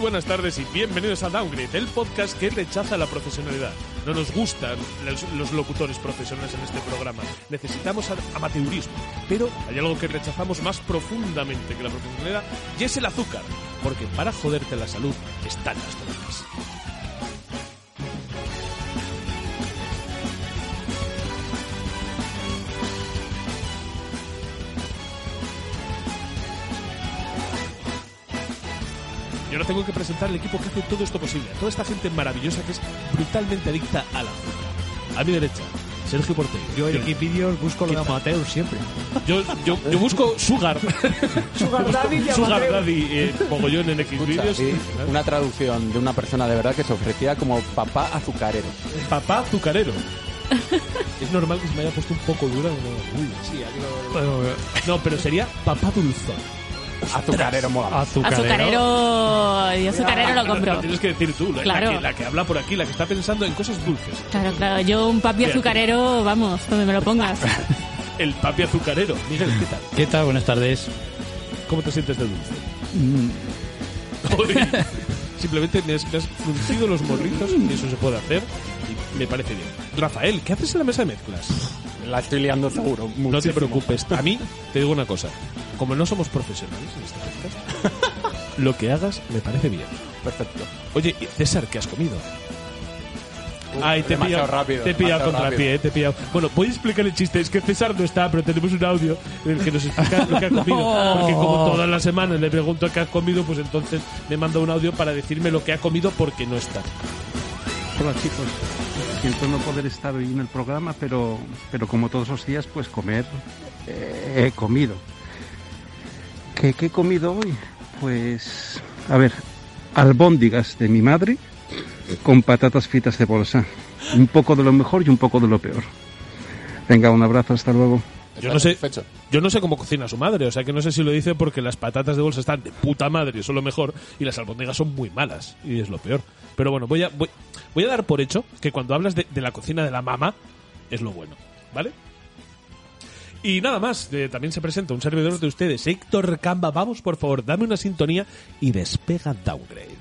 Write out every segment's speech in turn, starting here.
buenas tardes y bienvenidos a Downgrade, el podcast que rechaza la profesionalidad. No nos gustan los, los locutores profesionales en este programa. Necesitamos a- amateurismo. Pero hay algo que rechazamos más profundamente que la profesionalidad y es el azúcar. Porque para joderte la salud están las drogas. Y ahora tengo que presentar al equipo que hace todo esto posible. A toda esta gente maravillosa que es brutalmente adicta al azúcar. A mi derecha, Sergio Portero. Yo en Xvideos busco lo de amateur siempre. Yo, yo, yo busco Sugar. Sugar Daddy y Sugar Amateur. Daddy, eh, mogollón en X Escucha, vídeos. sí, una traducción de una persona de verdad que se ofrecía como papá azucarero. Papá azucarero. Es normal que se me haya puesto un poco dura. ¿no? Uy. No, pero sería papá dulzón. Azucarero mola. Azucarero. Y azucarero lo No, compro. no, tienes que decir tú, la, Claro. la que, la que habla por aquí, la que está pensando en cosas dulces. Claro, claro. Yo un papi Mira, azucarero, vamos, donde me lo pongas. El papi azucarero. Miguel, ¿qué tal? ¿Qué tal? Buenas tardes. ¿Cómo te sientes de dulce? Uy. Mm. Simplemente me has, me has fruncido los morritos y eso se puede hacer y me parece bien. Rafael, ¿qué haces en la mesa de mezclas? La estoy liando seguro. No te muchísimo. preocupes. A mí te digo una cosa. Como no somos profesionales en este podcast, lo que hagas me parece bien. Perfecto. Oye, y César, ¿qué has comido? Uf, Ay, te he demasiado pillado, rápido. te he pillado demasiado contra rápido. pie, eh, te he pillado. Bueno, voy a explicar el chiste. Es que César no está, pero tenemos un audio en el que nos explica lo que ha comido. Porque como todas las semanas le pregunto qué has comido, pues entonces me manda un audio para decirme lo que ha comido porque no está. Hola chicos, siento no poder estar hoy en el programa, pero, pero como todos los días, pues comer eh, he comido. ¿Qué, qué he comido hoy? Pues, a ver, albóndigas de mi madre con patatas fritas de bolsa. Un poco de lo mejor y un poco de lo peor. Venga, un abrazo, hasta luego. Yo no sé, satisfecho. yo no sé cómo cocina su madre, o sea que no sé si lo dice porque las patatas de bolsa están de puta madre, son lo mejor, y las albóndigas son muy malas, y es lo peor. Pero bueno, voy a, voy, voy a dar por hecho que cuando hablas de, de la cocina de la mamá, es lo bueno, ¿vale? Y nada más, eh, también se presenta un servidor de ustedes, Héctor Camba. Vamos, por favor, dame una sintonía y despega Downgrade.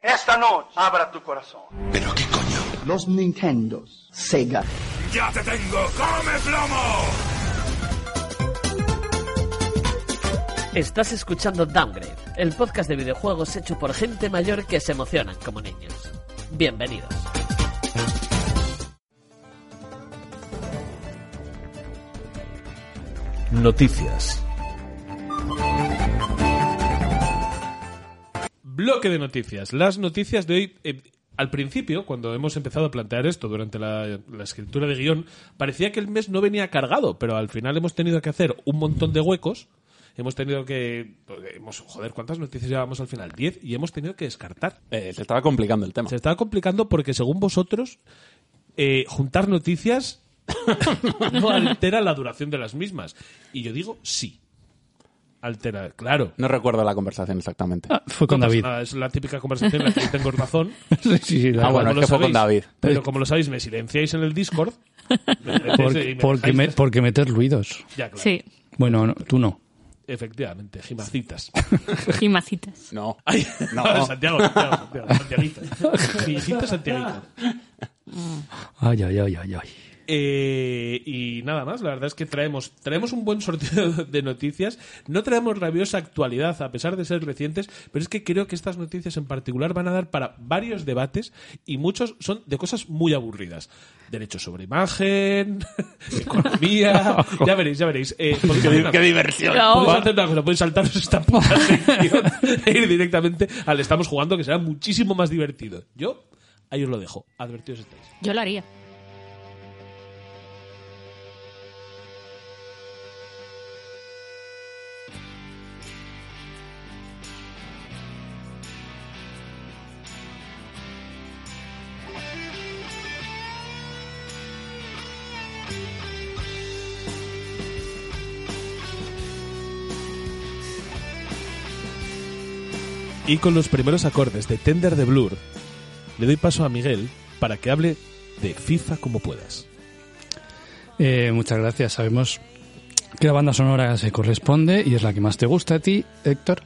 Esta noche abra tu corazón. los Nintendos, Sega, Estás escuchando Downgrade, el podcast de videojuegos hecho por gente mayor que se emocionan como niños. Bienvenidos. Noticias. Bloque de noticias. Las noticias de hoy. eh, al principio, cuando hemos empezado a plantear esto durante la, la escritura de guión, parecía que el mes no venía cargado, pero al final hemos tenido que hacer un montón de huecos. Hemos tenido que. pues, Hemos, joder, ¿cuántas noticias llevamos al final? Diez. Y hemos tenido que descartar. Eh, se estaba complicando el tema. Se estaba complicando porque, según vosotros, eh, juntar noticias no altera la duración de las mismas. Y yo digo sí. Altera, claro. No recuerdo la conversación exactamente. Ah, Fue con No pasa David. nada, es la típica conversación en la que yo tengo razón. Sí, sí, sí, la- Ah, Como bueno, es que lo fue con sabéis, David. Pero como lo sabéis, me silenciáis en el Discord. me metéis y Por- me porque, me- dejáis- porque meter ruidos. Ya, claro. Sí, Bueno, no, tú no. Efectivamente, jimacitas. y macitas. No. Ay, No. Santiago, Santiago, Santiago, Santiaguito. Jimacita, Santiaguito. Ay, ay, ay, ay, ay. Eh, y nada más, la verdad es que traemos, traemos un buen sorteo de noticias. No traemos rabiosa actualidad, a pesar de ser recientes, pero es que creo que estas noticias en particular van a dar para varios debates y muchos son de cosas muy aburridas. Derechos sobre imagen, economía. ya veréis, ya veréis. Eh, podéis hacer una- diversión! Podéis hacer una cosa, podéis saltaros esta puta sección e ir directamente al Estamos jugando, que será muchísimo más divertido. Yo, ahí os lo dejo. Advertidos estáis. Yo lo haría. Y con los primeros acordes de Tender de Blur, le doy paso a Miguel para que hable de FIFA como puedas. Eh, muchas gracias. Sabemos que la banda sonora se corresponde y es la que más te gusta a ti, Héctor.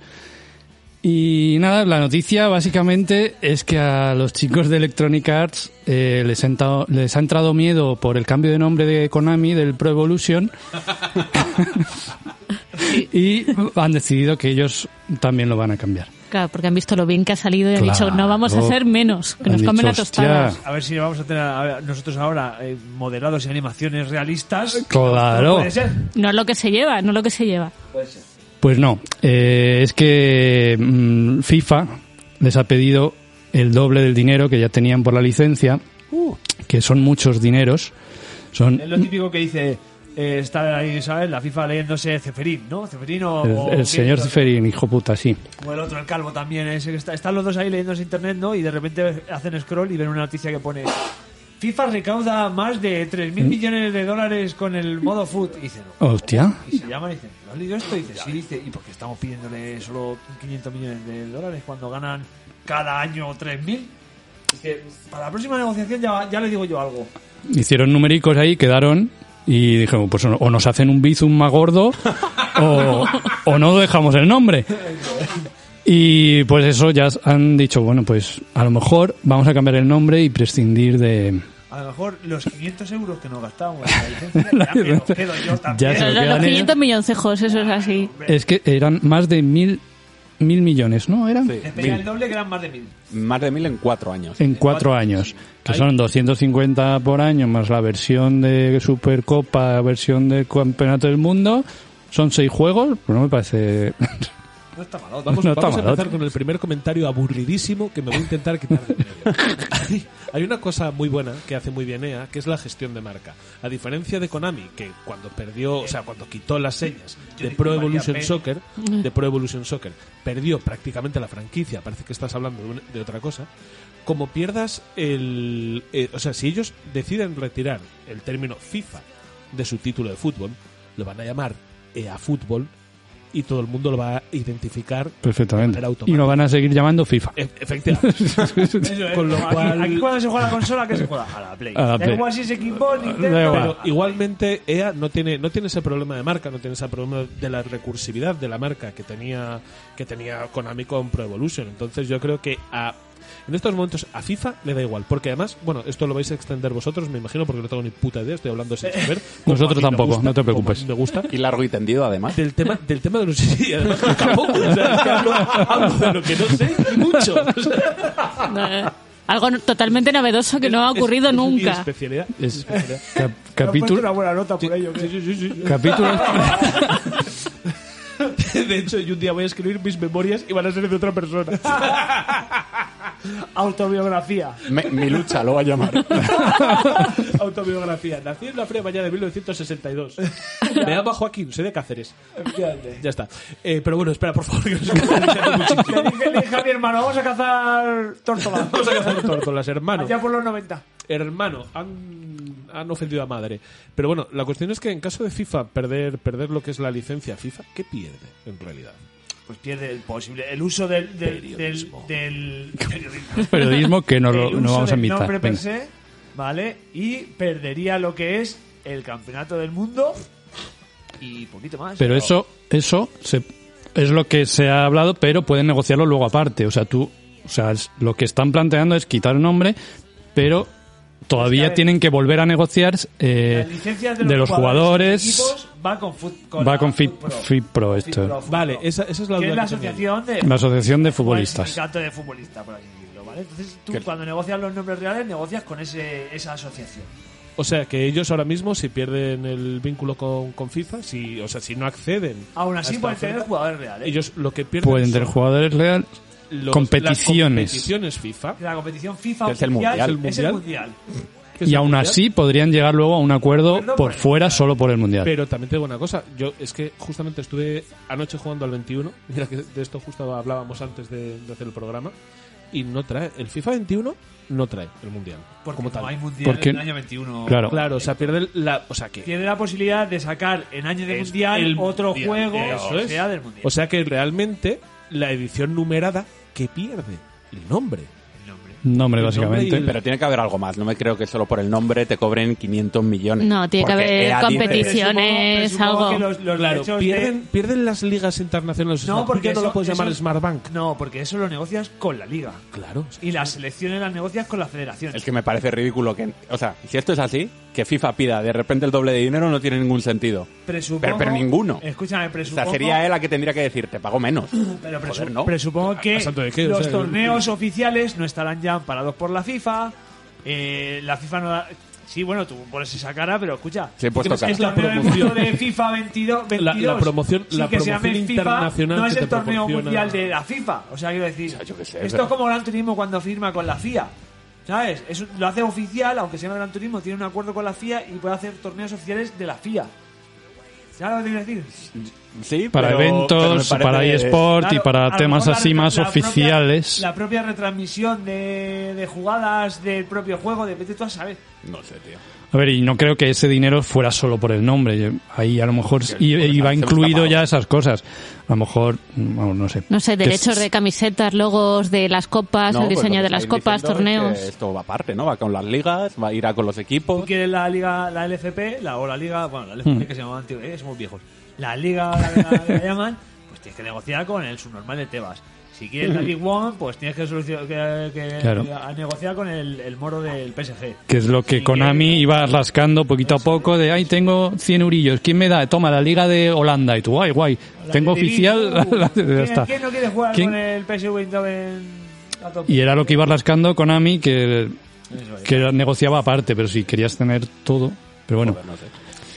Y nada, la noticia básicamente es que a los chicos de Electronic Arts eh, les, ha entrado- les ha entrado miedo por el cambio de nombre de Konami del Pro Evolution y han decidido que ellos también lo van a cambiar. Claro, porque han visto lo bien que ha salido y han Claro. dicho, no vamos a hacer menos, que Han nos comen la dicho, tostada. "Hostia". A ver si vamos a tener a- a- nosotros ahora eh, modelados y animaciones realistas. Claro. No puede ser. No es lo que se lleva, no es lo que se lleva. Pues no, eh, es que mm, FIFA les ha pedido el doble del dinero que ya tenían por la licencia, que son muchos dineros. Son Es lo típico que dice. eh, está ahí, ¿sabes? La FIFA leyéndose Ceferín, ¿no? Ceferín o. o- el, el señor Ciferin, hijo puta, sí. O el otro, el calvo también. Ese que está, están los dos ahí leyéndose internet, ¿no? Y de repente hacen scroll y ven una noticia que pone. FIFA recauda más de ¿Mm? 3.000 millones de dólares con el modo foot. Y dicen, Oh. "No". Hostia. Y se llaman y dicen, ¿lo has leído esto? Y dice, sí, dice, ¿y por qué estamos pidiéndole solo 500 millones de dólares cuando ganan cada año 3.000? Dice, para la próxima negociación ya, ya le digo yo algo. Hicieron numericos ahí, quedaron y dijeron, pues o nos hacen un bizum más gordo o, o no dejamos el nombre. Y pues eso ya han dicho, bueno, pues a lo mejor vamos a cambiar el nombre y prescindir de... A lo mejor los 500 euros que nos gastábamos en la licencia, ya me los quedo yo también. Ya se lo Los, los quedan ellos. 500 milloncejos, eso es así. Es que eran más de mil, mil millones, ¿no? Eran Sí, Les mil. pegan el doble que eran más de 1.000. Más de mil en cuatro años. en cuatro años, que son 250 por año más la versión de Supercopa, versión de Campeonato del Mundo. Son seis juegos, pero no me parece... No está malo. Vamos, No está vamos a mal, empezar otro. con el primer comentario aburridísimo que me voy a intentar quitar de en medio. Hay- Hay una cosa muy buena que hace muy bien EA, que es la gestión de marca. A diferencia de Konami, que cuando perdió, o sea, cuando quitó las señas de Pro Evolution Soccer, de Pro Evolution Soccer, perdió prácticamente la franquicia. Parece que estás hablando de, un- de otra cosa. Como pierdas el, eh, o sea, si ellos deciden retirar el término FIFA de su título de fútbol, lo van a llamar EA Fútbol y todo el mundo lo va a identificar Perfectamente. Era automático. Y lo van a seguir llamando FIFA. E- Efectivamente. Eso es. Con lo Aquí- cual- aquí cuando se juega la consola, ¿qué se juega? A la Play. A la Da Play. igual si es equipo, Nintendo... Da igual. Pero igualmente EA no tiene, no tiene ese problema de marca, no tiene ese problema de la recursividad de la marca que tenía, que tenía Konami con Pro Evolution. Entonces yo creo que a, en estos momentos a FIFA le da igual. Porque además, bueno, esto lo vais a extender vosotros, me imagino, porque no tengo ni puta idea, estoy hablando sin saber. Como Nosotros a mí me tampoco, gusta, no como te a mí preocupes. Me gusta. Y largo y tendido, además. del tema del tema de los sí, además que tampoco o sea, es que hablo, hablo de lo que no sé y mucho O sea, Eh, Algo no- totalmente novedoso que no ha es- ocurrido es mi nunca. especialidad Es cap- Me han puesto una capítulo, buena nota por ello. que- capítulo. de hecho yo un día voy a escribir mis memorias y van a ser de otra persona Autobiografía. Me- mi lucha lo va a llamar. autobiografía nací en la fría mañana de 1962 me llamo Joaquín soy de Cáceres ya está Eh, pero bueno espera por favor que nos estamos diciendo muchísimo. Le dije, le dije a mi hermano, vamos a cazar tórtola. vamos a cazar tórtolas hermano Ya por los 90. hermano, han, han ofendido a madre. Pero bueno, la cuestión es que en caso de FIFA perder, perder lo que es la licencia FIFA, ¿qué pierde en realidad? Pues pierde el posible. El uso del. del. del. Periodismo. del periodismo. Periodismo que no, El lo, uso no vamos a del invitar. nombre per Venga. se, ¿Vale? Y perdería lo que es el campeonato del mundo. Y poquito más. Pero eso, eso se- es lo que se ha hablado, pero pueden negociarlo luego aparte. O sea, tú, o sea, es- lo que están planteando es quitar el nombre, pero Es que, a todavía ver, tienen que volver a negociar eh, Las licencias de los y jugadores. equipos va con, fut- va la con Fit- Futpro. Fitpro esto. Fitpro, Futpro. Vale, esa, esa es la que duda es la que tenía. asociación de La asociación de futbolistas. Sindicato de futbolista, por así decirlo, ¿vale? Entonces tú Que- cuando negocias los nombres reales negocias con ese, esa asociación. O sea, que ellos ahora mismo, si pierden el vínculo con, con FIFA, si, o sea, si no acceden. Aún así a esta pueden tener oferta, jugadores reales. Ellos lo que pierden. Pueden tener son jugadores reales. los- las competiciones. competiciones FIFA. La competición FIFA Es el oficial Mundial. es el mundial. que Y se aún juegan. así podrían llegar luego a un acuerdo Acuerdo por por el fuera solo por el Mundial. Pero también te digo una cosa, yo es que justamente estuve anoche jugando al 21, mira que de esto justo hablábamos antes de, de hacer el programa, y no trae, el FIFA 21 no trae el Mundial. Porque como no tal. hay mundial Porque- en el año 21. Claro. Claro, o sea, pierde la... O sea, que... Tiene la posibilidad de sacar en año de es mundial el otro Mundial. juego Eso que es. sea del mundial. O sea que realmente la edición numerada que pierde el nombre. El nombre. Nombre, básicamente. Pero tiene que haber algo más. No me creo que solo por el nombre te cobren 500 millones. No, tiene que Porque haber EA dice- competiciones, algo. Claro, derechos pierden, pierden las ligas internacionales. No, porque ya no lo eso- puedes llamar eso- Smart Bank. No, porque eso lo negocias con la liga. Claro. Y las selecciones las negocias con las federaciones. Es que me parece ridículo que, o sea, si esto es así, que FIFA pida de repente el doble de dinero no tiene ningún sentido. Presupongo- Pero, pero ninguno. Escúchame, O presupongo. sea, sería él la que tendría que decir, te pago menos. Pero presu- Joder, ¿no? presupongo que ¿A santo de eh. qué? O los sea, torneos oficiales no estarán ya amparados por la FIFA. eh, la FIFA no da- Sí, bueno, tú pones esa cara, pero escucha. Sí, he puesto es cara. el torneo del promoción. mundo de FIFA 22. La- la promoción- sí la que se promoción llame FIFA, internacional No es que el te torneo proporciona- mundial de la FIFA. O sea, quiero decir, esto pero- es como Gran Turismo cuando firma con la FIA. ¿Sabes? Es un- lo hace oficial, aunque se llame Gran Turismo, tiene un acuerdo con la FIA y puede hacer torneos oficiales de la FIA. ¿Sabes lo que te quiero decir? Sí, Para pero- pero me eventos, parece- para eSport y Claro, a para lo temas mejor la- así más la propia- oficiales. la propia retransmisión de, de jugadas del propio juego, de vete tú a saber. No sé, tío. A ver, y no creo que ese dinero fuera solo por el nombre. Yo- Ahí a lo mejor Sí, i- porque iba parece un incluido tapado. ya esas cosas. A lo mejor, mm, vamos, no sé. No sé, Que derechos s- de camisetas, logos de las copas, No, Ah, el pues lo diseño que de las estáis copas, diciendo es torneos. que Esto va aparte, ¿no? Va con las ligas, va a ir a con los equipos. Que la liga, la LFP, la, o la liga, bueno, la LFP Hmm. Mm. que se llamaba antiguamente, somos viejos. La liga, la, la- la llaman, pues tienes que negociar con el subnormal de Tebas. Si quieres la League One, pues tienes que, solucio- que- que- Claro. a negociar con el, el moro del PSG. Que es lo que Konami iba rascando poquito a poco de, ay, tengo 100 eurillos, ¿quién me da? Toma, la liga de Holanda. Y tú, ay, guay, tengo oficial. la- la- ya ¿Quién, está. quién no quiere jugar ¿Quién? con el PSG Windows en a tope? Y era lo que iba rascando Konami, que, Eso es. que negociaba aparte, pero si querías tener todo. Pero bueno, Joder, no sé.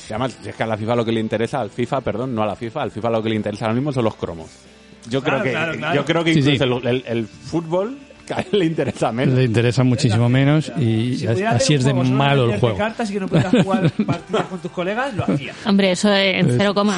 Y además, si es que a la FIFA lo que le interesa, al FIFA, perdón, no a la FIFA, al FIFA lo que le interesa ahora mismo son los cromos. Yo Claro, creo que, claro, claro. Yo creo que Sí, sí. incluso El, el- el fútbol a él le interesa menos. le interesa muchísimo menos y Si pudiera así hacer es un de juego, solo malo el meterle juego. cartas y que no puedas jugar partidas con tus colegas, lo hacía. Hombre, eso en Es- cero coma.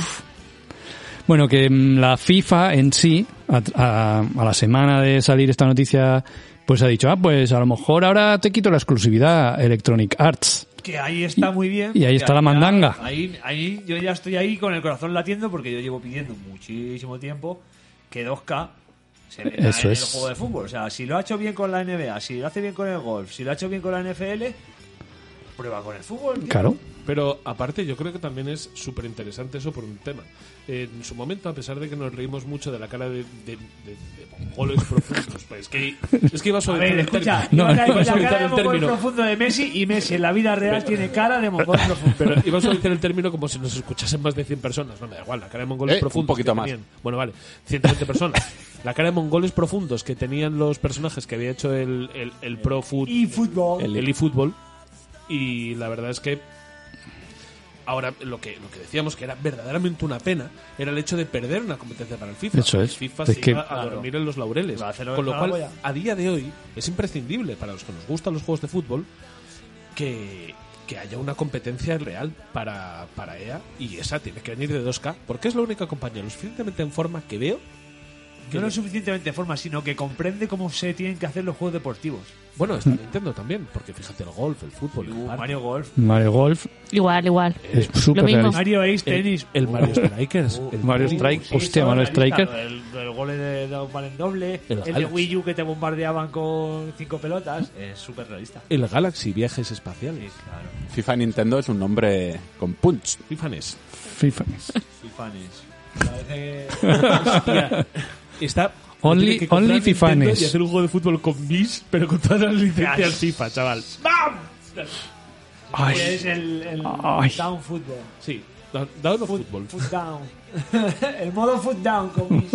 Bueno, que mm, la FIFA en sí, a, a- a la semana de salir esta noticia, pues ha dicho, ah, pues a lo mejor ahora te quito la exclusividad Electronic Arts. Que ahí está muy bien. Y ahí está la Ya, mandanga. Ahí, ahí yo ya estoy ahí con el corazón latiendo porque yo llevo pidiendo muchísimo tiempo que 2K se meta Eso en es. el juego de fútbol. O sea, si lo ha hecho bien con la NBA, si lo hace bien con el golf, si lo ha hecho bien con la NFL, prueba con el fútbol. tío. Pero aparte, yo creo que también es súper interesante eso por un tema. En su momento, a pesar de que nos reímos mucho de la cara de, de, de- de mongoles profundos, pues es que, es que iba a A suavizar ver, el escucha, término. Iba iba a a traer la, suavizar cara de el mongol término. profundo de Messi y Messi en la vida real tiene cara de mongol profundo. Pero iba a suavizar el término como si nos escuchasen más de 100 personas. No me da igual, la cara de mongoles Eh, un profundos. poquito que más. tenían- Bueno, vale, 120 personas. La cara de mongoles profundos que tenían los personajes que había hecho el, el, el Pro Foot. Y fútbol. El, el eFootball. Y la verdad es que. Ahora, lo que, lo que decíamos que era verdaderamente una pena era el hecho de perder una competencia para el FIFA. Eso es. El FIFA Es se que- iba a dormir en los laureles. Va a hacerlo Con lo en cual, Zaragoza. a día de hoy, es imprescindible para los que nos gustan los juegos de fútbol que, que haya una competencia real para, para EA y esa tiene que venir de 2K porque es la única compañía lo suficientemente en forma que veo No lo suficientemente de forma, sino que comprende cómo se tienen que hacer los juegos deportivos. bueno, está Nintendo también, porque fíjate el golf, el fútbol, el parque. Uh, Mario Golf, Mario Golf Igual, igual. es súper realista. Mario Ace Tennis. El, el Mario Strikers. Uh, el Mario tenis. Strike- Sí, hostia, eso, Mario la lista, Striker. El, el gol de Down en doble, El el, de Galaxy. Wii U que te bombardeaban con cinco pelotas. Es súper realista. El Galaxy Viajes Espaciales. FIFA Nintendo es un nombre con punch. FIFA NES. FIFA. Soy fanes. Hostia. Está. Only- tiene que comprar only FIFA Nintendo NES. Y hacer un juego de fútbol con bis, pero con todas las licencias Yes. FIFA, chaval. Ay. Es el, el Ay. down football. Sí, da- dado no fútbol. Foot down. el modo foot down con mis-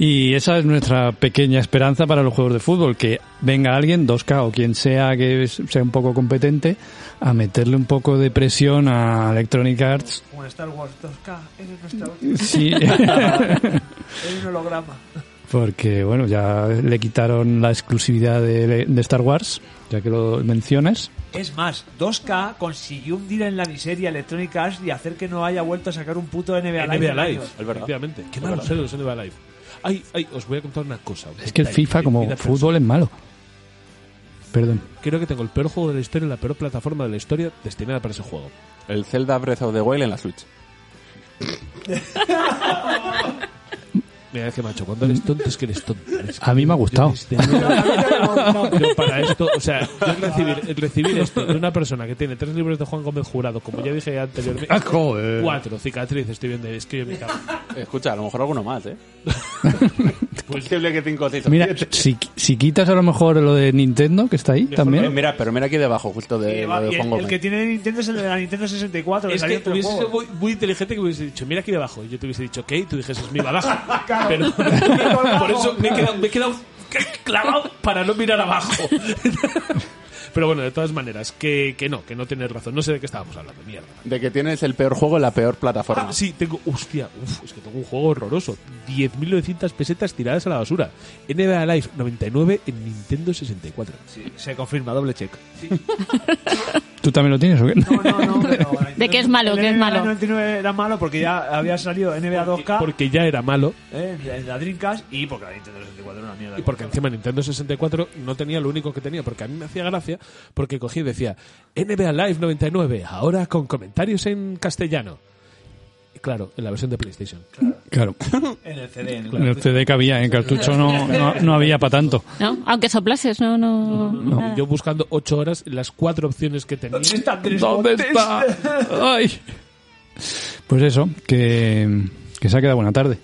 Y esa es nuestra pequeña esperanza para los juegos de fútbol, que venga alguien, 2K o quien sea que es- sea un poco competente, a meterle un poco de presión a Electronic Arts. Como en Star Wars 2K. Eres nuestra última. Sí. Eres un holograma. Porque, bueno, ya le quitaron la exclusividad de, de Star Wars, ya que lo mencionas. Es más, 2K consiguió hundir en la miseria Electronic Arts y hacer que no haya vuelto a sacar un puto NBA, Live. NBA en Live, años. efectivamente. Qué malo ser los NBA Live. Ay, ay, os voy a contar una cosa. Es que el FIFA, como fútbol, es malo. Perdón. Creo que tengo el peor juego de la historia y la peor plataforma de la historia destinada para ese juego. El Zelda Breath of the Wild en la Switch. primera vez que me ha hecho. Cuando Mm. eres tonto es que eres tonto. Eres A mí me ha gustado. Pero para esto, o sea, yo recibir, recibir esto de una persona que tiene tres libros de Juan Gómez Jurado, como ya dije anteriormente, Ah, joder. cuatro, cicatriz, estoy viendo, es que yo me cago. Escucha, a lo mejor alguno más, ¿eh? pues posible que cinco, seis o Mira, siete. si, si quitas a lo mejor lo de Nintendo, que está ahí Eh, también. mira, pero mira aquí debajo, justo de, Eh, lo de Juan Y el, el Gómez. que tiene Nintendo es el de la Nintendo 64. Es salió que otro hubiese juego. sido muy, muy inteligente que hubiese dicho, mira aquí debajo. Y yo te hubiese dicho, ok, y tú dijes, es mi baraja. Claro. Pero, por eso me he quedado, me he quedado clavado para no mirar abajo. Pero bueno, de todas maneras, que, que no, que no tienes razón. No sé de qué estábamos hablando, mierda. De que tienes el peor juego en la peor plataforma. Ah, sí, tengo. Hostia, uf, es que tengo un juego horroroso. 10.900 pesetas tiradas a la basura. NBA Live 99 en Nintendo 64. Sí, se confirma, doble check. ¿Tú también lo tienes o qué? No, no, no, pero la ¿De qué es Nintendo- malo? el ¿Qué es NBA malo? 99 era malo porque ya había salido NBA 2K Porque ya era malo. eh, en- en la Dreamcast y porque la Nintendo 64 era una mierda. Y porque encima Nintendo 64 no tenía lo único que tenía, porque a mí me hacía gracia, porque cogí y decía NBA Live 99, ahora con comentarios en castellano. Y claro, en la versión de PlayStation. Claro. En el CD, en el En el CD que había, en cartucho no, no, no había para tanto. ¿No? Aunque soplases, no, no. nada. Y yo buscando 8 horas las cuatro opciones que tenía. ¿Dónde está? Ay. Pues eso, que, que se ha quedado buena tarde.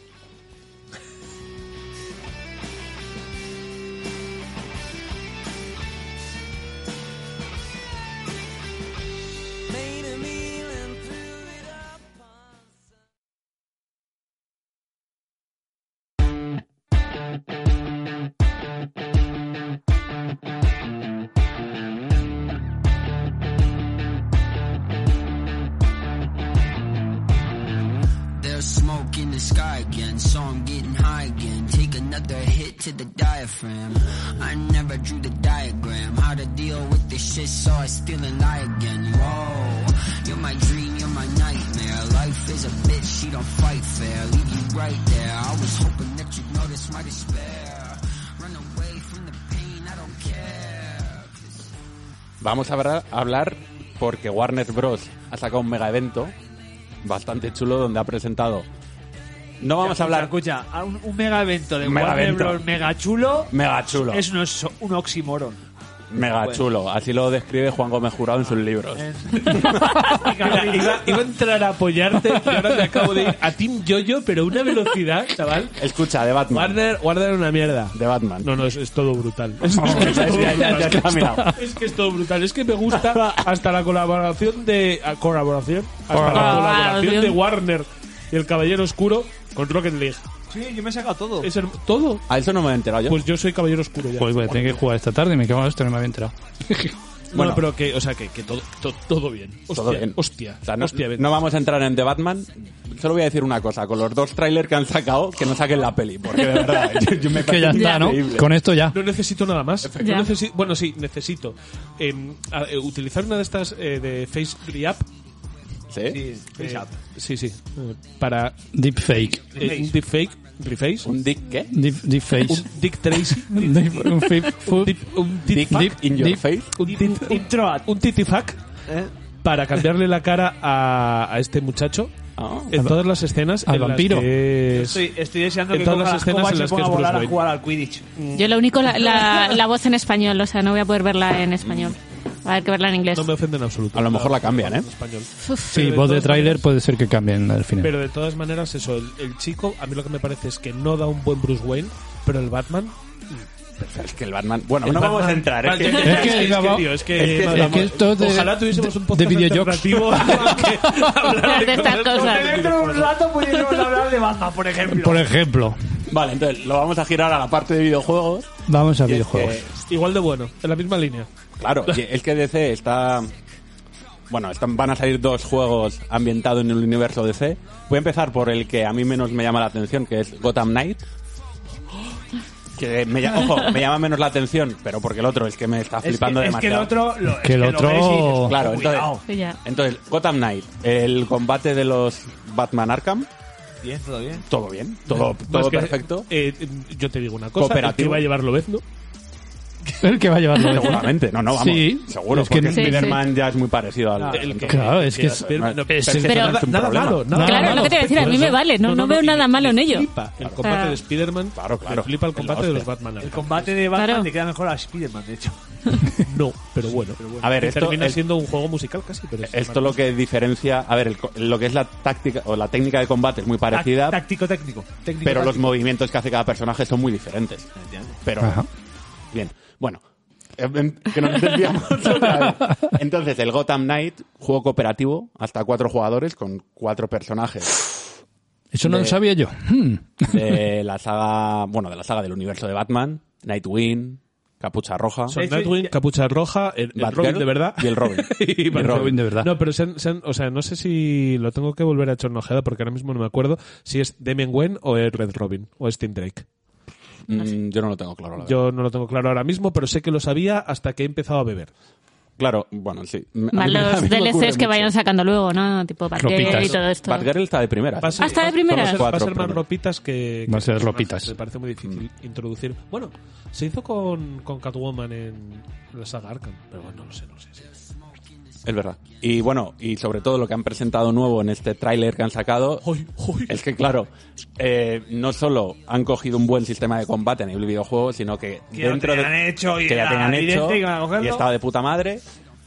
There's smoke in the sky again, so I'm getting high again. Take another hit to the diaphragm. I never drew the diagram. How to deal with this shit, so I steal and lie again. Whoa, you're my dream, you're my nightmare. Life is a bitch, she don't fight fair. Leave you right there. I was hoping that you'd notice my despair. Run away from the pain, I don't care. Vamos a hablar- a hablar porque Warner Bros. ha sacado un mega evento bastante chulo donde ha presentado. No vamos a hablar. Escucha, escucha, un, un mega evento de Mega Warner evento. Bros. mega chulo. Mega chulo. Es un, oso- un oxímoron. Mega chulo. Así lo describe Juan Gómez Jurado en sus libros. Mira, iba, iba a entrar a apoyarte y ahora te acabo de ir a Team Yoyo, pero a una velocidad, chaval. Escucha, de Batman. Warner, Warner era una mierda. De Batman. No, no, es, es todo brutal. Ya, ya, ya, ya te ha mirado. Es que es todo brutal. Es que me gusta hasta la colaboración de. a- ¿Colaboración? Hasta la Colaboración. colaboración de Warner y el Caballero Oscuro con Rocket League. Sí, yo me he sacado todo. Es hermo- todo. A eso no me he enterado yo. Pues yo soy Caballero Oscuro ya. Pues voy a tener que jugar esta tarde, me cago en esto, no me había enterado. bueno, pero que, o sea, que, que todo, to- todo bien. Hostia, Todo bien. Hostia, O sea, no, hostia, no vamos a entrar en The Batman. Solo voy a decir una cosa. Con los dos trailers que han sacado, que no saquen la peli. Porque de verdad, yo, yo me Que ya parece está, ¿no? increíble. Con esto ya. No necesito nada más. No Ya. necesi- bueno, sí, necesito em, a- eh, utilizar una de estas eh, de Face Reap. ¿Sí? eh, sí, sí. eh, Para Deepfake. eh, un deepfake, reface. ¿Un dick qué? Deep, deepfake. Un Dick Tracy. Deep- un fake food. Deep- un Dick, deepfake. dick in your dick. face. un, tit- Intro un titifac para cambiarle la cara a, a este muchacho Ah. en todas las escenas Al en las vampiro. que es- Estoy, estoy deseando en que todas las Kovac- escenas Kovac en se las ponga que es a volar Bruce a jugar al Quidditch. Yo lo único, la, la, la voz en español, o sea, no voy a poder verla en español. Va a haber que verla en inglés. no me ofende en absoluto A lo mejor la cambian, ¿eh? En español. Sí, voz de tráiler puede ser que cambien al final. pero de todas maneras eso el, el chico a mí lo que me parece es que no da un buen Bruce Wayne pero el Batman Es que el Batman. Bueno, el no Batman- vamos a entrar. ¿eh? Es Vale, que- ya, ya, ya, es es que, que, digamos, tío, es que- es que- madre es que mía. esto de- ojalá tuviésemos un podcast de videojuegos. alternativo que hablara De estas cosas. Dentro de un rato pudiéramos hablar de Batman, por ejemplo. Por ejemplo, Vale, entonces lo vamos a girar a la parte de videojuegos. vamos a Y es videojuegos. igual de bueno en la misma línea que- claro, y es que DC está. Bueno, están- van a salir dos juegos ambientados en el universo DC. Voy a empezar por el que a mí menos me llama la atención, que es Gotham Knight. Que me, lla- ojo, me llama menos la atención, pero porque el otro es que me está es, flipando que, es que el demasiado. otro. Lo, es Que el lo otro- ves y dices, Claro, cuidado. entonces, Sí, ya. entonces, Gotham Knight, el combate de los Batman Arkham, Bien, todo bien. todo Eh, bien, todo, Más todo que- perfecto. eh, yo te digo una cosa el que Cooperativo. va a llevar Lobezno el que va a llevarlo. Seguramente, no, no, vamos. Sí. seguro, Es que porque no- Sí, Spider-Man sí. ya es muy parecido al. Claro, entonces- claro, es que es- No, es- per se pero- no es un nada problema. malo, nada claro, malo. lo que te voy a decir, a mí me vale, no, no veo nada malo en ello. Ah. El O combate sea, de Spider-Man. Claro, claro. flipa el combate de los Batman. El combate de Batman le queda mejor a Spider-Man, de hecho. No, pero bueno. A ver, Que esto termina es- siendo un juego musical casi, pero es- Esto lo que diferencia, a ver, el co- lo que es la táctica o la técnica de combate es muy parecida, Táctico, técnico. técnico pero los táctico. movimientos que hace cada personaje son muy diferentes. Pero bien, bueno, eh, em, que nos desviamos otra vez. Entonces, el Gotham Knight, juego cooperativo, hasta cuatro jugadores con cuatro personajes Eso no de- lo sabía yo. Hmm. de la saga, bueno, de la saga del universo de Batman, Nightwing, Capucha Roja. Son Nightwing, Capucha Roja, el, el Batgirl Robin de verdad. y el Robin. y Y Robin de verdad. No, pero se han- se han- o sea, no sé si lo tengo que volver a echar una ojeada porque ahora mismo no me acuerdo si es Damian Wayne o es Red Robin o es Tim Drake. Mm, yo no lo tengo claro, la verdad. Yo no lo tengo claro ahora mismo, pero sé que lo sabía hasta que he empezado a beber. Claro, bueno, sí. A mí me- Más a los mí me ocurre DLCs que mucho. vayan sacando luego, ¿no? Tipo Batgirl y todo esto. Batgirl está de primera. Va a ser- Hasta de va- primeras. Va a ser, va a Cuatro ser más primeras. ropitas que. Va a que ser personajes. ropitas. Me parece muy difícil introducir. Bueno, se hizo con, con Catwoman en la saga Arkham, pero bueno, no lo sé, no lo sé. Es verdad. Y bueno, y sobre todo lo que han presentado nuevo en este tráiler que han sacado es que, claro, eh, no solo han cogido un buen sistema de combate a nivel videojuego, sino que, Que ya dentro tenían de hecho y que ya era tenían hecho evidente que iban a cogerlo. y estaba de puta madre,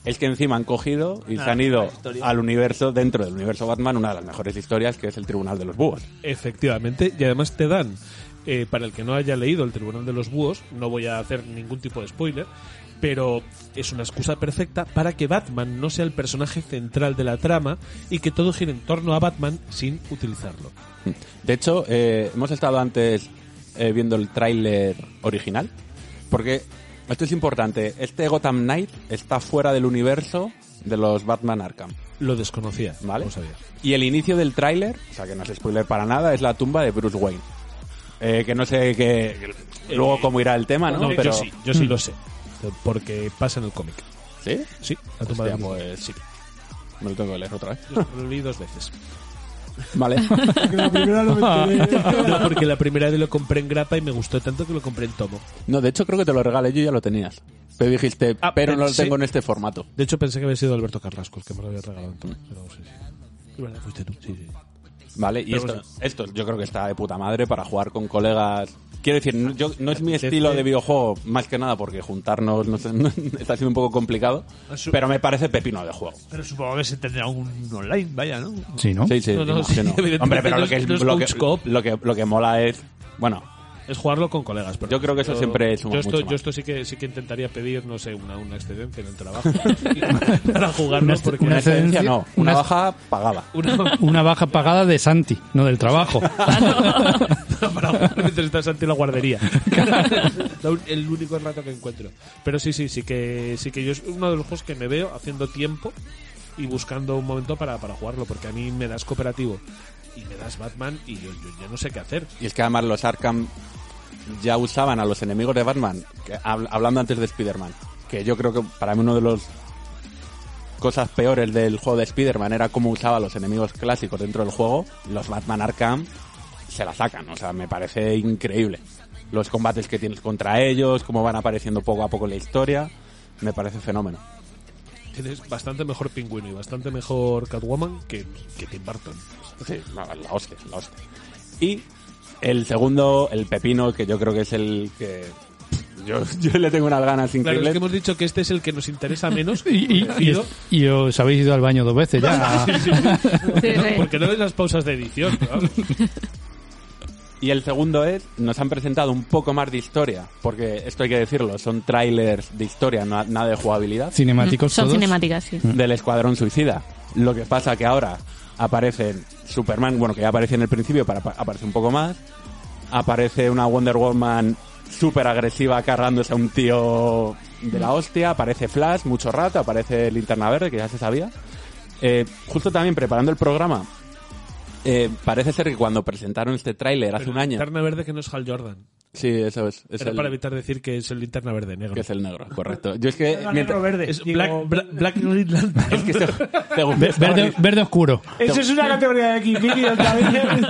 es que encima han cogido y Una se han ido historia. al universo, dentro del universo Batman, una de las mejores historias que es el Tribunal de los Búhos. Efectivamente, y además te dan, eh, para el que no haya leído El Tribunal de los Búhos, no voy a hacer ningún tipo de spoiler, pero es una excusa perfecta para que Batman no sea el personaje central de la trama y que todo gire en torno a Batman sin utilizarlo. De hecho, eh, hemos estado antes eh, viendo el tráiler original, porque esto es importante. Este Gotham Knight está fuera del universo de los Batman Arkham. Lo desconocía, ¿vale? No sabía. Y el inicio del tráiler, o sea que no es spoiler para nada, es la tumba de Bruce Wayne. Eh, que no sé qué luego cómo irá el tema, ¿no? No, yo sí, yo sí lo sé. Porque pasa en el cómic. ¿Sí? Sí, la tumba de Hostia, Bruce pues sí. Me lo tengo que leer otra vez. Yo lo leí dos veces. Vale. la primera lo mencioné. No, porque la primera vez lo compré en grapa y me gustó tanto que lo compré en tomo. No, de hecho creo que te lo regalé yo y ya lo tenías. Pero dijiste, Ah, pero no lo pensé- tengo en este formato. De hecho, pensé que había sido Alberto Carrasco el que me lo había regalado entonces. Pero sí, sí. Es verdad, fuiste tú. Sí, sí. Vale, y Pero esto, sí. esto yo creo que está de puta madre para jugar con colegas. Quiero decir, Ah, no, yo, no es mi Apetece. estilo de videojuego, más que nada porque juntarnos no sé, está siendo un poco complicado, Ah, Eso- pero me parece pepino de juego. Pero supongo que se tendrá un online, vaya, ¿no? Sí, ¿no? Sí, sí, No, no, imagino. sí, evidentemente Hombre, pero no lo es- que, es, no es lo, que, couch co-op. lo, que, lo que mola es... Bueno, Es jugarlo con colegas. Pero Yo creo que eso siempre suma yo esto, mucho más. Yo esto sí que, sí que intentaría pedir, no sé, una, una excedencia en el trabajo para jugarlo. Una- Porque una una excedencia no, una una- baja pagada. una- Una baja pagada de Santi, no del trabajo. para jugar mientras estás ante la guardería. La un- el único rato que encuentro. Pero sí, sí, sí que, sí que yo es uno de los juegos que me veo haciendo tiempo y buscando un momento para, para jugarlo, porque a mí me das cooperativo y me das Batman y yo, yo ya no sé qué hacer. Y es que además los Arkham ya usaban a los enemigos de Batman, que hab- hablando antes de Spider-Man, que yo creo que para mí uno de los cosas peores del juego de Spider-Man era cómo usaba a los enemigos clásicos dentro del juego, los Batman Arkham se la sacan, o sea, me parece increíble. Los combates que tienes contra ellos, cómo van apareciendo poco a poco en la historia, me parece fenómeno. Tienes bastante mejor pingüino y bastante mejor Catwoman que, que Tim Burton. Sí, no, la hostia, la hostia. Y el segundo, el pepino, que yo creo que es el que... Yo, yo le tengo unas ganas Claro, increíbles. es que hemos dicho que este es el que nos interesa menos. Y, y- y- y os habéis ido al baño dos veces ya. Sí, sí, sí. Porque no ves las pausas de edición. pero vamos. Y el segundo es, nos han presentado un poco más de historia, porque esto hay que decirlo, son trailers de historia, na- nada de jugabilidad, Cinemáticos Son todos. cinemáticas, sí. del Escuadrón Suicida. Lo que pasa que ahora aparecen Superman, bueno, que ya aparece en el principio, pero apa- aparece un poco más, aparece una Wonder Woman súper agresiva cargándose a un tío de la hostia, aparece Flash mucho rato, aparece Linterna Verde, que ya se sabía. Eh, justo también preparando el programa, eh, parece ser que cuando presentaron este tráiler hace Pero un año... Linterna verde que no es Hal Jordan. Sí, eso es. es Era el- para evitar decir que es el linterna verde negro. Que es el negro, correcto. Yo es que. Era mientras- negro verde. Es Black- Bla- Black Green Lantern. Es que esto- según- Ve- Verde, verde oscuro. Eso es una categoría de Xvideos también.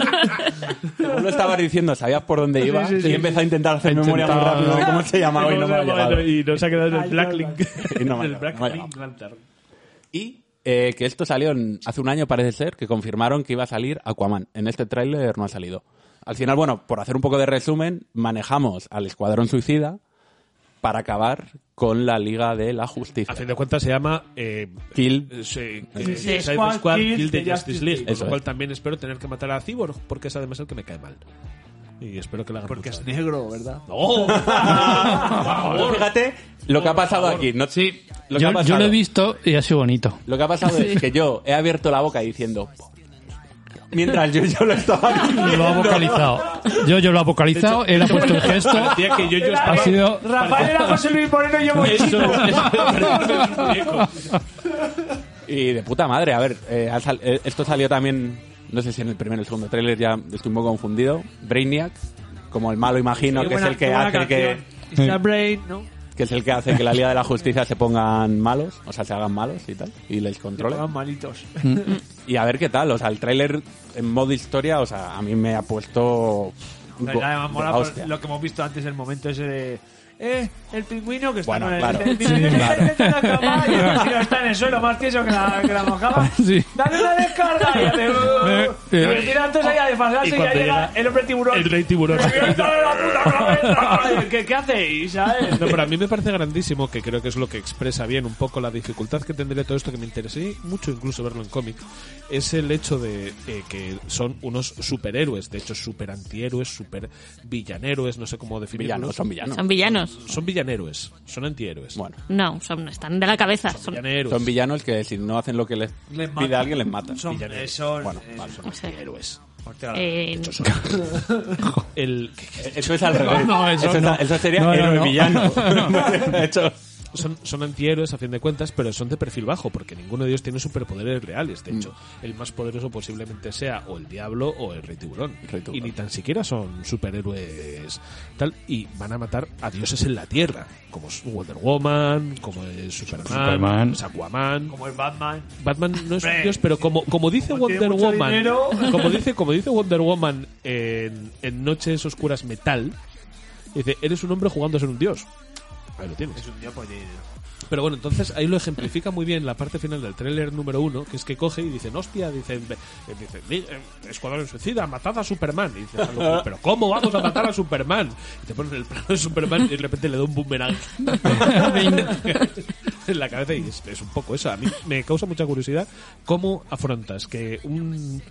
según lo estabas diciendo, sabías por dónde iba. Sí, sí, sí. y empezó a intentar hacer memoria muy Intentaba- rápido. de ¿Cómo se llamaba? Y no me ha llegado. Y nos ha quedado en el Ay, Black no, Link. Y no me ha el llegado, Black no me ha Link llegado. Lantern. Y eh, que esto salió en- hace un año, parece ser, que confirmaron que iba a salir Aquaman. En este tráiler no ha salido. Al final, bueno, por hacer un poco de resumen, manejamos al Escuadrón Suicida para acabar con la Liga de la Justicia. A fin de cuentas se llama eh, Kill. eh, se- Sí, eh, sí. Cyber Squad Kill Kill the the Justice Justice League. Con Eso lo cual es. también espero tener que matar a Cyborg porque es además el que me cae mal. Y espero que la hagan Porque mucho es daño. negro, ¿verdad? ¡No! Por Ah, favor. Fíjate lo que ha pasado aquí. No, lo que ha Yo, yo pasado- lo he visto y ha sido bonito. Lo que ha pasado es que yo he abierto la boca diciendo. Mientras yo, yo lo estaba diciendo. Lo ha vocalizado. Yo, yo lo ha vocalizado, él ha puesto el gesto. Parecía que yo, yo Era- estaba... Ha sido. Rafael era José Luis Moreno y yo muy Eso, chico. eso, Y de puta madre, a ver, eh, ha sal- eh, esto salió también, no sé si en el primer o el segundo tráiler ya estoy un poco confundido. Brainiac, como el malo imagino, Qué que es buena- el qué que buena hace que, canción. Está Brain, ¿no? que es el que hace que la Liga de la Justicia se pongan malos, o sea, se hagan malos y tal, y les controlen. Estaban malitos. Y a ver qué tal, o sea, el tráiler en modo historia, o sea, a mí me ha puesto un La go- verdad, me ha de molado la por hostia. lo que hemos visto antes, el momento ese de. Eh, el pingüino que está Bueno, con el, claro. el pingüino Sí, que claro. está en la cama y el tío está en el suelo más tieso que la, que la mojaba. Sí. Dale una descarga y hace. Eh, "Uh". Y eh. me tira antes ahí a desfasarse Y y, ya cuando llega llega el hombre tiburón. El rey tiburón. ¿Qué, ¿Qué hacéis? ¿Sabes? No, pero a mí me parece grandísimo, que creo que es lo que expresa bien un poco la dificultad que tendría todo esto, que me interesé mucho incluso verlo en cómic, es el hecho de eh, que son unos superhéroes, de hecho super antihéroes, super villaneros, no sé cómo definirlos. Villanos, son villanos. Son villanos. Son villaneros, son antihéroes. Bueno, No, son, están de la cabeza. Son, villaneros. son villanos que si no hacen lo que les, Les pide mata. alguien, les matan. Son, eh, son, Bueno, eh, vale. o sea, héroes. Ortega. eh, El, Eso es al revés. No, eso es- no. sería No, no, héroe no. villano. De hecho, son, son antihéroes a fin de cuentas, pero son de perfil bajo, porque ninguno de ellos tiene superpoderes reales. De hecho, el más poderoso posiblemente sea o el diablo o el rey tiburón. Rey tiburón. Y ni tan siquiera son superhéroes tal, y van a matar a dioses en la tierra, como es Wonder Woman, como es Superman, Superman. como es Aquaman. Como el Batman. Batman no es un Hombre. dios, pero como, como dice Como tiene Wonder mucho Woman, dinero. como dice, como dice Wonder Woman en, en Noches Oscuras Metal, dice, eres un hombre jugando a ser un dios. Ahí lo tienes. Es un tío pues, eh, Pero bueno, entonces ahí lo ejemplifica muy bien la parte final del tráiler número uno, que es que coge y dicen, hostia, dicen, eh, dicen "Li- eh, Escuadrón Suicida, matad a Superman. Y dices, "Pero, pero ¿cómo vamos a matar a Superman? Y te ponen el plano de Superman y de repente le da un boomerang en la cabeza y es, es un poco eso. A mí me causa mucha curiosidad cómo afrontas que un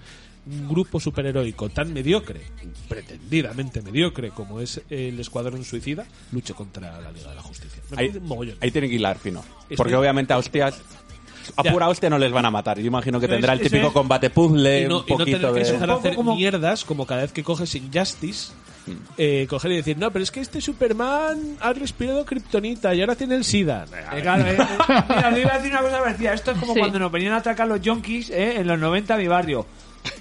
un grupo superheroico tan mediocre, pretendidamente mediocre como es el Escuadrón Suicida, luche contra la Liga de la Justicia. Me ahí, parece mogollón. ahí tienen que hilar fino. Estoy- Porque obviamente a hostias. A Ya. pura hostia no les van a matar. Yo imagino que Eso tendrá el es- eso típico es. combate puzzle, y no, un y no poquito tener que de. empezar a Un poco hacer como- mierdas como cada vez que coges Injustice. Hmm. Eh, coger y decir, no, pero es que este Superman ha respirado kriptonita y ahora tiene el SIDA. Eh, claro, eh, eh, mira, le iba a decir una cosa parecida. Esto es como Sí. cuando nos venían a atracar los yonkis eh, en los 90 a mi barrio.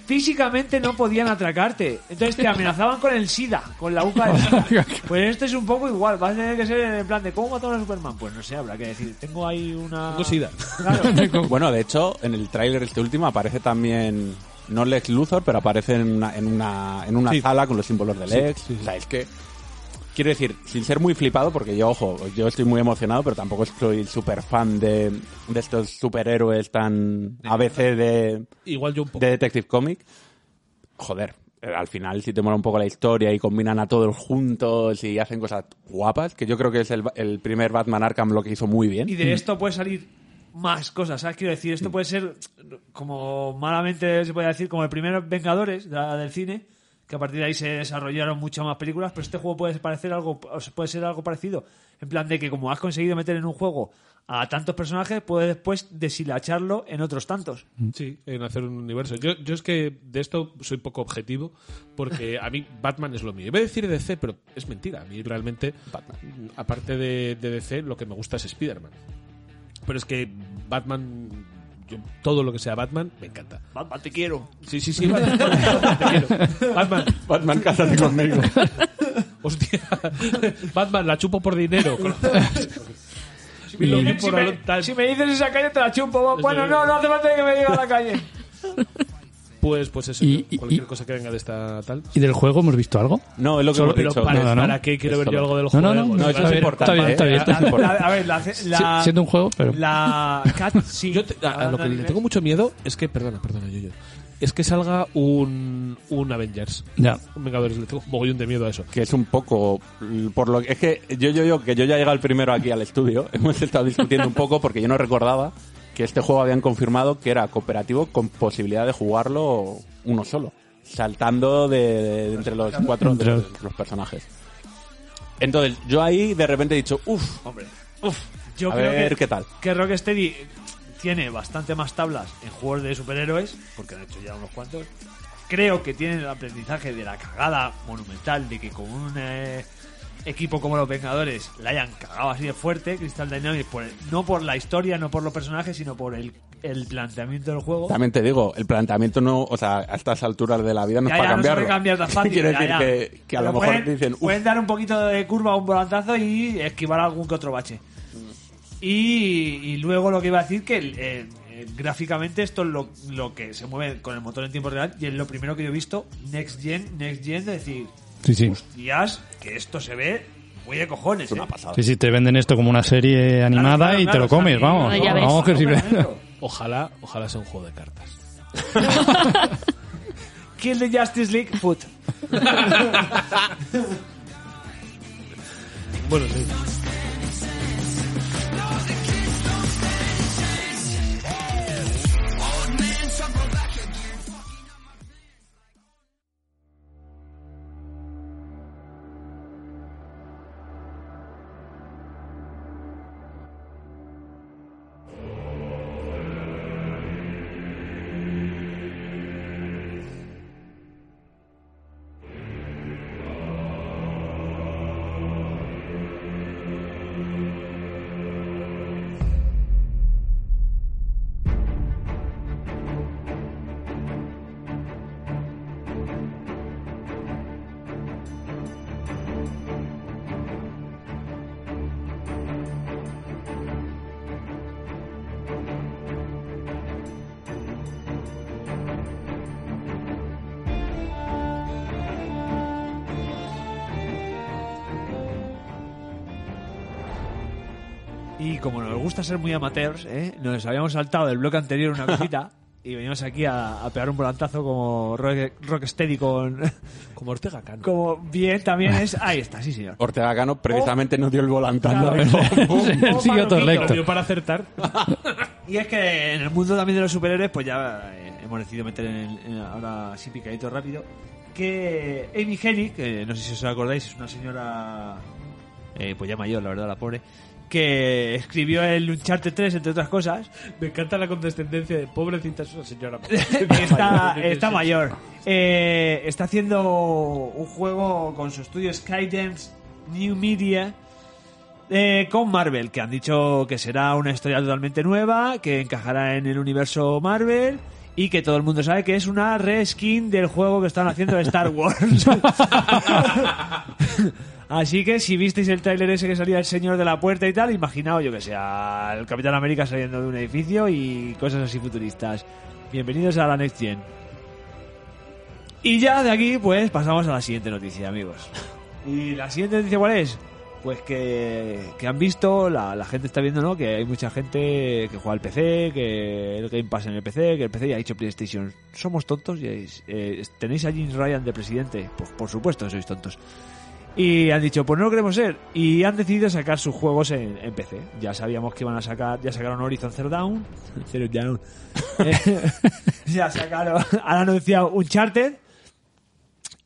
Físicamente no podían atracarte. Entonces te amenazaban con el SIDA, con la UCA del SIDA. Pues esto es un poco igual. Vas a tener que ser en el plan de ¿cómo matar a Superman? Pues no sé, habrá que decir. Tengo ahí una. Tengo SIDA. Claro. Bueno, de hecho, en el tráiler este último aparece también. No Lex Luthor, pero aparece en una, en una, en una Sí. sala con los símbolos de Sí, Lex. sí, sí. O sea, es que. Quiero decir, sin ser muy flipado, porque yo, ojo, yo estoy muy emocionado, pero tampoco estoy súper fan de, de estos superhéroes tan ABC de, Igual yo un poco. de Detective Comic. Joder, eh, al final si te mola un poco la historia y combinan a todos juntos y hacen cosas guapas, que yo creo que es el, ba- el primer Batman Arkham lo que hizo muy bien. Y de esto puede salir más cosas, ¿sabes? Quiero decir, esto puede ser, como malamente se puede decir, como el primer Vengadores de la- del cine, que a partir de ahí se desarrollaron muchas más películas, pero este juego puede, parecer algo, o sea, puede ser algo parecido. En plan de que como has conseguido meter en un juego a tantos personajes, puedes después deshilacharlo en otros tantos. Sí, en hacer un universo. Yo, yo es que de esto soy poco objetivo porque a mí Batman es lo mío. Iba a decir DC, pero es mentira. A mí realmente, mm, aparte de, de DC, lo que me gusta es Spider-Man. Pero es que Batman, yo- todo lo que sea Batman, me encanta. Batman, te quiero. Sí, sí, sí, Batman. te quiero. Batman, Batman, cásate conmigo. Hostia, Batman, la chupo por dinero. Si me, si me- si me dices esa calle, te la chumpo. Bueno, no, no hace falta que me diga la calle. Pues, pues eso, Y- yo, cualquier cosa que venga de esta tal. ¿Y del juego hemos visto algo? No, es lo que Solo- hemos pero dicho. para, Nada, ¿no? ¿para qué quiero ver yo algo del No, juego? no, no, no, Vale, eso vale. es importante, Está bien, ¿eh? está bien, está bien. La- A ver, la, la, Si- Siendo un juego, pero... la cat, sí. Yo te- a- a lo que le tengo mucho miedo es que, perdona, perdona, yo, yo. Es que salga un, un Avengers. Ya. Un Vengadores, le tengo mogollón de miedo a eso. Que es un poco. mm, por lo que- Es que yo, yo, yo, que yo ya he llegado el primero aquí al estudio, hemos estado discutiendo un poco porque yo no recordaba que este juego habían confirmado que era cooperativo con posibilidad de jugarlo uno solo, saltando de, de entre los cuatro de- de los personajes. Entonces, yo ahí de repente he dicho, uff, Uf, yo A creo ver que, qué tal. que Rocksteady tiene bastante más tablas en juegos de superhéroes, porque han hecho ya unos cuantos. Creo que tienen el aprendizaje de la cagada monumental de que con un eh, equipo como los Vengadores la hayan cagado así de fuerte, Crystal Dynamics, por el- no por la historia, no por los personajes, sino por el, el planteamiento del juego. También te digo, el planteamiento no, o sea, a estas alturas de la vida no es Ya, para ya, no se cambiarlo. recambia tan fácil, Quiere ya, decir ya. Que, que a lo Pero mejor pueden, dicen, uff, pueden dar un poquito de curva a un volantazo y esquivar algún que otro bache. Y, y luego lo que iba a decir que eh, eh, gráficamente esto es lo, lo que se mueve con el motor en tiempo real y es lo primero que yo he visto next gen, next gen, es decir, Sí, sí. tías, que esto se ve muy de cojones. ¿eh? Sí, sí, te venden esto como una serie animada Claro, claro, y te claro, lo o sea, comes, que- vamos. ya ves. vamos que sirve. Ojalá, ojalá sea un juego de cartas. Kill the Justice League Foot. Bueno, sí. Y como nos gusta ser muy amateurs, ¿eh? nos habíamos saltado del bloque anterior una cosita y venimos aquí a, a pegar un volantazo como rock, Rocksteady con... Como Ortega Cano. Como bien también es... Ahí está, sí señor. Ortega Cano Oh. precisamente nos dio el volantando. Como Manolito. para acertar. Y es que en el mundo también de los superhéroes, pues ya eh, hemos decidido meter en, el- en- ahora sí picadito rápido, que Amy Hennig, que no sé si os acordáis, es una señora, eh, pues ya mayor, la verdad, la pobre, que escribió el Uncharted 3, entre otras cosas, Me encanta la condescendencia de pobrecita es una señora. está, está mayor. Eh, está haciendo un juego con su estudio Skydance New Media eh, con Marvel, que han dicho que será una historia totalmente nueva, que encajará en el universo Marvel y que todo el mundo sabe que es una reskin del juego que están haciendo de Star Wars. Así que si visteis el tráiler ese que salía el señor de la puerta y tal, imaginaos yo que sea el Capitán América saliendo de un edificio y cosas así futuristas. Bienvenidos a la Next Gen. Y ya de aquí pues pasamos a la siguiente noticia, amigos. ¿Y la siguiente noticia cuál es? Pues que, que han visto, la, la gente está viendo, ¿no? Que hay mucha gente que juega al PC, que el Game Pass en el PC, que el PC ya ha hecho PlayStation. Somos tontos y es- eh, tenéis a Jim Ryan de presidente. Pues por supuesto que sois tontos. Y han dicho, pues no lo queremos ser. Y han decidido sacar sus juegos en, en PC. Ya sabíamos que iban a sacar, ya sacaron Horizon Zero Down. Zero Down. Eh, ya sacaron, han anunciado Uncharted.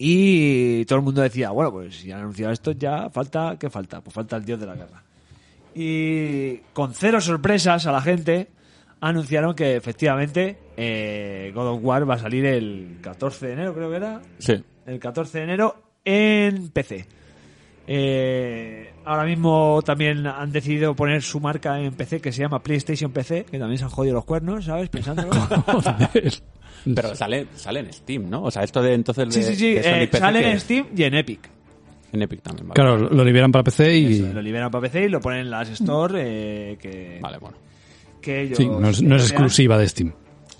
Y todo el mundo decía, bueno, pues si han anunciado esto, ya falta, ¿qué falta? Pues falta el dios de la guerra. Y con cero sorpresas a la gente, anunciaron que efectivamente eh, God of War va a salir el 14 de enero, creo que era Sí. el 14 de enero en PC. Eh, ahora mismo también han decidido poner su marca en PC que se llama PlayStation PC, que también se han jodido los cuernos, ¿sabes? Pensándolo. Pero sale, sale en Steam, ¿no? O sea, esto de entonces de, Pues sí, sí, sí. de Sony eh, PC sale que- en Steam y en Epic. En Epic también, vale. Claro, lo liberan para PC y... Eso, lo liberan para PC y lo ponen en las Store. eh, que, vale, bueno. Que ellos Sí, no es, no es exclusiva de Steam.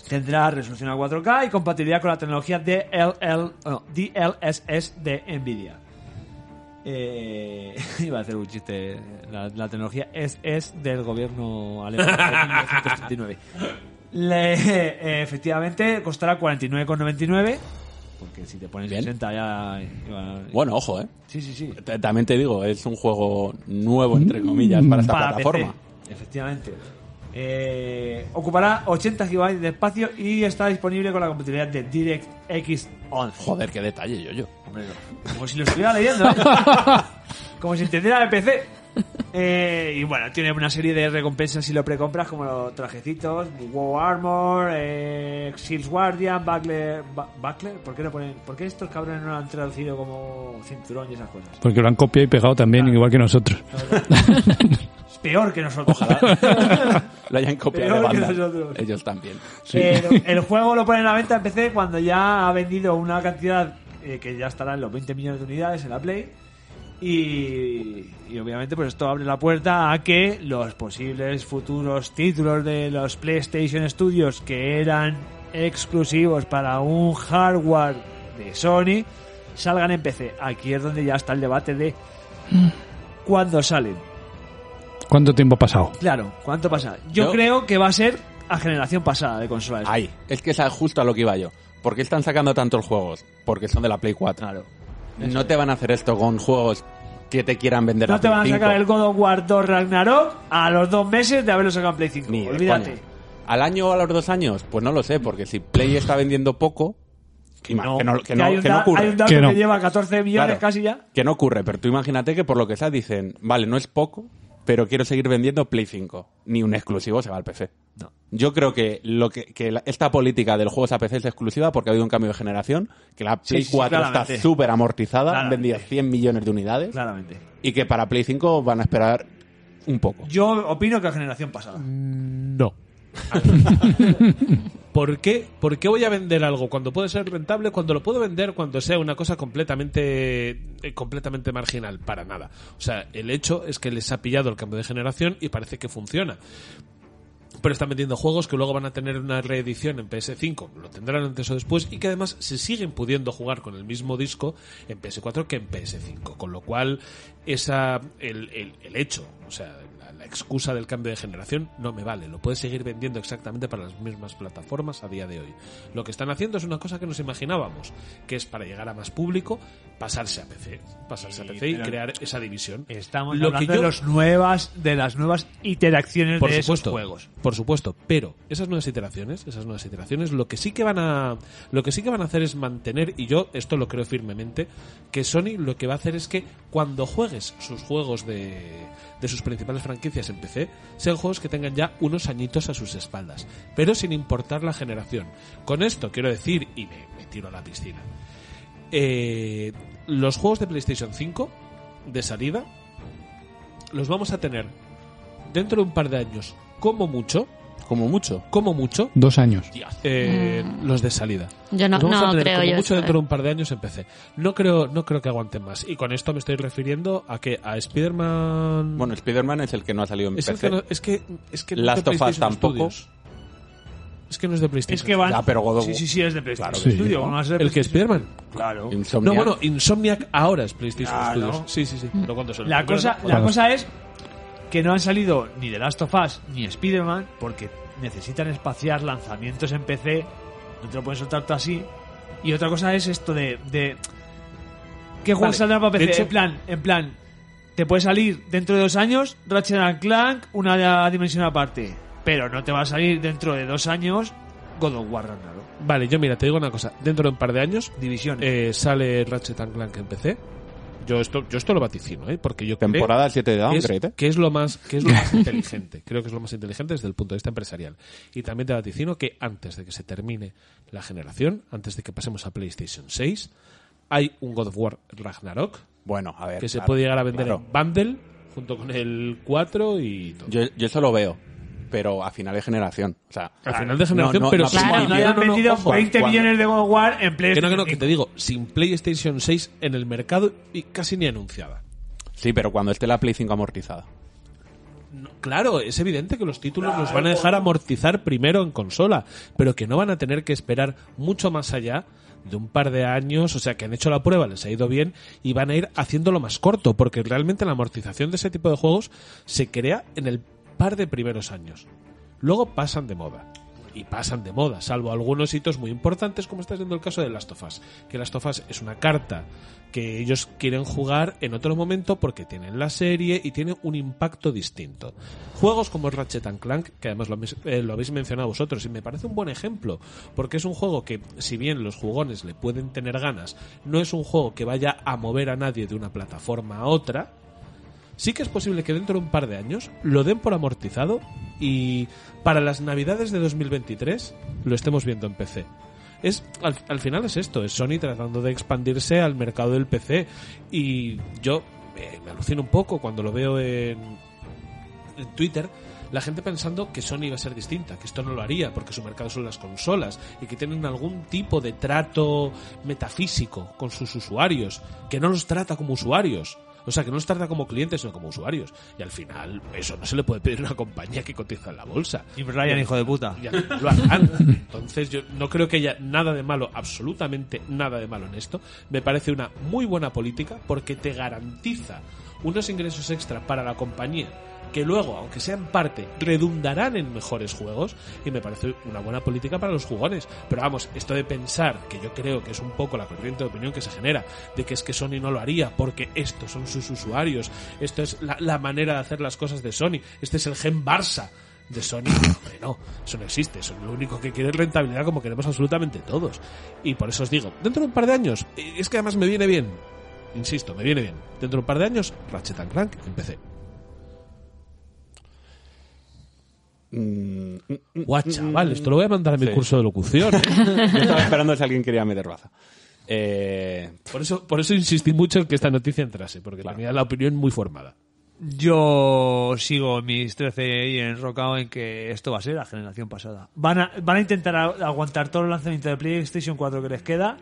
Tendrá resolución a 4K y compatibilidad con la tecnología DLL, no, DLSS de NVIDIA. Eh, iba a hacer un chiste. La, la tecnología es, es del gobierno alemán de 1939. Le- eh, efectivamente, costará 49,99. Porque si te pones Bien. 60 ya... iba- Bueno, ojo, ¿eh? Sí, sí, sí. T- También te digo, es un juego nuevo, entre comillas, para esta Mm, Para plataforma. PC, efectivamente. Eh, ocupará 80 GB de espacio y está disponible con la compatibilidad de DirectX 11. Joder, qué detalle, yo, yo. Hombre, no. Como si lo estuviera leyendo, ¿eh? Como si entendiera el PC. Eh, y bueno, tiene una serie de recompensas si lo precompras, como los trajecitos, WoW Armor, eh, Shields Guardian, Buckler... Ba- ¿Buckler? ¿Por qué, no ponen, ¿Por qué estos cabrones no lo han traducido como cinturón y esas cosas? Porque lo han copiado y pegado también, igual que nosotros. Es peor que nosotros. Lo hayan copiado de Peor que banda. nosotros. Ellos también. Eh, Pero el juego lo ponen a la venta en PC cuando ya ha vendido una cantidad eh, que ya estará en los 20 millones de unidades en la Play. Y, y obviamente pues esto abre la puerta a que los posibles futuros títulos de los PlayStation Studios que eran exclusivos para un hardware de Sony salgan en PC. Aquí es donde ya está el debate de cuándo salen. ¿Cuánto tiempo ha pasado? Claro, ¿cuánto pasa? Yo, Yo- creo que va a ser a generación pasada de consolas. Ahí. Es que es justo a lo que iba yo. ¿Por qué están sacando tantos juegos? Porque son de la Play 4. No te van a hacer esto con juegos que te quieran vender No la te Play van a 5. sacar el God of War 2 Ragnarok a los dos meses de haberlo sacado en Play 5. Ni de Olvídate. coña. ¿Al año o a los dos años? Pues no lo sé, porque si Play está vendiendo poco... ima- Que no, que Que no- hay, un que no da- ocurre. hay un dato que, lleva 14 millones Claro. casi ya. Que no ocurre, pero tú imagínate que por lo que sea dicen, vale, no es poco, pero quiero seguir vendiendo Play 5. Ni un exclusivo se va al PC. No. Yo creo que, lo que, que la- esta política del juego a PC es exclusiva porque ha habido un cambio de generación, que la Sí, Play sí, 4 claramente. está súper amortizada, Claramente. vendía 100 millones de unidades, Claramente. y que para Play 5 van a esperar un poco. Yo opino que a generación pasada. Mm. No. ¿Por qué? ¿Por qué voy a vender algo cuando puede ser rentable, cuando lo puedo vender, cuando sea una cosa completamente, eh, completamente marginal? Para nada. O sea, el hecho es que les ha pillado el cambio de generación y parece que funciona. Pero están vendiendo juegos que luego van a tener una reedición en PS5, lo tendrán antes o después, y que además se siguen pudiendo jugar con el mismo disco en PS4 que en PS5. Con lo cual, esa, el, el- el hecho, o sea, la, la excusa del cambio de generación no me vale. Lo puedes seguir vendiendo exactamente para las mismas plataformas a día de hoy. Lo que están haciendo es una cosa que nos imaginábamos, que es para llegar a más público, pasarse a PC, pasarse a PC y pero- crear esa división. Estamos Lo que hablando yo- de, los nuevas, de las nuevas interacciones por de supuesto, esos juegos. Por supuesto, pero esas nuevas iteraciones, esas nuevas iteraciones, lo que sí que van a lo que sí que van a hacer es mantener y yo esto lo creo firmemente que Sony lo que va a hacer es que cuando juegues sus juegos de de sus principales franquicias en PC, sean juegos que tengan ya unos añitos a sus espaldas, pero sin importar la generación. Con esto quiero decir y me, me tiro a la piscina. Eh, los juegos de PlayStation 5 de salida los vamos a tener dentro de un par de años, como mucho. Como mucho. Como mucho. Dos años. eh, Los de salida. Mm. Yo no- Los vamos no a tener creo como yo mucho eso, dentro de eh. un par de años en PC. No creo, no creo que aguanten más. Y con esto me estoy refiriendo a que a Spider-Man. Bueno, Spider-Man es el que no ha salido en es, el PC. que no- es que. Es que no es Last de of Us PlayStation tampoco. Studios. Es que no es de PlayStation. Es que van. Ya, pero God of sí, War- sí, sí, es de PlayStation Claro que sí. Studio, van a ser de El que PlayStation. Spider-Man. Claro. No, Insomniac. bueno, Insomniac ahora es PlayStation Claro. Studios. Sí, sí, Mm. sí. Lo cuento solo. Ah, La cosa, la Vamos. cosa es que no han salido ni The Last of Us ni Spider-Man porque necesitan espaciar lanzamientos en PC. No te lo pueden soltar tú así. Y otra cosa es esto de. de ¿Qué juego Vale, saldrá para de PC? hecho- en plan, en plan. Te puede salir dentro de dos años Ratchet and Clank, una dimensión aparte. Pero no te va a salir dentro de dos años God of War Ragnarok. Vale, yo mira, te digo una cosa. Dentro de un par de años Divisiones. eh, sale Ratchet and Clank en PC. Yo esto, yo esto lo vaticino, ¿eh? Porque yo creo Temporada 7 de que es, Downgrade, ¿eh? que es lo más, que es lo más inteligente. Creo que es lo más inteligente desde el punto de vista empresarial. Y también te vaticino que antes de que se termine la generación, antes de que pasemos a PlayStation 6, hay un God of War Ragnarok Bueno, a ver. que se claro, puede llegar a vender claro. en bundle junto con el 4 y todo. Yo, yo eso lo veo. pero a final de generación. O sea, Al final de generación, pero sin sin Nadie no, han no, vendido ojo. 20 Cuando- millones de God of War en Que no, PlayStation. que no, este que te digo, sin PlayStation 6 en el mercado y casi ni anunciada. Sí, pero cuando esté la Play 5 amortizada. Claro, es evidente que los títulos los van a dejar amortizar primero en consola, pero que no van a tener que esperar mucho más allá de un par de años, o sea, que han hecho la prueba, les ha ido bien y van a ir haciéndolo más corto, porque realmente la amortización de ese tipo de juegos se crea en el par de primeros años. Luego pasan de moda. Y pasan de moda, salvo algunos hitos muy importantes, como está siendo el caso de Last of Us. Que Last of Us es una carta que ellos quieren jugar en otro momento porque tienen la serie y tiene un impacto distinto. Juegos como Ratchet and Clank, que además lo, habéis- eh, lo habéis mencionado vosotros, y me parece un buen ejemplo, porque es un juego que, si bien los jugones le pueden tener ganas, no es un juego que vaya a mover a nadie de una plataforma a otra, sí que es posible que dentro de un par de años lo den por amortizado y para las navidades de 2023 lo estemos viendo en PC. Es, al, al final es esto, es Sony tratando de expandirse al mercado del PC y yo eh, me alucino un poco cuando lo veo en, en Twitter la gente pensando que Sony iba a ser distinta, que esto no lo haría porque su mercado son las consolas y que tienen algún tipo de trato metafísico con sus usuarios, que no los trata como usuarios. O sea, que no los trata como clientes, sino como usuarios. Y al final, eso no se le puede pedir a una compañía que cotiza en la bolsa. Y Brian, hijo de puta. Ya lo harán. Entonces, yo no creo que haya nada de malo, absolutamente nada de malo en esto. Me parece una muy buena política porque te garantiza unos ingresos extra para la compañía que luego, aunque sea en parte, redundarán en mejores juegos y me parece una buena política para los jugones. Pero vamos, esto de pensar, que yo creo que es un poco la corriente de opinión que se genera, de que es que Sony no lo haría porque estos son sus usuarios, esto es la, la manera de hacer las cosas de Sony, este es el gen Barça de Sony, hombre, no, eso no existe, eso lo único que quiere es rentabilidad como queremos absolutamente todos. Y por eso os digo, dentro de un par de años, eh, es que además me viene bien, insisto, me viene bien, dentro de un par de años, Ratchet and Clank empecé. Mm. Guau, chaval, esto lo voy a mandar a mi Sí. curso de locución. ¿eh? Yo estaba esperando si alguien quería meter baza. Eh, Por eso, por eso insistí mucho en que esta noticia entrase, porque tenía la opinión muy formada. Yo sigo mis 13 y enrocado en que esto va a ser la generación pasada. Van a, van a intentar a- aguantar todo el lanzamiento de PlayStation 4 que les queda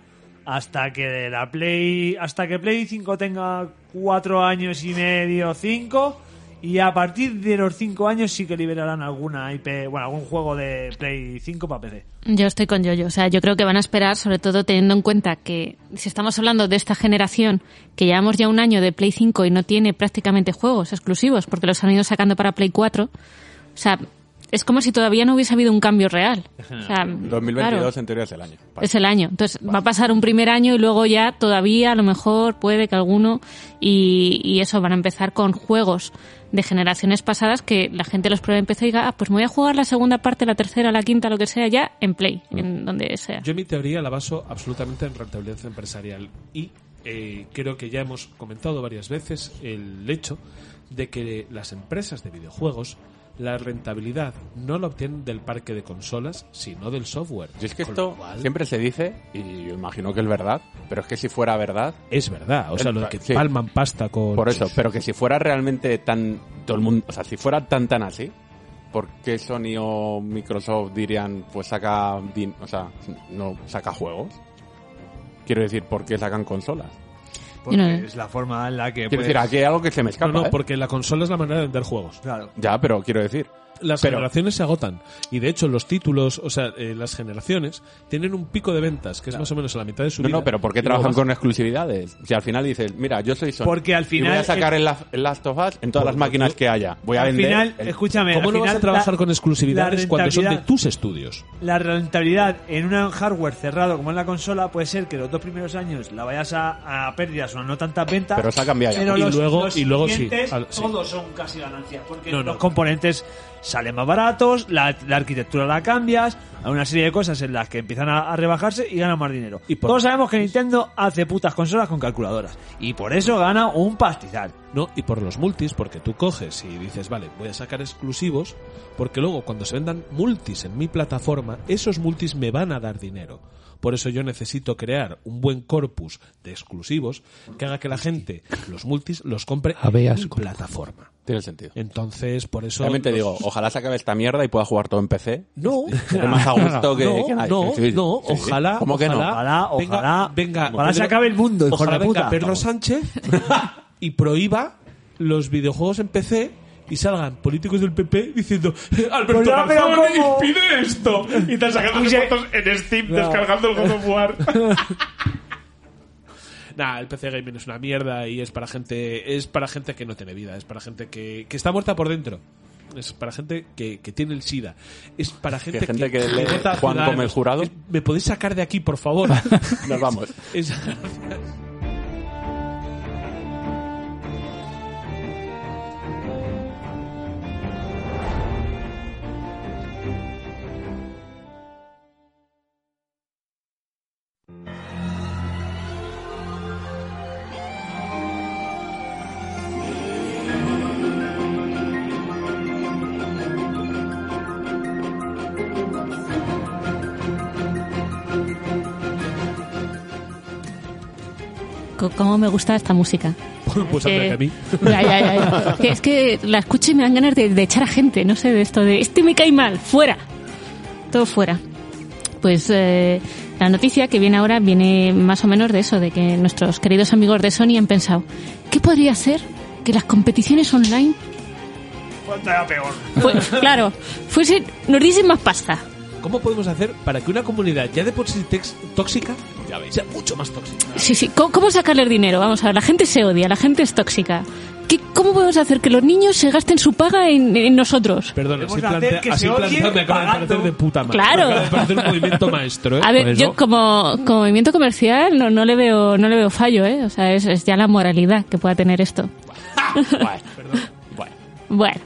hasta que la Play hasta que Play 5 tenga 4 años y medio, 5 y a partir de los 5 años sí que liberarán alguna IP, bueno, algún juego de Play 5 para PC. Yo estoy con Yoyo. O sea, yo creo que van a esperar, sobre todo teniendo en cuenta que si estamos hablando de esta generación que llevamos ya un año de Play 5 y no tiene prácticamente juegos exclusivos porque los han ido sacando para Play 4, o sea, es como si todavía no hubiese habido un cambio real. O sea, 2022 claro, en teoría es el año. es el año. Entonces va a pasar un primer año y luego ya todavía a lo mejor puede que alguno y, y eso van a empezar con juegos de generaciones pasadas que la gente los pruebe en PC y diga, ah, pues me voy a jugar la segunda parte, la tercera, la quinta, lo que sea ya en Play, en donde sea. Yo mi teoría la baso absolutamente en rentabilidad empresarial y eh, creo que ya hemos comentado varias veces el hecho de que las empresas de videojuegos la rentabilidad no la obtienen del parque de consolas, sino del software. Y es que Con esto lo cual, siempre se dice, y yo imagino que es verdad, pero es que si fuera verdad... es verdad, o sea, lo de que Sí. palman pasta con... Por eso, pero que si fuera realmente tan... Todo el mundo, o sea, si fuera tan tan así, ¿por qué Sony o Microsoft dirían, pues saca... din- O sea, no saca juegos? Quiero decir, ¿por qué sacan consolas? Porque no- es la forma en la que Quiero decir, aquí hay algo que se me escapa, No, no, ¿eh? porque la consola es la manera de vender juegos. Claro. Ya, pero quiero decir... Las Pero- generaciones se agotan. Y de hecho, los títulos, o sea, eh, las generaciones, tienen un pico de ventas, que es más o menos a la mitad de su No, vida. no, pero y ¿por qué luego trabajan baja. con exclusividades? Si al final dices, mira, yo soy Sony. Porque al Y voy final- a sacar el, la- el Last of Us en todas las máquinas que haya. Voy a Al vender. final, el- escúchame, ¿Cómo al no vas a final trabajar la- con exclusividades la cuando son de rentabilidad- tus estudios? La rentabilidad en un hardware cerrado como en la consola puede ser que los dos primeros años la vayas a, a pérdidas o no tantas ventas. Pero se ha cambiado ya. pero Y los- luego- los y luego sí, siguientes, al- sí. Todos son casi ganancias. Porque No, no. los componentes salen más baratos, la, la arquitectura la cambias, hay una serie de cosas en las que empiezan a, a rebajarse y ganan más dinero. Y por- todos sabemos que Nintendo hace putas consolas con calculadoras. Y por eso gana un pastizal. No, y por los multis, porque tú coges y dices, vale, voy a sacar exclusivos, porque luego cuando se vendan multis en mi plataforma, esos multis me van a dar dinero. Por eso yo necesito crear un buen corpus de exclusivos que haga que la gente los multis los compre en Habeas mi corpus. plataforma. Tiene sentido. Entonces, por eso. También te los- digo, ojalá se acabe esta mierda y pueda jugar todo en PC. No, Esté Este, más a gusto que, no, que nadie. no, Sí, sí, no, sí, sí. ojalá, ¿Cómo que no? ojalá, Ojalá, ojalá. venga, venga, Ojalá se acabe el mundo, hijo ojalá de venga puta. Pedro Sánchez y prohíba los videojuegos en PC y salgan políticos del PP diciendo Alberto Pues ya, pero Garzón ¿cómo? impide esto y te sacando fotos en Steam descargando el God of War. Nah, el PC gaming es una mierda y es para gente es para gente que no tiene vida, es para gente que, que está muerta por dentro. Es para gente que, que tiene el SIDA. Es para gente que, gente que lee vota a Juan Ciudadanos. Gómez Jurado. Es- ¿Me podéis sacar de aquí, por favor? Nos vamos. Es- C- ¿Cómo me gusta esta música? pues Eh, antes que a mí. Ya, ya, ya, ya. Que Es que la escucho y me dan ganas de, de echar a gente, no sé, de esto de este me cae mal, fuera. Todo fuera. Pues eh, la noticia que viene ahora viene más o menos de eso, de que nuestros queridos amigos de Sony han pensado, ¿qué podría ser que las competiciones online, ¿Cuánto era peor? pues, claro, fuesen, nos diesen más pasta? ¿Cómo podemos hacer para que una comunidad ya de por sí tex- tóxica sea mucho más tóxica? Sí, sí. ¿Cómo, cómo sacarle el dinero? Vamos a ver, la gente se odia, la gente es tóxica. ¿Qué, ¿Cómo podemos hacer que los niños se gasten su paga en, en nosotros? Perdón, Debemos así, hacer plantea, que así se odien planteado me acaba de pagando. parecer de puta madre. Claro. Me acaba de parecer un movimiento maestro, ¿eh? A ver, Por yo eso, como, como movimiento comercial no, no le veo no le veo fallo, ¿eh? O sea, es, es ya la moralidad que pueda tener esto. Bueno, bueno. Bueno,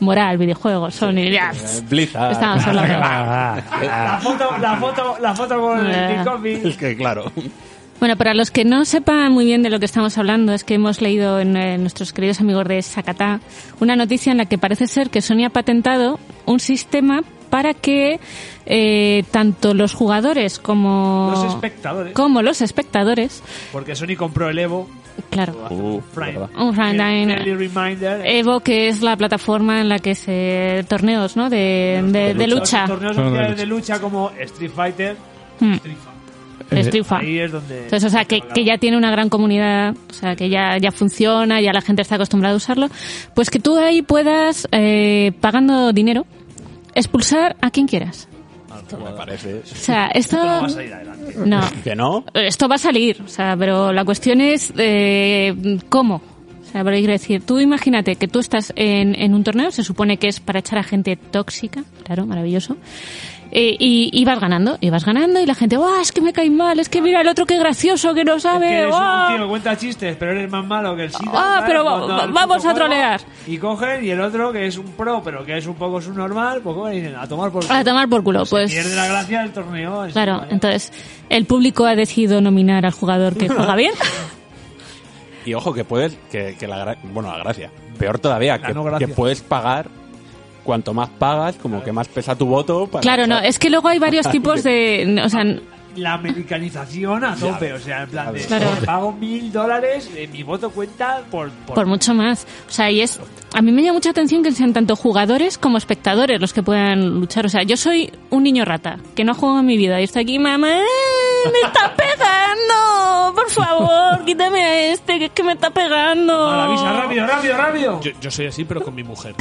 moral, videojuegos, Sony, ya, Eh, pff, Ah, Blizzard. estamos hablando. Ah. La foto, la foto, la foto con el Eh. coffee. Es que claro. Bueno, para los que no sepan muy bien de lo que estamos hablando, es que hemos leído en eh, nuestros queridos amigos de Sakata una noticia en la que parece ser que Sony ha patentado un sistema para que eh, tanto los jugadores como Los espectadores. como los espectadores, Porque Sony compró el Evo. claro, Uh, Prime. verdad. un Eh, Friendly random- reminder. Evo, que es la plataforma en la que se torneos, ¿no? De, de- de Los lucha. torneos Torneo de oficiales de lucha como Street Fighter. Hmm. Street Fighter. Street Fighter. Ahí es donde. Entonces, o sea, que, que ya tiene una gran comunidad, o sea, que ya, ya funciona, ya la gente está acostumbrada a usarlo. Pues que tú ahí puedas, eh, pagando dinero, expulsar a quien quieras. Me parece. O sea, esto... No va a salir adelante. No, ¿Que no? esto va a salir, o sea, pero la cuestión es eh, cómo. O sea, pero quiero decir, tú imagínate que tú estás en, en un torneo, se supone que es para echar a gente tóxica, claro, maravilloso, eh, y, y vas ganando, y vas ganando, y la gente, ¡ah, es que me cae mal! Es que mira el otro que gracioso, que no Es que sabe, eres ¡guau! un tío que cuenta chistes, pero eres más malo que el SIDA. oh. Ah, claro, pero va- cuando va- al vamos puto a trolear. juego, Y cogen, y el otro que es un pro, pero que es un poco su normal, pues cogen y dicen, a tomar por A culo. tomar por culo, pues... Pierde la gracia del torneo. en Claro, serio. entonces el público ha decidido nominar al jugador que juega bien. Y ojo, que puedes. Que, que la gra- Bueno, la gracia. Peor todavía, que, no gracia. que puedes pagar. Cuanto más pagas, como que más pesa tu voto. para- Claro, no, es que luego hay varios tipos de... O sea, La americanización a tope, o sea, en plan de. Claro. "Te Pago mil dólares, eh, mi voto cuenta por. por- por mucho más. O sea, y es. A mí me llama mucha atención que sean tanto jugadores como espectadores los que puedan luchar. O sea, yo soy un niño rata que no ha jugado en mi vida y estoy aquí, mamá, eh, me está pegando, por favor, quítame a este que es que me está pegando. Ahora avisa, rápido, rápido, rápido. yo, yo soy así, pero con mi mujer.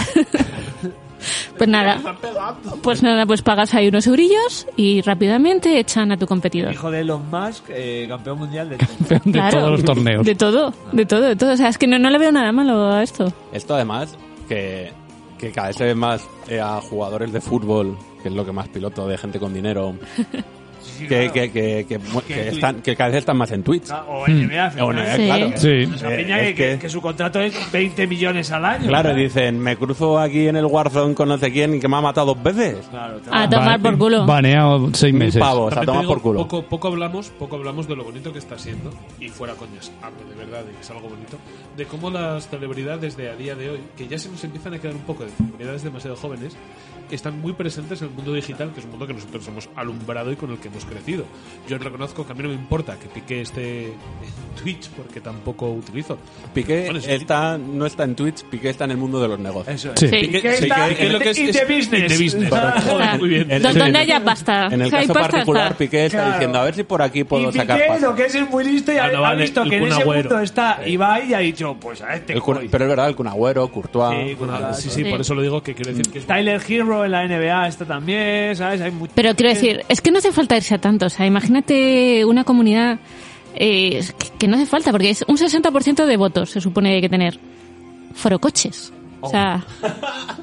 Pues nada, pues nada, pues pagas ahí unos eurillos y rápidamente echan a tu competidor. Hijo de Elon Musk, eh, campeón mundial de. de Claro. todos los torneos. De todo, de todo, de todo. O sea, es que no, no le veo nada malo a esto. Esto además, que, que cada vez se ve más eh, a jugadores de fútbol, que es lo que más piloto de gente con dinero, que, que, que, que, mu- que Twitch. están, que cada vez están más en Twitch. Ah, O NBA, Eh, bueno, eh, Sí. claro. Sí. O sea, Eh, peña es que, que- que- que su contrato es 20 millones al año. Claro, dicen, me cruzo aquí en el Warzone con no sé quién que me ha matado dos veces. Claro, te- A tomar por culo. Baneado seis Mil meses. pavos, a También tomar te digo, por culo. Poco, poco hablamos, poco hablamos de lo bonito que está siendo, y fuera coñas, hablo de verdad de que es algo bonito, de cómo las celebridades de a día de hoy, que ya se nos empiezan a quedar un poco de celebridades demasiado jóvenes, están muy presentes en el mundo digital, que es un mundo que nosotros hemos alumbrado y con el que hemos crecido. Yo reconozco que a mí no me importa que pique este en Twitch porque tampoco utilizo. Piqué está, no está en Twitch, Piqué está en el mundo de los negocios. Eso es. Sí. Piqué está en in the business. in the business. Ah, Correcto. muy bien. En- Donde haya pasta. En el Si hay caso pasta, particular, está. Piqué está Claro. diciendo, a ver si por aquí puedo Y sacar Piqué, pasta". lo que es, es muy listo y ha, Cuando ha vale visto el que en Kun ese Agüero. punto está Ibai y ha dicho, pues a este El Kun- voy. pero es verdad, el Kun Agüero, Courtois. Sí, con la- sí, sí, Sí. por eso lo digo que quiero decir que es Tyler Hero en la NBA está también, ¿sabes? Hay mucho- Pero quiero decir, es que no hace falta irse a tanto. O sea, imagínate una comunidad eh, es que- que no hace falta, porque es un 60% de votos, se supone que hay que tener. Forocoches. O sea, Oh.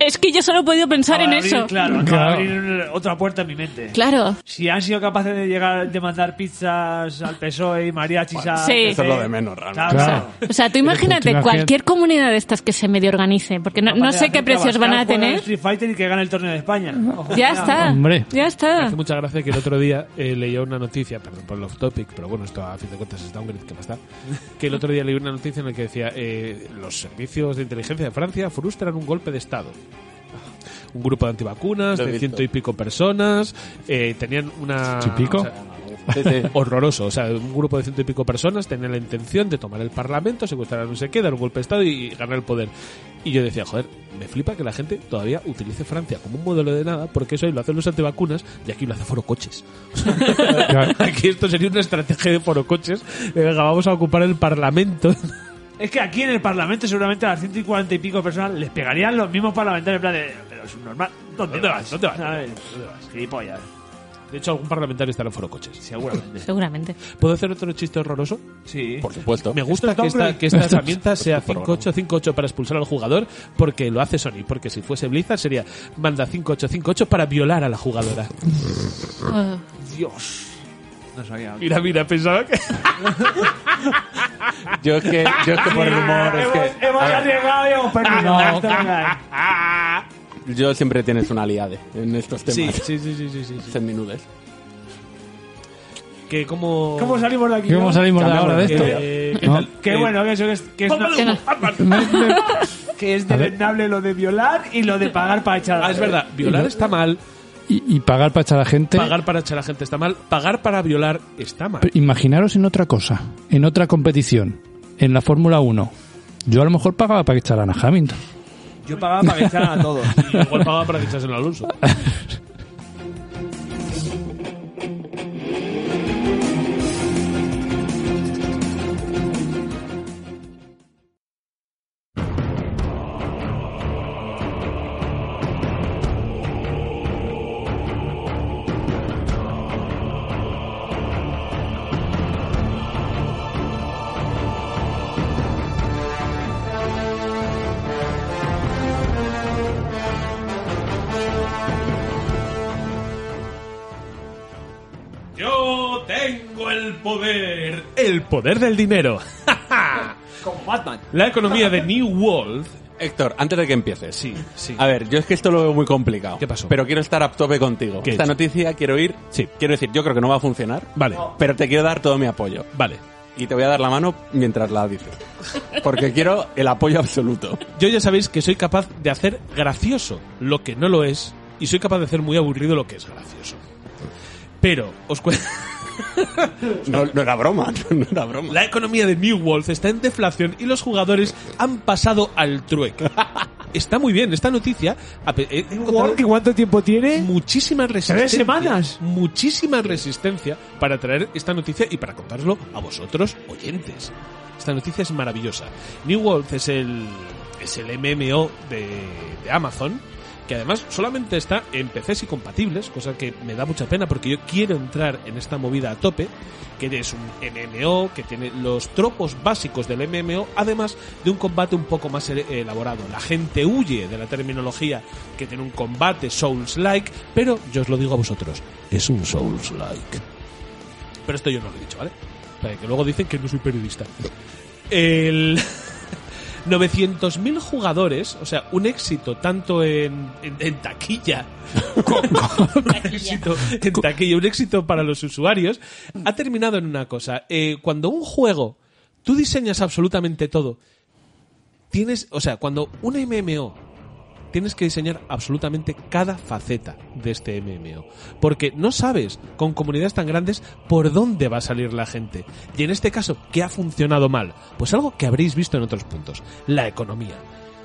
es que yo solo he podido pensar Acaba en de abrir, eso. Claro, acaba de Claro. abrir otra puerta en mi mente. Claro. Si han sido capaces de llegar de mandar pizzas al PSOE y E, mariachis a... Sí. Eso es lo de menos, realmente. Claro. O sea, tú imagínate Imagínate. cualquier comunidad de estas que se medio organice, porque no, no sé qué precios van a tener. Street Fighter y que gane el torneo de España. Ojo, Ya cuidado. está. Hombre. Ya está. hace mucha gracia que el otro día eh, leía una noticia, perdón por el off topic, pero bueno, esto a fin de cuentas es downgrade que más da, que el otro día leí una noticia en la que decía eh, los servicios de inteligencia de Francia frustran un golpe de Estado. Un grupo de antivacunas, Lo he de visto. ciento y pico personas, eh, tenían una... ¿Ciento y pico? o sea, Sí, sí. horroroso. O sea, un grupo de ciento y pico personas tenía la intención de tomar el Parlamento, secuestrar a no sé qué, dar un golpe de Estado y, y ganar el poder. Y yo decía, joder, me flipa que la gente todavía utilice Francia como un modelo de nada, porque eso ahí lo hacen los antivacunas y aquí lo hace Foro Coches. aquí esto sería una estrategia de Foro Coches. de, Venga, vamos a ocupar el Parlamento. Es que aquí en el Parlamento seguramente a las 140 y pico personas les pegarían los mismos parlamentarios en plan de... Pero es normal. ¿Dónde, ¿Dónde vas? vas? ¿Dónde vas? ¿Sabes? ¿Dónde vas? Gilipollas. De hecho, algún parlamentario estará en Foro Coches. Seguramente. Seguramente. ¿Puedo hacer otro chiste horroroso? Sí. Por supuesto. Me gusta Esto que es doble. esta, que esta Esto es- herramienta sea esto es 5858 para expulsar al jugador, porque lo hace Sony. Porque si fuese Blizzard sería manda 5858 para violar a la jugadora. Oh. Dios. No sabía. Mira, mira, pensaba que. Yo es que, yo es que por el humor, es hemos, que. Ah. hemos a ver, arriesgado y hemos perdido. No. Esto venga. yo siempre tienes una liade en estos Sí, temas. sí, sí, sí, sí, sí, sí. En minutos. Que como. ¿Cómo salimos de aquí? ¿Cómo no? salimos de Cambiamos ahora de que- esto? que No. tal- Qué que- bueno, que eso que es, que es, Que no. que es A ver. deleznable lo de violar y lo de pagar para echar a- Ah, es verdad, violar está mal, Y, y pagar para echar a gente. pagar para echar a gente está mal, pagar para violar está mal. Pero imaginaros en otra cosa, en otra competición, en la Fórmula 1. Yo a lo mejor pagaba para que echaran a Hamilton. Yo pagaba para que echaran a todos. Y igual pagaba para que echasen al Alonso. Yo tengo el poder. El poder del dinero. Como Batman. La economía de New World. Héctor, antes de que empieces. Sí, sí. A ver, yo es que esto lo veo muy complicado. ¿Qué pasó? Pero quiero estar a tope contigo. ¿Qué he Esta hecho? noticia quiero ir. Sí. Quiero decir, yo creo que no va a funcionar. Vale, Pero te quiero dar todo mi apoyo. vale. Y te voy a dar la mano mientras la dices. Porque quiero el apoyo absoluto. Yo ya sabéis que soy capaz de hacer gracioso lo que no lo es y soy capaz de hacer muy aburrido lo que es gracioso. Pero os cuento... No, no era broma, no era broma. La economía de New Wolf está en deflación y los jugadores han pasado al trueque. Está muy bien esta noticia. a pe- eh, he encontrado ¿Work? ¿Cuánto tiempo tiene? Muchísima resistencia. semanas? Muchísima resistencia para traer esta noticia y para contárselo a vosotros, oyentes. Esta noticia es maravillosa. New Wolf es el, es el MMO de, de Amazon, que además solamente está en PCs y compatibles, cosa que me da mucha pena porque yo quiero entrar en esta movida a tope, que es un MMO que tiene los tropos básicos del MMO, además de un combate un poco más ele- elaborado. La gente huye de la terminología que tiene un combate Souls-like, pero yo os lo digo a vosotros, es un Souls-like. Pero esto yo no lo he dicho, ¿vale? Para que luego dicen que no soy periodista. El... 900.000 jugadores, o sea, un éxito tanto en, en- en taquilla, co- co- un éxito en taquilla, un éxito para los usuarios, ha terminado en una cosa. Eh, cuando un juego, tú diseñas absolutamente todo, tienes, o sea, cuando un MMO tienes que diseñar absolutamente cada faceta de este MMO. Porque no sabes, con comunidades tan grandes, por dónde va a salir la gente. Y en este caso, ¿qué ha funcionado mal? Pues algo que habréis visto en otros puntos. La economía.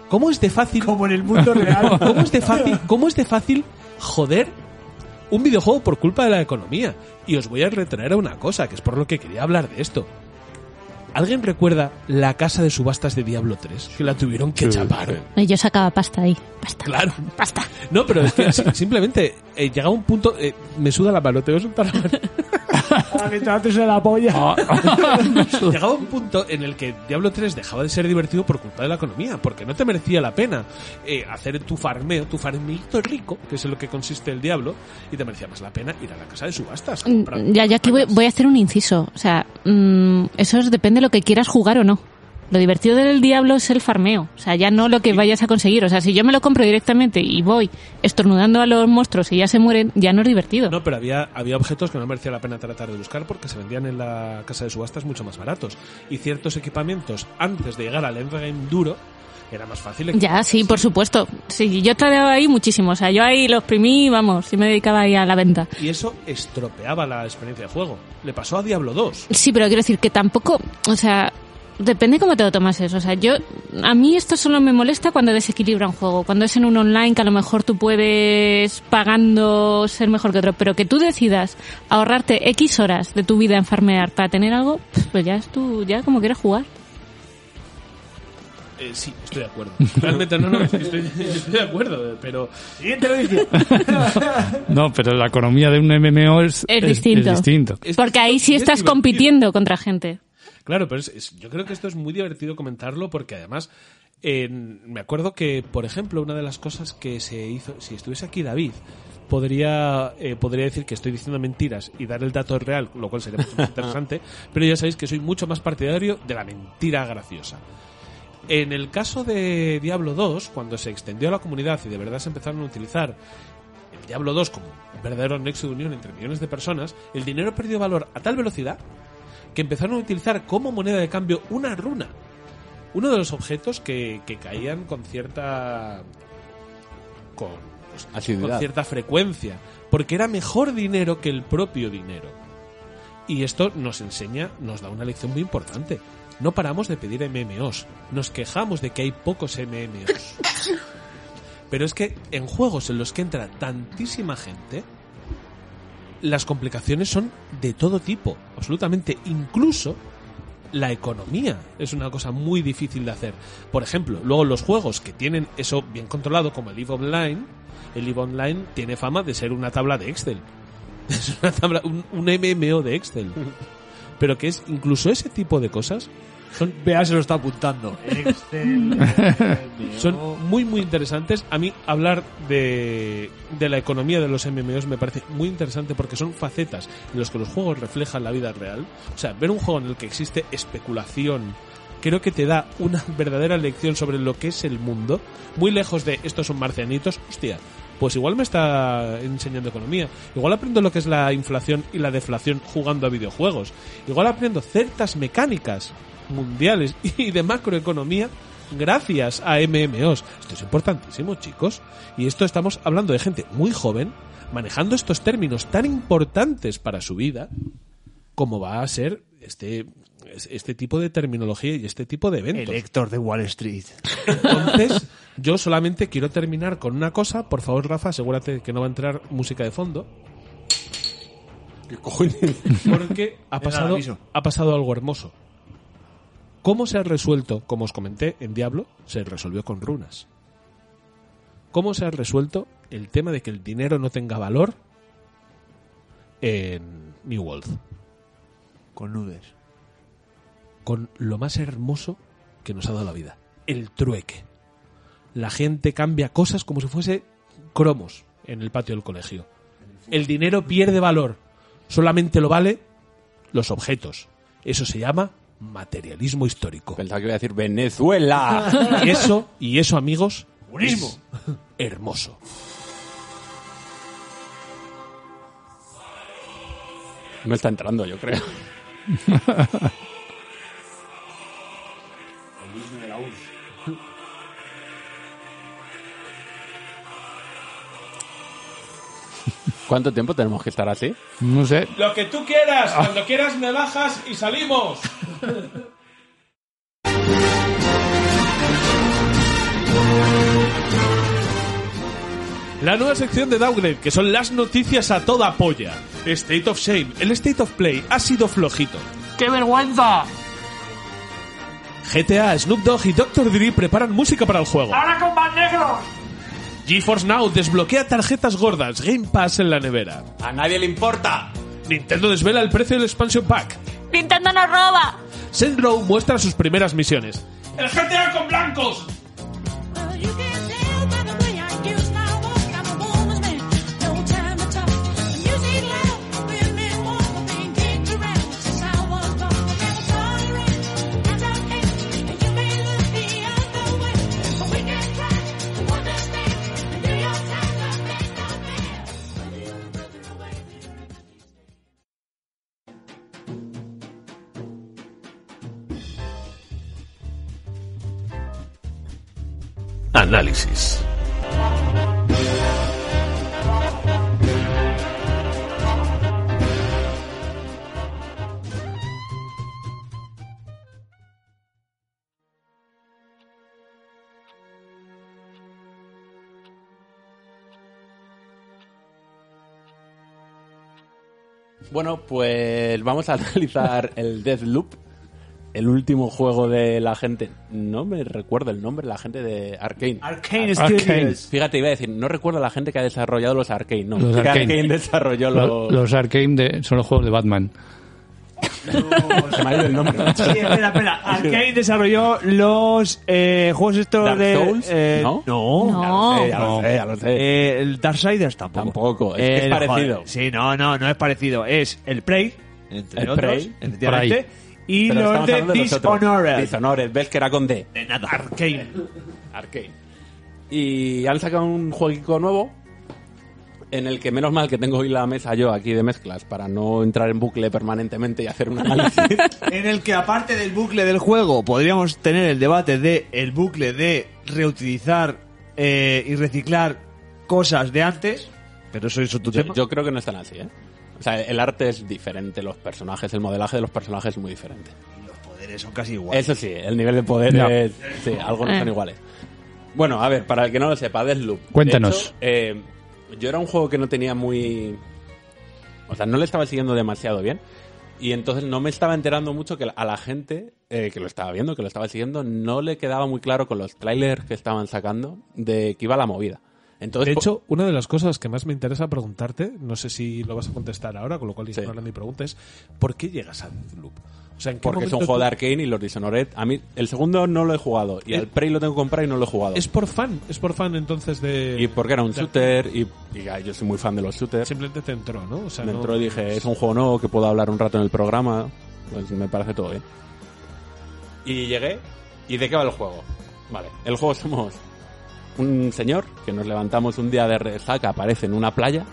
¿Cómo es de fácil... Como en el mundo real. ¿Cómo es de fácil, cómo es de fácil joder un videojuego por culpa de la economía? Y os voy a retraer a una cosa, que es por lo que quería hablar de esto. ¿Alguien recuerda la casa de subastas de Diablo 3? Que la tuvieron que chapar. Yo sacaba pasta ahí. Pasta. Claro. Basta. No, pero es que si- simplemente eh, llegaba un punto. eh, me suda la mano, te voy a soltar la mano. la polla. llegaba un punto en el que Diablo 3 dejaba de ser divertido por culpa de la economía, porque no te merecía la pena eh, hacer tu farmeo, tu farmeito rico, que es en lo que consiste el Diablo, y te merecía más la pena ir a la casa de subastas. comprar- Mm, Ya, ya aquí voy, voy a hacer un inciso. O sea, mm, eso es- depende de lo que quieras jugar o no. Lo divertido del diablo es el farmeo. O sea, ya no lo que vayas a conseguir. O sea, si yo me lo compro directamente y voy estornudando a los monstruos y ya se mueren, ya no es divertido. No, pero había, había objetos que no merecía la pena tratar de buscar porque se vendían en la casa de subastas mucho más baratos. Y ciertos equipamientos, antes de llegar al endgame duro, era más fácil. Ya, sí, por supuesto. Sí, yo tradeaba ahí muchísimo. O sea, yo ahí lo exprimí, vamos, sí me dedicaba ahí a la venta. Y eso estropeaba la experiencia de juego. Le pasó a Diablo 2. Sí, pero quiero decir que tampoco, o sea, depende cómo te lo tomas eso. O sea, yo, a mí esto solo me molesta cuando desequilibra un juego, cuando es en un online que a lo mejor tú puedes pagando ser mejor que otro, pero que tú decidas ahorrarte X horas de tu vida en farmear para tener algo, pues ya es tú, ya como quieras jugar. Eh, sí, estoy de acuerdo. Realmente no, no, estoy, estoy de acuerdo, eh, pero... Siguiente No, pero la economía de un MMO es, Es, es- distinto. es distinto. Porque ahí sí es estás divertido. compitiendo contra gente. Claro, pero es- es- yo creo que esto es muy divertido comentarlo porque además en- me acuerdo que, por ejemplo, una de las cosas que se hizo, si estuviese aquí David, podría, eh, podría decir que estoy diciendo mentiras y dar el dato real, lo cual sería mucho más interesante, pero ya sabéis que soy mucho más partidario de la mentira graciosa. En el caso de Diablo 2, cuando se extendió a la comunidad y de verdad se empezaron a utilizar el Diablo 2 como un verdadero nexo de unión entre millones de personas, el dinero perdió valor a tal velocidad que empezaron a utilizar como moneda de cambio una runa. Uno de los objetos que, que caían con cierta. con, pues, Asiduidad. con cierta frecuencia. Porque era mejor dinero que el propio dinero. Y esto nos enseña, nos da una lección muy importante. No paramos de pedir MMOs. Nos quejamos de que hay pocos MMOs. Pero es que en juegos en los que entra tantísima gente, las complicaciones son de todo tipo, absolutamente. Incluso la economía es una cosa muy difícil de hacer. Por ejemplo, luego los juegos que tienen eso bien controlado, como el EVE Online, el EVE Online tiene fama de ser una tabla de Excel. Es una tabla, un, un MMO de Excel. Pero que es incluso ese tipo de cosas son... Vea, se lo está apuntando. Son muy, muy interesantes. A mí hablar de, de la economía de los MMOs me parece muy interesante porque son facetas en las que los juegos reflejan la vida real. O sea, ver un juego en el que existe especulación creo que te da una verdadera lección sobre lo que es el mundo. Muy lejos de estos son marcianitos, hostia. Pues igual me está enseñando economía. Igual aprendo lo que es la inflación y la deflación jugando a videojuegos. Igual aprendo ciertas mecánicas mundiales y de macroeconomía gracias a MMOs. Esto es importantísimo, chicos. Y esto estamos hablando de gente muy joven manejando estos términos tan importantes para su vida como va a ser este este tipo de terminología y este tipo de eventos. El Héctor de Wall Street. Entonces, yo solamente quiero terminar con una cosa. Por favor, Rafa, asegúrate que no va a entrar música de fondo. Porque ha Era el pasado, aviso. ha pasado algo hermoso. ¿Cómo se ha resuelto, como os comenté, en Diablo? Se resolvió con runas. ¿Cómo se ha resuelto el tema de que el dinero no tenga valor en New World? Con nudes. Con lo más hermoso que nos ha dado la vida. El trueque. La gente cambia cosas como si fuese cromos en el patio del colegio. El dinero pierde valor. Solamente lo vale los objetos. Eso se llama materialismo histórico. Pensaba que iba a decir Venezuela. Y eso, y eso amigos, Buenismo. es hermoso. No está entrando, yo creo. ¿Cuánto tiempo tenemos que estar así? No sé. Lo que tú quieras, cuando quieras me bajas y salimos. La nueva sección de Downgrade, que son las noticias a toda polla. State of Shame. El State of Play ha sido flojito. ¡Qué vergüenza! GTA, Snoop Dogg y Dr. Dre preparan música para el juego. ¡Ahora con más negros! GeForce Now desbloquea tarjetas gordas. Game Pass en la nevera. A nadie le importa. Nintendo desvela el precio del expansion pack. Nintendo nos roba. Sendrow muestra sus primeras misiones. ¡El GTA con blancos! Análisis. Bueno, pues vamos a analizar el Deathloop, el último juego de la gente. No me recuerdo el nombre, la gente de Arkane. Arcane Arcane. Studios. Fíjate, iba a decir, no recuerdo la gente que ha desarrollado los Arkane, no. Los que Arkane. desarrolló Lo- los. Los Arkane de- son los juegos de Batman. Se me ha ido el nombre. Sí, espera, espera. Arcane desarrolló los eh, juegos estos Dark de. Souls, eh, ¿no? No. Ya lo sé, ya lo sé. Eh, el Darksiders tampoco. Tampoco, es, que es El- parecido. joder, sí, no, no, no es parecido. Es el Prey, entre El otros, Prey. efectivamente, y Pero los estamos de hablando los otros. Dishonored. Dishonored, ves que era con D. de nada, Arcane. Arcane. Y han sacado un jueguito nuevo en el que menos mal que tengo hoy la mesa yo aquí de mezclas para no entrar en bucle permanentemente y hacer un análisis. en el que aparte del bucle del juego podríamos tener el debate de el bucle de reutilizar eh, y reciclar cosas de antes, pero eso es otro yo, tema. yo creo que no es tan así, ¿eh? O sea, el arte es diferente, los personajes, el modelaje de los personajes es muy diferente. Los poderes son casi iguales. Eso sí, el nivel de poder No. es... Sí, algo no son Eh. iguales. Bueno, a ver, para el que no lo sepa, Deathloop. De Cuéntanos. hecho, eh, yo era un juego que no tenía muy... O sea, no le estaba siguiendo demasiado bien. Y entonces no me estaba enterando mucho que a la gente eh, que lo estaba viendo, que lo estaba siguiendo, no le quedaba muy claro con los trailers que estaban sacando de que iba la movida. De Entonces, po- hecho, una de las cosas que más me interesa preguntarte, no sé si lo vas a contestar ahora, con lo cual Sí. ignoraré mi pregunta, es ¿por qué llegas a Deathloop? O sea, ¿en qué porque es un momento juego tú- de Arkane y los Dishonored. A mí, el segundo no lo he jugado. Y Eh, el Prey lo tengo que comprar y no lo he jugado. Es por fan, es por fan entonces de... y porque era un de- shooter y, y, ah, yo soy muy fan de los shooters. Simplemente te entró, ¿no? O sea, Me no- entró y dije, es un juego nuevo que puedo hablar un rato en el programa. Pues me parece todo bien. Y llegué. ¿Y de qué va el juego? Vale, el juego somos un señor que nos levantamos un día de resaca, aparece en una playa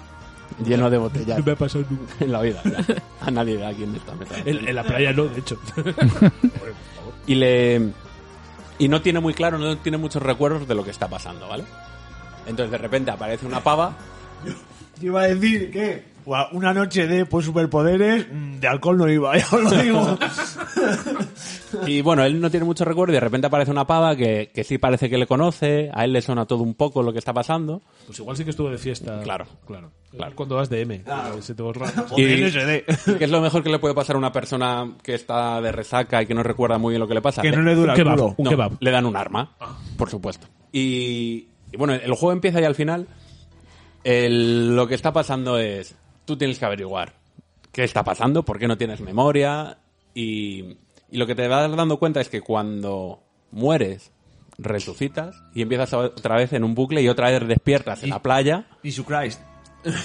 lleno de botellas No me ha pasado nunca. en la vida. ya. A nadie de aquí en esta mesa. En, en la playa no, de hecho. y le y no tiene muy claro, no tiene muchos recuerdos de lo que está pasando, ¿vale? Entonces de repente aparece una pava Yo iba a decir que guau, una noche de pues, superpoderes, mm, de alcohol no iba, ya os lo digo. y bueno, él no tiene mucho recuerdo y de repente aparece una pava que, que sí parece que le conoce, a él le suena todo un poco lo que está pasando. Pues igual sí que estuvo de fiesta. Claro. Claro. Cuando vas de M. eh, Se te borra. Y, LSD. que es lo mejor que le puede pasar a una persona que está de resaca y que no recuerda muy bien lo que le pasa. que no le dura Un el kebab. culo. un No, kebab. Le dan un arma, por supuesto. Y, y bueno, el juego empieza y al final el- lo que está pasando es, tú tienes que averiguar qué está pasando, por qué no tienes memoria y, y lo que te vas dando cuenta es que cuando mueres, resucitas y empiezas otra vez en un bucle y otra vez despiertas en la playa. Y su Christ.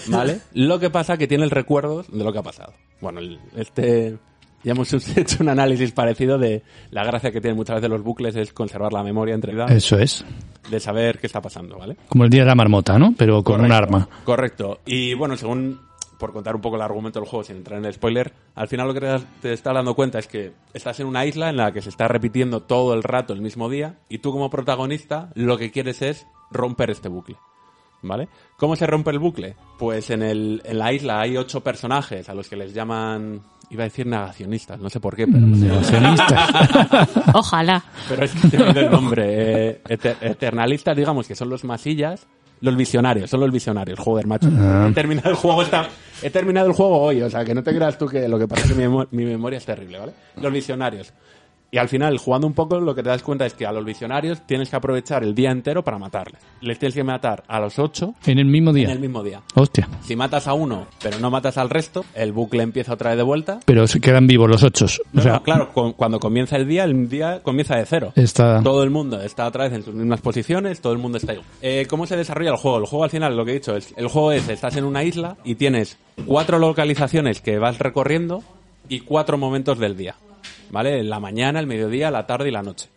¿Vale? Lo que pasa que tiene el recuerdo de lo que ha pasado. Bueno, el- este ya hemos hecho un análisis parecido de la gracia que tienen muchas veces los bucles es conservar la memoria entre edades, Eso es. de saber qué está pasando, ¿vale? Como el día de la marmota, ¿no? Pero con un Correcto, arma. Correcto. Y bueno, según por contar un poco el argumento del juego sin entrar en el spoiler, al final lo que te está dando cuenta es que estás en una isla en la que se está repitiendo todo el rato el mismo día y tú como protagonista lo que quieres es romper este bucle. ¿Vale? ¿Cómo se rompe el bucle? Pues en, el, en la isla hay ocho personajes a los que les llaman. Iba a decir negacionistas, no sé por qué, pero. Negacionistas. Ojalá. Pero es que tiene el nombre. eh, eter- eternalistas, digamos, que son los masillas. Los visionarios, son los visionarios. Joder, macho. Ah. He terminado el juego esta- He terminado el juego hoy, o sea, que no te creas tú que lo que pasa es que mi, memo- mi memoria es terrible, ¿vale? Los visionarios. Y al final, jugando un poco, lo que te das cuenta es que a los visionarios tienes que aprovechar el día entero para matarles. Les tienes que matar a los ocho En el mismo día. en el mismo día. Hostia. Si matas a uno, pero no matas al resto, el bucle empieza otra vez de vuelta. Pero se quedan vivos los ochos. No, o sea, no, claro, cu- cuando comienza el día, el día comienza de cero. Está- Todo el mundo está otra vez en sus mismas posiciones, todo el mundo está igual. Eh, ¿Cómo se desarrolla el juego? El juego al final, lo que he dicho, es, el juego es, estás en una isla y tienes cuatro localizaciones que vas recorriendo y cuatro momentos del día. ¿Vale? La mañana, el mediodía, la tarde y la noche.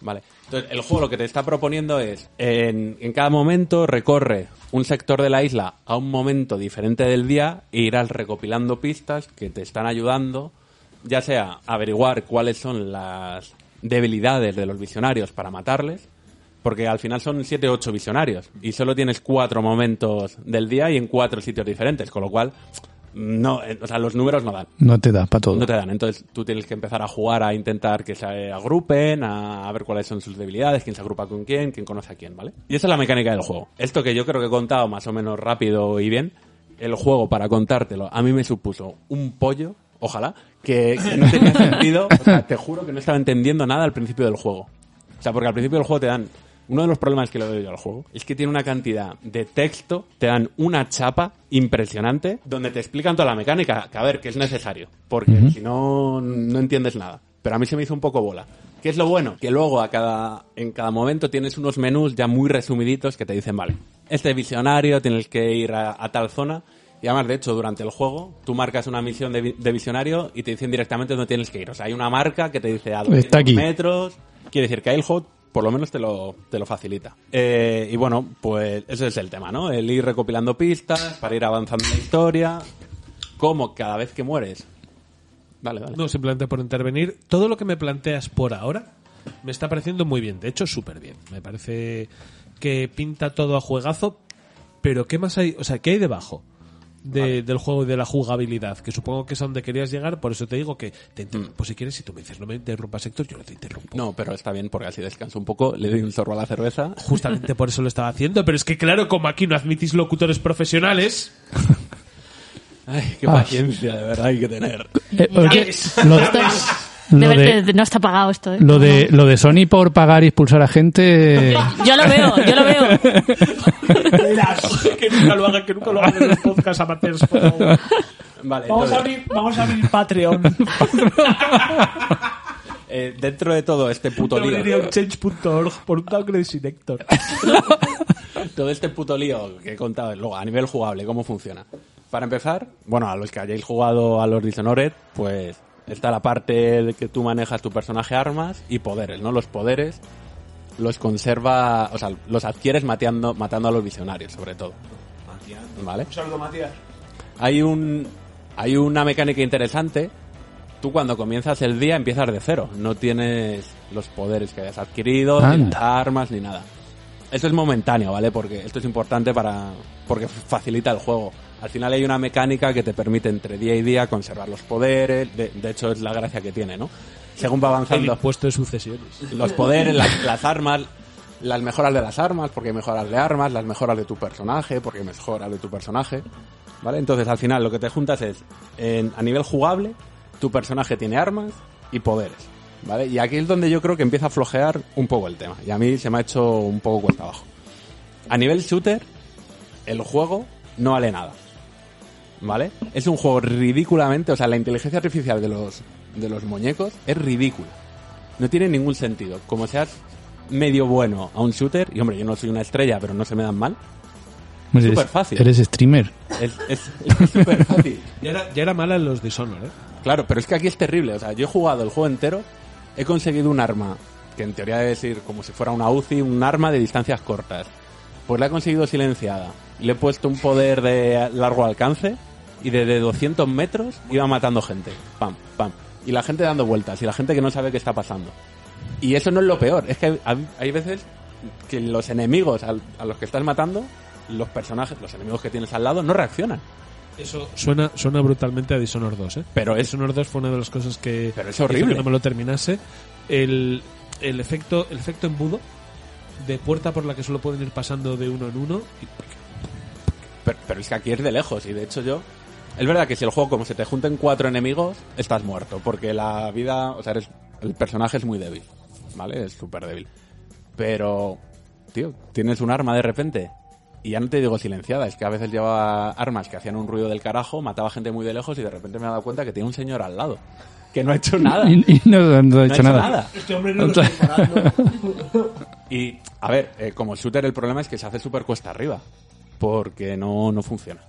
Vale. Entonces, el juego lo que te está proponiendo es, en, en cada momento recorre un sector de la isla a un momento diferente del día e irás recopilando pistas que te están ayudando, ya sea averiguar cuáles son las debilidades de los visionarios para matarles, porque al final son 7 o 8 visionarios y solo tienes cuatro momentos del día y en cuatro sitios diferentes, con lo cual, no, eh, o sea, los números no dan. no te da para todo. No te dan. Entonces tú tienes que empezar a jugar, a intentar que se agrupen, a, a ver cuáles son sus debilidades, quién se agrupa con quién, quién conoce a quién, ¿vale? Y esa es la mecánica del juego. Esto que yo creo que he contado más o menos rápido y bien, el juego, para contártelo, a mí me supuso un pollo, ojalá, que, que no tenía sentido. O sea, te juro que no estaba entendiendo nada al principio del juego. O sea, porque al principio del juego te dan. Uno de los problemas que le doy yo al juego es que tiene una cantidad de texto, te dan una chapa impresionante donde te explican toda la mecánica, que a ver, que es necesario, porque Ujú. si no, no entiendes nada. Pero a mí se me hizo un poco bola. ¿Qué es lo bueno? Que luego a cada, en cada momento tienes unos menús ya muy resumiditos que te dicen, vale, este visionario tienes que ir a, a tal zona. Y además, de hecho, durante el juego, tú marcas una misión de, vi- de visionario y te dicen directamente dónde tienes que ir. O sea, hay una marca que te dice a Está aquí. 200 metros. Quiere decir que el HOT por lo menos te lo, te lo facilita. Eh, y bueno, pues ese es el tema, ¿no? El ir recopilando pistas para ir avanzando en la historia. Como cada vez que mueres. Vale, vale. No, simplemente por intervenir. Todo lo que me planteas por ahora me está pareciendo muy bien. De hecho, súper bien. Me parece que pinta todo a juegazo. Pero ¿qué más hay? O sea, ¿qué hay debajo? de- del juego y de la jugabilidad, que supongo que es a donde querías llegar, por eso te digo que te Mm. interrumpo si quieres, si tú me dices no me interrumpas Héctor, yo no te interrumpo. No, pero está bien porque así descanso un poco, le doy un sorbo a la cerveza. Justamente por eso lo estaba haciendo, pero es que claro, como aquí no admitís locutores profesionales, Ay, qué Ah. paciencia, de verdad hay que tener. Eh, oye, Yes. lo, Esto es- lo De ver- de, de- no está pagado esto, ¿eh? lo, de, lo de Sony por pagar y expulsar a gente. Yo lo veo, yo lo veo. que nunca lo hagan, que nunca lo hagan en los podcasts amateurs. por favor. Vale, Vamos a entonces, abrir, vamos a abrir Patreon. eh, dentro de todo este puto Yo lío. abriría un change.org por un downgrade sin Héctor. todo este puto lío que he contado luego a nivel jugable, cómo funciona. Para empezar, bueno, a los que hayáis jugado a los Dishonored, pues está la parte de que tú manejas tu personaje armas y poderes, ¿no? Los poderes los conserva, o sea, los adquieres mateando, matando a los visionarios, sobre todo. ¿Vale? Saludo, Matías. hay un hay una mecánica interesante. Tú cuando comienzas el día empiezas de cero, no tienes los poderes que hayas adquirido, ni las armas ni nada. Esto es momentáneo, ¿vale? Porque esto es importante para porque facilita el juego. Al final hay una mecánica que te permite entre día y día conservar los poderes, de, de hecho es la gracia que tiene, ¿no? Según va El avanzando impuesto de sucesiones. los poderes, las, las armas, las mejoras de las armas, porque hay mejoras de armas, las mejoras de tu personaje, porque hay mejoras de tu personaje. ¿Vale? Entonces al final lo que te juntas es, en- a nivel jugable, tu personaje tiene armas y poderes. ¿Vale? Y aquí es donde yo creo que empieza a flojear un poco el tema. Y a mí se me ha hecho un poco cuesta abajo. A nivel shooter, el juego no vale nada. ¿Vale? Es un juego ridículamente, o sea, la inteligencia artificial de los, de los muñecos es ridícula. No tiene ningún sentido. Como seas medio bueno a un shooter, y hombre, yo no soy una estrella, pero no se me dan mal, Hombre, súper eres- fácil. Eres streamer. es es- es súper fácil. Ya era, ya era mala en los Dishonored, ¿eh? Claro, pero es que aquí es terrible. O sea, yo he jugado el juego entero, he conseguido un arma, que en teoría debe ser como si fuera una UCI, un arma de distancias cortas. Pues la he conseguido silenciada. Le he puesto un poder de largo alcance y desde 200 metros iba matando gente. Pam, pam. Y la gente dando vueltas y la gente que no sabe qué está pasando. Y eso no es lo peor, es que hay, hay veces que los enemigos al- a, los que estás matando los personajes, los enemigos que tienes al lado, no reaccionan. Eso Suena, suena brutalmente a Dishonored 2, ¿eh? Pero es- Dishonored 2 fue una de las cosas que. Pero es hizo horrible. que no me lo terminase. El, el efecto, el efecto embudo de puerta por la que solo pueden ir pasando de uno en uno. y- Pero, pero es que aquí es de lejos y de hecho yo... Es verdad que si el juego como se te junten cuatro enemigos, estás muerto, porque la vida, o sea, eres- el personaje es muy débil, ¿vale? Es súper débil. Pero, tío, tienes un arma de repente y ya no te digo silenciada, es que a veces llevaba armas que hacían un ruido del carajo, mataba gente muy de lejos y de repente me he dado cuenta que tiene un señor al lado, que no ha hecho nada. Y, y no, no ha dicho nada. Este hombre no lo Otra- está Y, a ver, eh, como shooter el problema es que se hace súper cuesta arriba. Porque no, no funciona.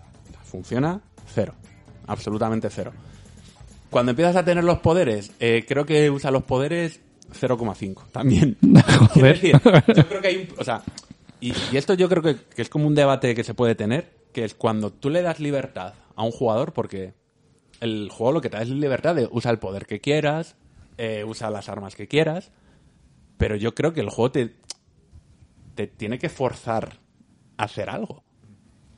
Funciona cero. Absolutamente cero. Cuando empiezas a tener los poderes, eh, creo que usa los poderes 0,5 también. Quiero decir, yo creo que hay un... O sea, y, y esto yo creo que, que es como un debate que se puede tener, que es cuando tú le das libertad a un jugador, porque el juego lo que te da es libertad de usa el poder que quieras, eh, usa las armas que quieras, pero yo creo que el juego te, te tiene que forzar a hacer algo.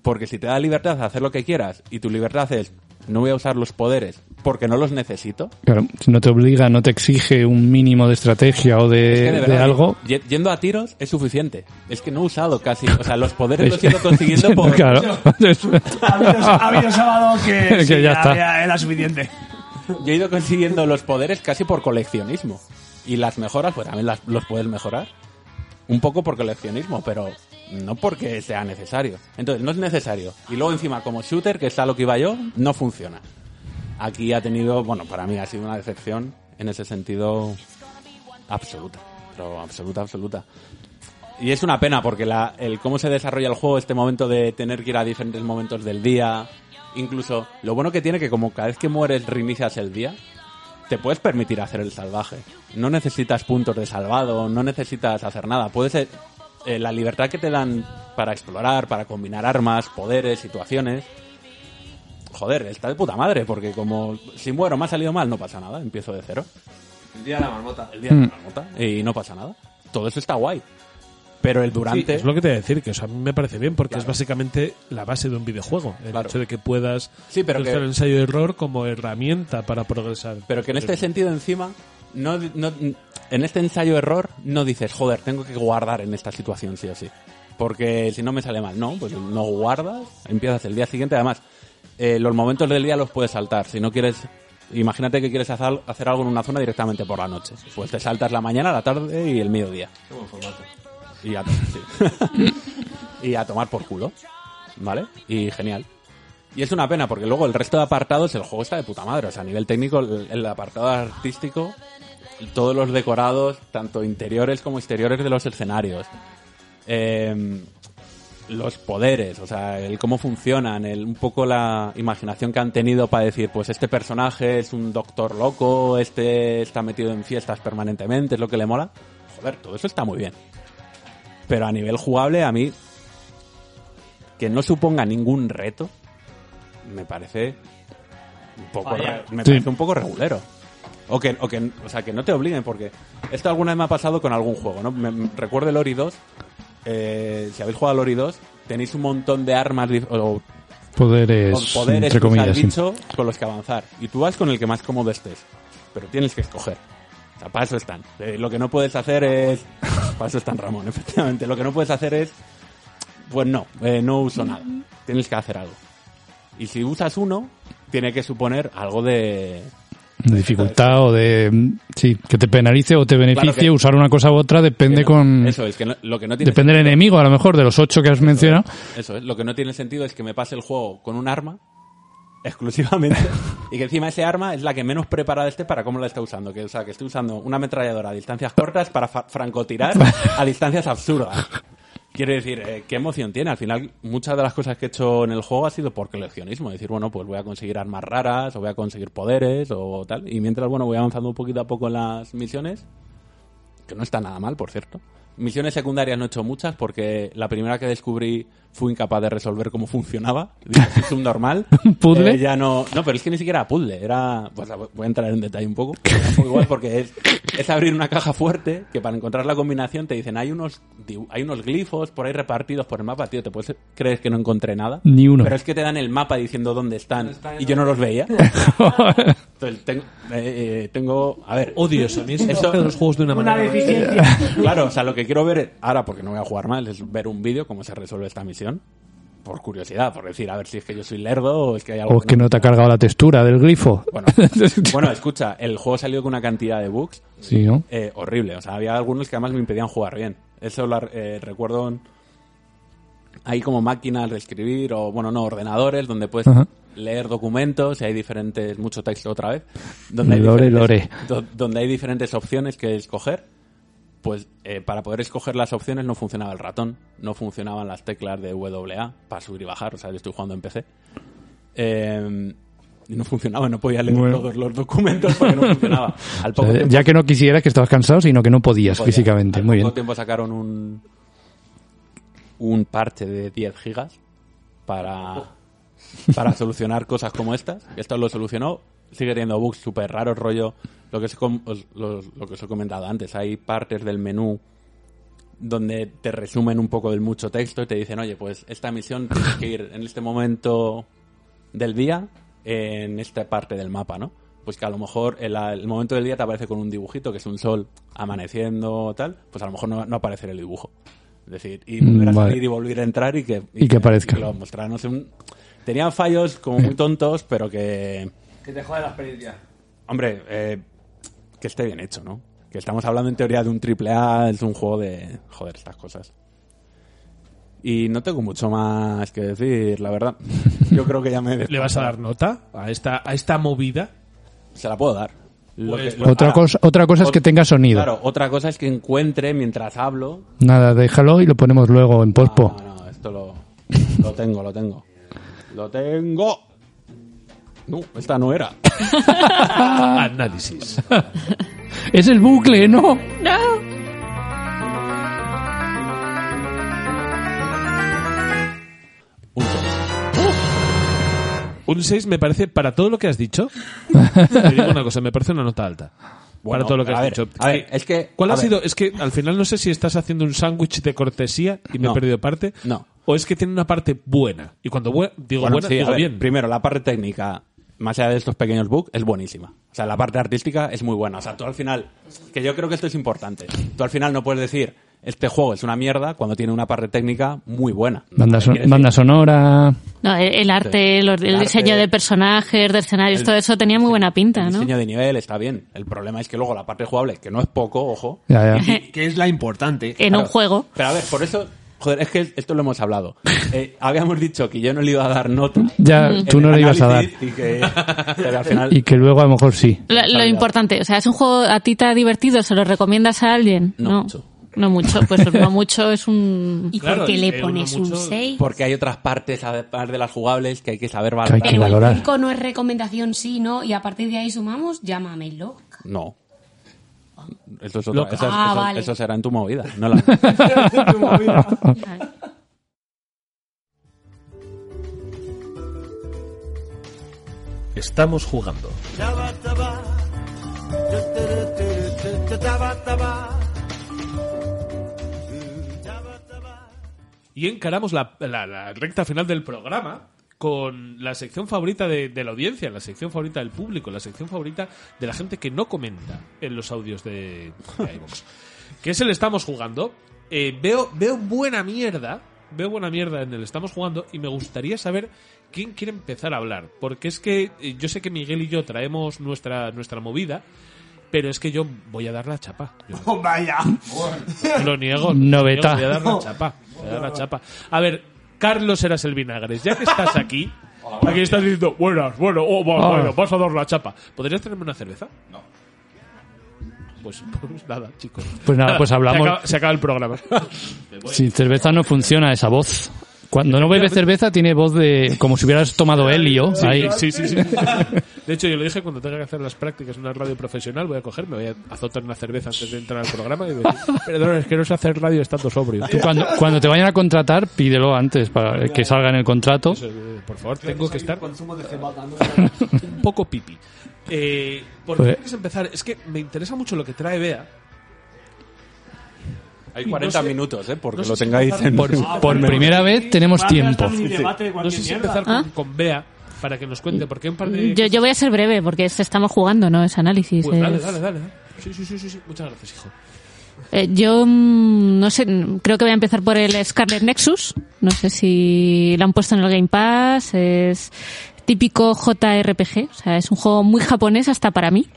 Porque si te da libertad a hacer lo que quieras y tu libertad es no voy a usar los poderes porque no los necesito, Claro, si no te obliga, no te exige un mínimo de estrategia o de, es que de Eh, de verdad, algo. y- yendo a tiros es suficiente. Es que no he usado casi, o sea, los poderes los Es- he ido consiguiendo por... Claro. Ha habido, ha habido sábado que, Que sí, ya era- está. Era, era suficiente. Yo he ido consiguiendo los poderes casi por coleccionismo. Y las mejoras, pues también las, los puedes mejorar. Un poco por coleccionismo, pero no porque sea necesario. Entonces, no es necesario. Y luego encima, como shooter, que está lo que iba yo, no funciona. Aquí ha tenido, bueno, para mí ha sido una decepción en ese sentido absoluta. Pero absoluta, absoluta. Y es una pena porque la, el cómo se desarrolla el juego, este momento de tener que ir a diferentes momentos del día, incluso lo bueno que tiene que como cada vez que mueres reinicias el día, te puedes permitir hacer el salvaje. No necesitas puntos de salvado, no necesitas hacer nada. Puedes eh, eh, la libertad que te dan para explorar, para combinar armas, poderes, situaciones. Joder, está de puta madre porque como si muero me ha salido mal, no pasa nada, empiezo de cero. El día de la marmota. El día de la Mm. marmota y no pasa nada. Todo eso está guay. Pero el Sí, durante es lo que te voy a decir, que o sea, a mí me parece bien, porque es básicamente la base de un videojuego. El hecho de que puedas Sí, pero usar que- el ensayo y error como herramienta para progresar. Pero que en este sentido encima, no, no- en este ensayo error no dices, joder, tengo que guardar en esta situación sí o sí. Porque si no me sale mal, no, pues no guardas, empiezas el día siguiente. Además, eh, los momentos del día los puedes saltar. Si no quieres, imagínate que quieres hacer, hacer algo en una zona directamente por la noche. Pues te saltas la mañana, la tarde y el mediodía. Y a, sí. y a tomar por culo. ¿Vale? Y genial. Y es una pena porque luego el resto de apartados, el juego está de puta madre. O sea, a nivel técnico, el, el apartado artístico, todos los decorados, tanto interiores como exteriores de los escenarios. Eh, los poderes, o sea, el cómo funcionan, el, un poco la imaginación que han tenido para decir, pues este personaje es un doctor loco, este está metido en fiestas permanentemente, es lo que le mola. Joder, todo eso está muy bien. Pero a nivel jugable, a mí, que no suponga ningún reto, me parece un poco, Falla. re- me Sí. parece un poco regulero. O que, o que, o sea, que no te obliguen, porque esto alguna vez me ha pasado con algún juego, ¿no? Me, me- recuerdo el Ori 2, eh, si habéis jugado al Ori 2, tenéis un montón de armas dif- o Poderes, con poderes entre que usa el comillas. sí. bicho con los que avanzar. Y tú vas con el que más cómodo estés. Pero tienes que escoger. O sea, para eso están. Eh, lo que no puedes hacer es... Para eso están, Ramón, efectivamente. Lo que no puedes hacer es... Pues no, eh, no uso nada. Tienes que hacer algo. Y si usas uno, tiene que suponer algo de... De dificultad o de... mm, Sí, que te penalice o te beneficie que- usar una cosa u otra depende que no- con... Eso es, que no- lo que no tiene Depende del enemigo, a lo mejor, de los ocho que has mencionado. Eso es, lo que no tiene sentido es que me pase el juego con un arma exclusivamente y que encima ese arma es la que menos preparada esté para cómo la está usando. Que, o sea, que estoy usando una ametralladora a distancias cortas para fa- francotirar a distancias absurdas. Quiero decir, eh, ¿qué emoción tiene? Al final, muchas de las cosas que he hecho en el juego ha sido por coleccionismo. Decir, bueno, pues voy a conseguir armas raras, o voy a conseguir poderes, o tal. Y mientras, bueno, voy avanzando un poquito a poco en las misiones, que no está nada mal, por cierto. Misiones secundarias no he hecho muchas porque la primera que descubrí fui incapaz de resolver cómo funcionaba. Dije, "Esto es un normal. ¿Puzzle? Eh, ya no, no, pero es que ni siquiera era puzzle. Era, pues, voy a entrar en detalle un poco. Era un poco igual porque es, es abrir una caja fuerte que para encontrar la combinación te dicen hay unos, dibu- hay unos glifos por ahí repartidos por el mapa. Tío, ¿te puedes creer que no encontré nada? Ni uno. Pero es que te dan el mapa diciendo dónde están, y yo no los veía. Entonces, tengo, eh, eh, tengo- a ver, Odio eso, a mí eso me hace los juegos de una Una manera. deficiencia. Claro, o sea, lo que quiero ver ahora, porque no voy a jugar mal, es ver un vídeo cómo se resuelve esta misión. Por curiosidad, por decir, a ver si es que yo soy lerdo o es que hay algo. O es que no te ha cargado la textura del grifo. Bueno, bueno, escucha, el juego salió con una cantidad de bugs Sí, ¿no? eh, horrible. O sea, había algunos que además me impedían jugar bien. Eso lo eh, recuerdo. en- Hay como máquinas de escribir o, bueno, no, ordenadores donde puedes Ajá. leer documentos y hay diferentes, mucho texto otra vez. Donde hay Lore, diferentes- do- donde hay diferentes opciones que escoger. Pues eh, para poder escoger las opciones no funcionaba el ratón, no funcionaban las teclas de WA para subir y bajar. O sea, yo estoy jugando en PC. Eh, y no funcionaba, no podía leer Bueno. todos los documentos porque no funcionaba. Al O poco sea, tiempo- ya que no quisieras, que estabas cansado, sino que no podías Podía. Pues físicamente. Pues Al Muy bien. poco tiempo sacaron un un parche de 10 gigas para para solucionar cosas como estas. Esto lo solucionó. Sigue teniendo bugs súper raros, rollo. Lo que, os, com- os- lo, lo que os he comentado antes. Hay partes del menú donde te resumen un poco del mucho texto y te dicen, oye, pues esta misión tienes que ir en este momento del día en esta parte del mapa, ¿no? Pues que a lo mejor el, el momento del día te aparece con un dibujito, que es un sol amaneciendo tal, pues a lo mejor no, no aparece el dibujo. Es decir, y Mm, volver a vale. salir y volver a entrar y que, Y que aparezca. lo mostraran. No sé, un- tenían fallos como muy tontos, pero que, Que te jode la experiencia. hombre, eh, que esté bien hecho, ¿no? Que estamos hablando en teoría de un triple A, es un juego de, joder, estas cosas. Y no tengo mucho más que decir, la verdad. Yo creo que ya me... ¿Le vas a dar nota a esta, a esta movida? Se la puedo dar. Lo que- lo- Otra ahora, cosa, otra cosa es ot- que tenga sonido. Claro, otra cosa es que encuentre mientras hablo. Ah, Nada, déjalo y lo ponemos luego en pospo. No, no, esto lo, lo tengo, lo tengo. Lo tengo. No, esta no era. Ah. Análisis. es el bucle, ¿no? Un 6 me parece, para todo lo que has dicho, te digo una cosa, me parece una nota alta. para Bueno, todo lo que a has ver, dicho. a ver, es que- ¿Cuál a ha ver. sido? Es que al final no sé si estás haciendo un sándwich de cortesía y me he No. perdido parte. No. O es que tiene una parte buena. Y cuando bue- digo Bueno, buena, sí, a digo ver, bien. Primero, la parte técnica, más allá de estos pequeños bugs, es buenísima. O sea, la parte artística es muy buena. O sea, tú al final, que yo creo que esto es importante. Tú al final no puedes decir, este juego es una mierda cuando tiene una parte técnica muy buena. Banda, son- banda sonora. No, el, el arte, los- el, El arte. diseño de personajes, de escenarios, El- todo eso tenía muy buena pinta, El ¿no? diseño de nivel está bien. El problema es que luego la parte jugable, que no es poco, ojo, Ya, ya. que es la importante. En un juego. Pero a ver, por eso, joder, es que esto lo hemos hablado. Eh, habíamos dicho que yo no le iba a dar nota. Ya, en tú el no le ibas a dar. análisis Y que, pero al final, Y que luego a lo mejor sí. Lo, lo importante, o sea, es un juego a ti te ha divertido, ¿se lo recomiendas a alguien? No mucho. No mucho, pues no mucho es un... ¿Y por qué le pones un 6? porque hay otras partes además de las jugables que hay que saber hay valorar. que valorar. no es recomendación, sí, no. Y a partir de ahí sumamos, llámame loco. No. Eso, es otra- Loca. eso es- Ah, eso- vale. eso será en tu movida, no la- Estamos jugando. Y encaramos la, la- la recta final del programa con la sección favorita de, de la audiencia, la sección favorita del público, la sección favorita de la gente que no comenta en los audios de, de iVoox. que es el Estamos Jugando. Eh, veo, veo buena mierda, veo buena mierda en el Estamos Jugando y me gustaría saber quién quiere empezar a hablar. Porque es que eh, yo sé que Miguel y yo traemos nuestra, nuestra movida, pero es que yo voy a dar la chapa. Yo vaya. lo niego. lo Noveta. niego, Voy a dar la chapa. voy a dar la chapa. A ver, Carlos eras el vinagres. Ya que estás aquí, aquí estás diciendo, buenas, bueno, oh, va- Ah. bueno, vas a dar la chapa. ¿Podrías tenerme una cerveza? No. Pues, pues nada, chicos. Pues nada, pues Se hablamos. acaba, se acaba el programa. Sin cerveza no funciona esa voz. Cuando no bebe cerveza tiene voz de como si hubieras tomado helio. Sí, ahí. sí, sí, sí. De hecho, yo le dije cuando tenga que hacer las prácticas en una radio profesional, voy a cogerme, voy a azotar una cerveza antes de entrar al programa y voy a decir, perdón, es que no sé hacer radio estando sobrio. Tú cuando, cuando te vayan a contratar, pídelo antes para que salga en el contrato. Eso, eh, Por favor, tengo que estar consumo de un poco pipi. Eh, ¿Por qué Pues- quieres empezar? Es que me interesa mucho lo que trae Bea. Hay Y no 40 sé- minutos, ¿eh? Porque no lo sé si tengáis empezar en... con- Por- por primera vez tenemos Va a tiempo. gastar mi Sí, sí. debate de No cualquier sé si Ah, mierda. empezar con- con, Bea para que nos cuente, porque hay un par de. Ah. Yo, yo voy a ser breve porque es- estamos jugando, ¿no? Es análisis. Pues dale, es- dale, dale. Sí, sí, sí, sí, sí. Muchas gracias, hijo. Eh, yo mm, no sé, mm, creo que voy a empezar por el Scarlet Nexus. No sé si lo han puesto en el Game Pass. Es típico JRPG. O sea, es un juego muy japonés hasta para mí.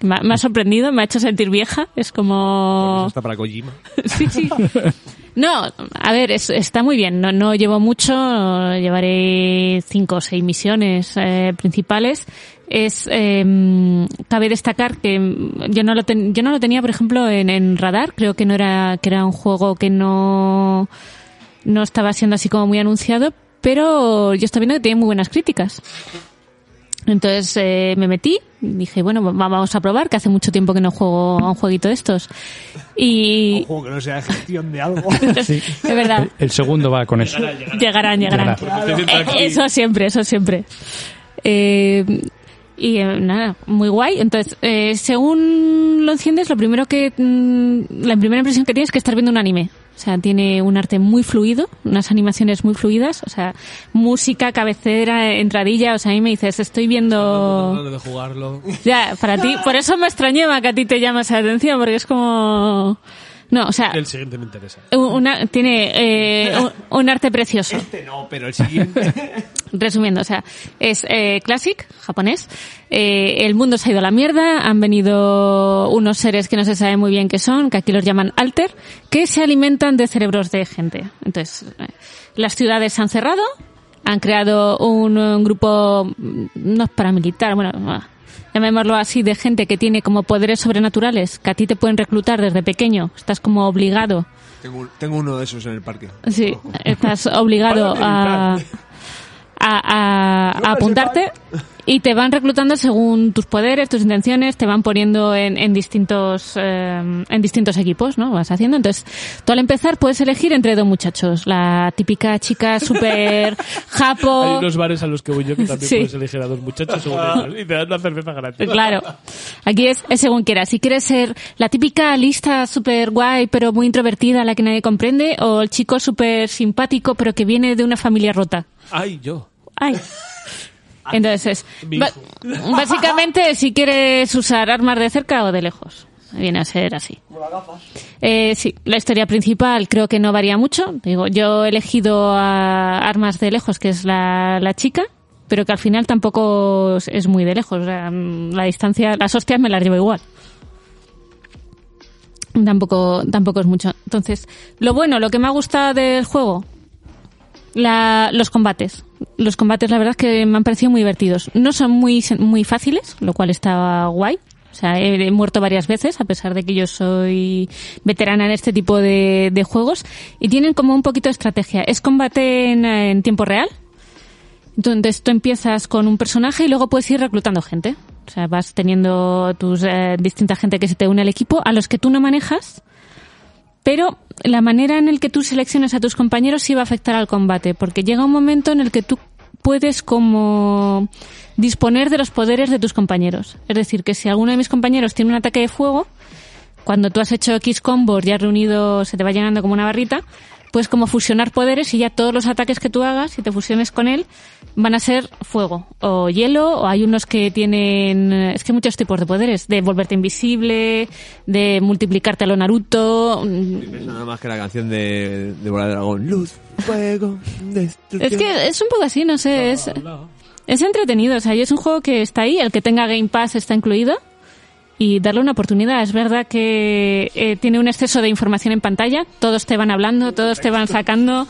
Me ha, me ha sorprendido, me ha hecho sentir vieja. Es como... Hasta para Kojima. Sí, sí. No, a ver, es- está muy bien. No, no llevo mucho, llevaré cinco o seis misiones eh, principales. Es eh, cabe destacar que mm, yo no lo ten- yo no lo tenía, por ejemplo, en, en radar. Creo que no era que era un juego que no no estaba siendo así como muy anunciado, pero yo estoy viendo que tiene muy buenas críticas. Entonces eh, me metí, dije, bueno, va- vamos a probar, que hace mucho tiempo que no juego a un jueguito de estos. Y, Un juego que no sea de gestión de algo. es verdad. El, el segundo va con eso. Llegarán, Llegará. llegarán. Porque estoy Eh, aquí. Eso siempre, eso siempre. Eh, y eh, nada, muy guay. Entonces, eh, según lo enciendes, lo primero que mm, la primera impresión que tienes es que estás viendo un anime. O sea, tiene un arte muy fluido, unas animaciones muy fluidas, o sea, música, cabecera, entradilla, o sea, a mí me dices, estoy viendo... de jugarlo. Ya, para ti, por eso me extrañaba que a ti te llamas la atención, porque es como... No, o sea, El siguiente me interesa. una, tiene eh, un, un arte precioso. No, pero el siguiente. Resumiendo, o sea, es eh, classic, japonés. eh, el mundo se ha ido a la mierda. Han venido unos seres que no se sabe muy bien qué son, que aquí los llaman alter, que se alimentan de cerebros de gente. Entonces, eh, las ciudades se han cerrado, han creado un, un grupo, mm, no es paramilitar, bueno, ah, llamémoslo así, de gente que tiene como poderes sobrenaturales, que a ti te pueden reclutar desde pequeño. Estás como obligado Tengo, un- tengo uno de esos en el parque. Sí, estás obligado a, a, a- a apuntarte y te van reclutando según tus poderes, tus intenciones, te van poniendo en, en distintos eh, en distintos equipos, ¿no? Vas haciendo. Entonces, tú al empezar puedes elegir entre dos muchachos, la típica chica súper japo. Hay unos bares a los que voy yo que también Sí. Ah. puedes elegir a dos muchachos según ellos, y te dan una cerveza gratis. Claro. Aquí es, es según quieras. Si quieres ser la típica lista súper guay, pero muy introvertida, la que nadie comprende, o el chico súper simpático, pero que viene de una familia rota. Ay, yo. Ay. Entonces, Mi ba- hijo. básicamente, si quieres usar armas de cerca o de lejos, viene a ser así. Eh, sí, la historia principal creo que no varía mucho. Digo, yo he elegido a Armas de Lejos, que es la, la chica, pero que al final tampoco es- es muy de lejos. O sea, mm, la distancia, las hostias me las llevo igual. Tampoco, tampoco es mucho. Entonces, lo bueno, lo que me ha gustado del juego, la- los combates. Los combates, la verdad, es que me han parecido muy divertidos. No son muy, sen- muy fáciles, lo cual está guay. O sea, he, he muerto varias veces, a pesar de que yo soy veterana en este tipo de, de juegos. Y tienen como un poquito de estrategia. Es combate en, eh, en tiempo real. Entonces tú empiezas con un personaje y luego puedes ir reclutando gente. O sea, vas teniendo tus eh, distinta gente que se te une al equipo, a los que tú no manejas, pero la manera en el que tú seleccionas a tus compañeros sí va a afectar al combate, porque llega un momento en el que tú puedes como disponer de los poderes de tus compañeros. Es decir, que si alguno de mis compañeros tiene un ataque de fuego, cuando tú has hecho X combos y has reunido, se te va llenando como una barrita, pues como fusionar poderes y ya todos los ataques que tú hagas, si te fusiones con él, van a ser fuego o hielo, o hay unos que tienen, eh, es que hay muchos tipos de poderes, de volverte invisible, de multiplicarte a lo Naruto. mm, Nada más que la canción de, de Bola de Dragón. Luz, fuego, destrucción. Es que es un poco así, no sé, es, es entretenido, o sea, y es un juego que está ahí, el que tenga Game Pass está incluido y darle una oportunidad. Es verdad que eh, tiene un exceso de información en pantalla, todos te van hablando, todos te van sacando,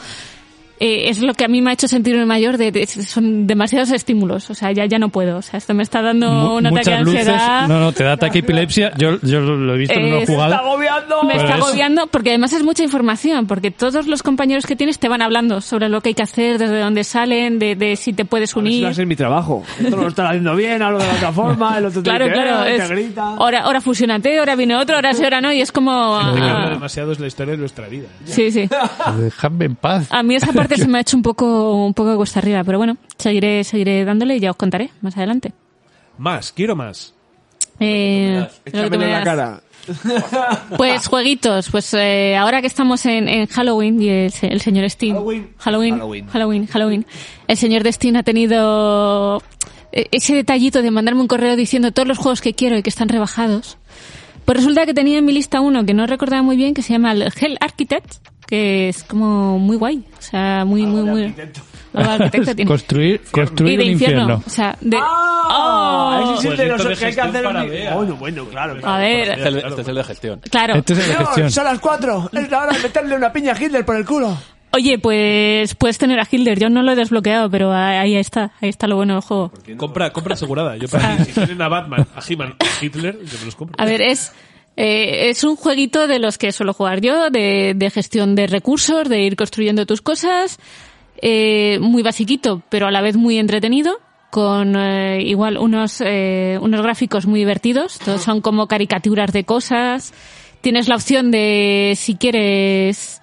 eh, es lo que a mí me ha hecho sentirme mayor, de, de- son demasiados estímulos, o sea, ya, ya no puedo, o sea, esto me está dando Mu- un ataque de muchas luces. ansiedad. No, no, te da ataque epilepsia. Yo, yo lo he visto en una Eh, se jugada. está agobiando! Me está Pero es- agobiando porque además es mucha información, porque todos los compañeros que tienes te van hablando sobre lo que hay que hacer, desde dónde salen, de, de si te puedes Eso unir. va a ser mi trabajo. Esto no lo están haciendo bien, hablo de la otra forma, el otro te Claro, dice, claro. "Eh", te es grita. ahora, ahora fusionate, ahora viene otro, ahora sí, ahora no, y es como... ah, demasiado es la historia de nuestra vida. sí, sí. Dejadme en paz. A mí esa parte se me ha hecho un poco, un poco cuesta arriba, pero bueno, seguiré, seguiré dándole y ya os contaré más adelante. Más, quiero más. Eh, lo que tú Échamelo me en la das. cara. Pues jueguitos, pues eh, ahora que estamos en, en Halloween y el, se- el señor Steam. Halloween. Halloween. Halloween. Halloween. El señor de Steam ha tenido eh, ese detallito de mandarme un correo diciendo todos los juegos que quiero y que están rebajados. Pues resulta que tenía en mi lista uno que no recordaba muy bien que se llama el Hell Architect, que es como muy guay. O sea, Ah, muy, muy, muy. Algo de arquitecto este tiene. construir y construir de un infierno. infierno. O sea, de. Ah, ¡Oh! ese es el de Proyecto de los que hay que gestión hacer. para el- Bea. Bueno, bueno, claro. A ver. Este es el- este es el de gestión. Claro. Este es el de No, gestión. Son las cuatro. Es la hora de meterle una piña a Hitler por el culo. Oye, pues puedes tener a Hilder. Yo no lo he desbloqueado, pero ahí está. Ahí está lo bueno del juego. Compra, compra asegurada. Yo para mí, si tienen a Batman, a He-Man, a Hitler, yo me los compro. A ver, es, eh, es un jueguito de los que suelo jugar yo, de, de gestión de recursos, de ir construyendo tus cosas. eh, muy basiquito, pero a la vez muy entretenido, con eh, igual unos, eh, unos gráficos muy divertidos. Todos son como caricaturas de cosas. Tienes la opción de, si quieres,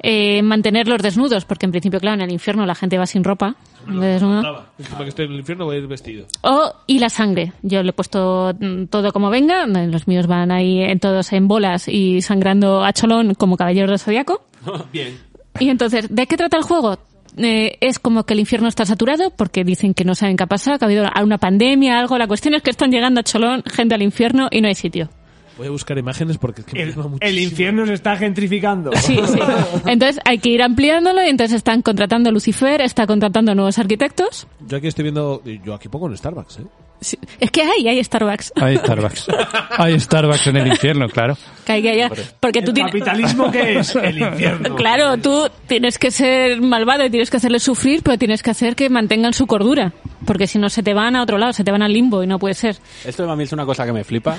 eh, mantenerlos desnudos, porque en principio, claro, en el infierno la gente va sin ropa. desnuda. Nada, encima que estoy en el infierno voy a ir vestido. O y la sangre. Yo le he puesto mm, todo como venga. Los míos van ahí en todos en bolas y sangrando a cholón como caballeros del zodiaco. Bien. Y entonces, ¿de qué trata el juego? Eh, es como que el infierno está saturado porque dicen que no saben qué ha pasado, que ha habido una pandemia, algo. La cuestión es que están llegando a cholón gente al infierno y no hay sitio. Voy a buscar imágenes porque es que me llama mucho. El infierno se está gentrificando. Sí, sí. Entonces hay que ir ampliándolo y entonces están contratando a Lucifer, está contratando nuevos arquitectos. Yo aquí estoy viendo. Yo aquí pongo en Starbucks, ¿eh? Sí. Es que hay, hay Starbucks. Hay Starbucks. Hay Starbucks en el infierno, claro. Que hay- que haya- porque tú ¿El tienes... capitalismo qué es? El infierno. Claro, tú tienes que ser malvado y tienes que hacerles sufrir, pero tienes que hacer que mantengan su cordura. Porque si no, se te van a otro lado, se te van al limbo y no puede ser. Esto a mí es una cosa que me flipa,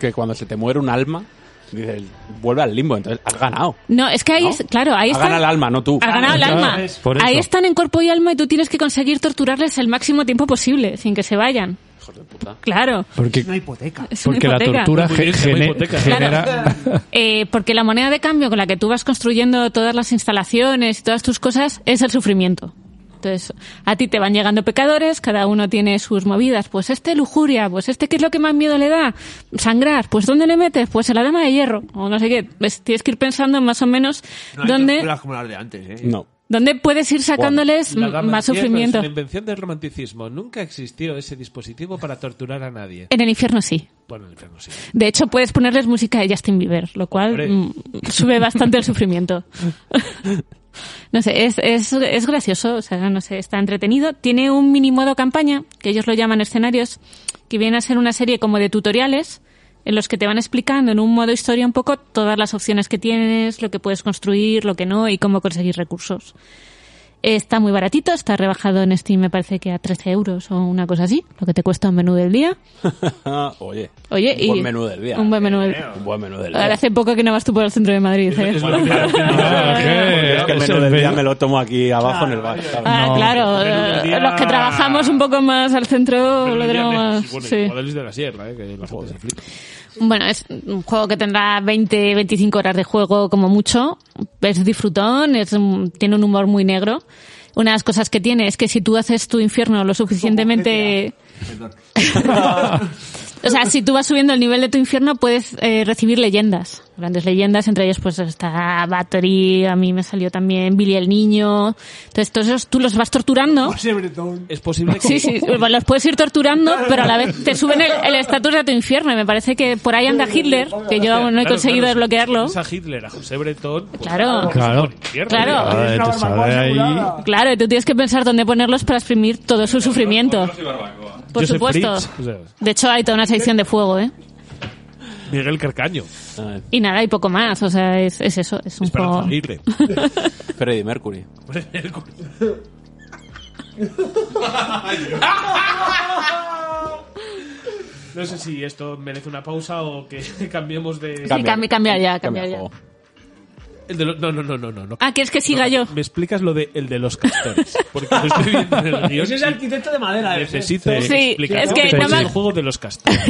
que cuando se te muere un alma, dices, vuelve al limbo, entonces has ganado. No, es que ahí, es- claro, ahí Has están. ganado el alma, no tú. Ha ganado el Claro, alma. es por eso. Ahí están en cuerpo y alma y tú tienes que conseguir torturarles el máximo tiempo posible, sin que se vayan. Claro. Porque, hipoteca. Es una porque la hipoteca. tortura Muy bien, ge- se llama gene- hipoteca. genera... Eh, porque la moneda de cambio con la que tú vas construyendo todas las instalaciones y todas tus cosas es el sufrimiento. Entonces, a ti te van llegando pecadores, cada uno tiene sus movidas. Pues este lujuria, pues este qué es lo que más miedo le da, sangrar, pues ¿dónde le metes? Pues en la dama de hierro, o no sé qué. Ves, tienes que ir pensando más o menos No hay dónde, torturas como las de antes, ¿eh? No. dónde puedes ir sacándoles La dama m- más de hierro es em- sufrimiento. una invención del romanticismo. Nunca existió ese dispositivo para torturar a nadie. En el infierno sí. Bueno, el infierno sí. De hecho, puedes ponerles música de Justin Bieber, lo cual Hombre. mm, sube bastante el sufrimiento. no sé, es, es, es gracioso, o sea, no sé, está entretenido. Tiene un mini modo campaña, que ellos lo llaman escenarios, que viene a ser una serie como de tutoriales en los que te van explicando en un modo historia un poco todas las opciones que tienes, lo que puedes construir, lo que no y cómo conseguir recursos. Está muy baratito, está rebajado en Steam, me parece que a 13 euros o una cosa así, lo que te cuesta un menú del día. Oye, Oye, un y- buen menú del día. un buen menú del- Un buen menú del Ahora día. hace poco que no vas tú por el centro de Madrid, ¿eh? Es que el menú del día me lo tomo aquí abajo en el bar. ¿sabes? Ah, claro, eh, los que trabajamos un poco más al centro lo tenemos más. ¿eh? bueno, sí. igual es de la sierra, ¿eh? Que la gente se flipa. Bueno, es un juego que tendrá 20, 25 horas de juego como mucho. Es disfrutón, es un- tiene un humor muy negro. Una de las cosas que tiene es que si tú haces tu infierno lo suficientemente... O sea, si tú vas subiendo el nivel de tu infierno, puedes eh, recibir leyendas. Grandes leyendas, entre ellas pues está Battery, a mí me salió también Billy el Niño. Entonces, todos esos tú los vas torturando. Es posible que. Sí, sí, los puedes ir torturando, pero a la vez te suben el el estatus de tu infierno. Y me parece que por ahí anda Hitler, que yo aún no he Claro, conseguido claro, si desbloquearlo. tienes a Hitler, a José Bretón. pues, Claro. vamos, Claro. por el infierno. Claro. Ah, te sale ahí- Claro, y tú tienes que pensar dónde ponerlos para exprimir todo su sufrimiento. Por Joseph supuesto. Pritz, o sea, De hecho, hay toda una sección de fuego, ¿eh? Miguel Carcaño. Y nada, y poco más. O sea, es, es eso. Es un Esperanza juego. Aguirre. Freddy Mercury. No sé si esto merece una pausa o que cambiemos de. Sí, cambia, cambia ya, cambia ya. El de lo- no, no, no, no, no, no. Ah, ¿quieres que siga yo? Me explicas lo de el de los castores. Porque lo estoy viendo en el guión. Ese es arquitecto de madera. ese. Necesito Sí, explicar es que el no me- juego de los castores.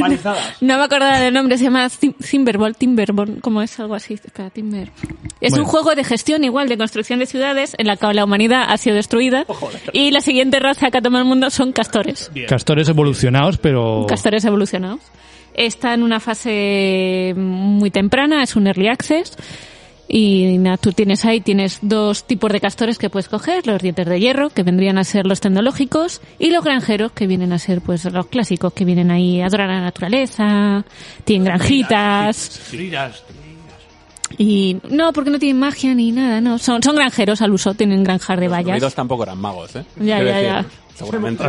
No me acordaba del nombre, se llama Tim- Timberball, Timberball, como es algo así. Espera, Timber. Es Bueno. un juego de gestión igual, de construcción de ciudades, en la que la humanidad ha sido destruida. y la siguiente raza que ha tomado el mundo son castores. Castores evolucionados, pero. Castores evolucionados. Está en una fase muy temprana, es un early access. Y nada, tú tienes ahí, tienes dos tipos de castores que puedes coger, los dientes de hierro, que vendrían a ser los tecnológicos, y los granjeros, que vienen a ser pues los clásicos, que vienen ahí, adoran la naturaleza, tienen granjitas, Tiras. y no, porque no tienen magia ni nada, no, son, son granjeros al uso, tienen granjas de Los vallas. druidos tampoco eran magos, ¿eh? Ya, Quiero ya, decir, ya. Seguramente.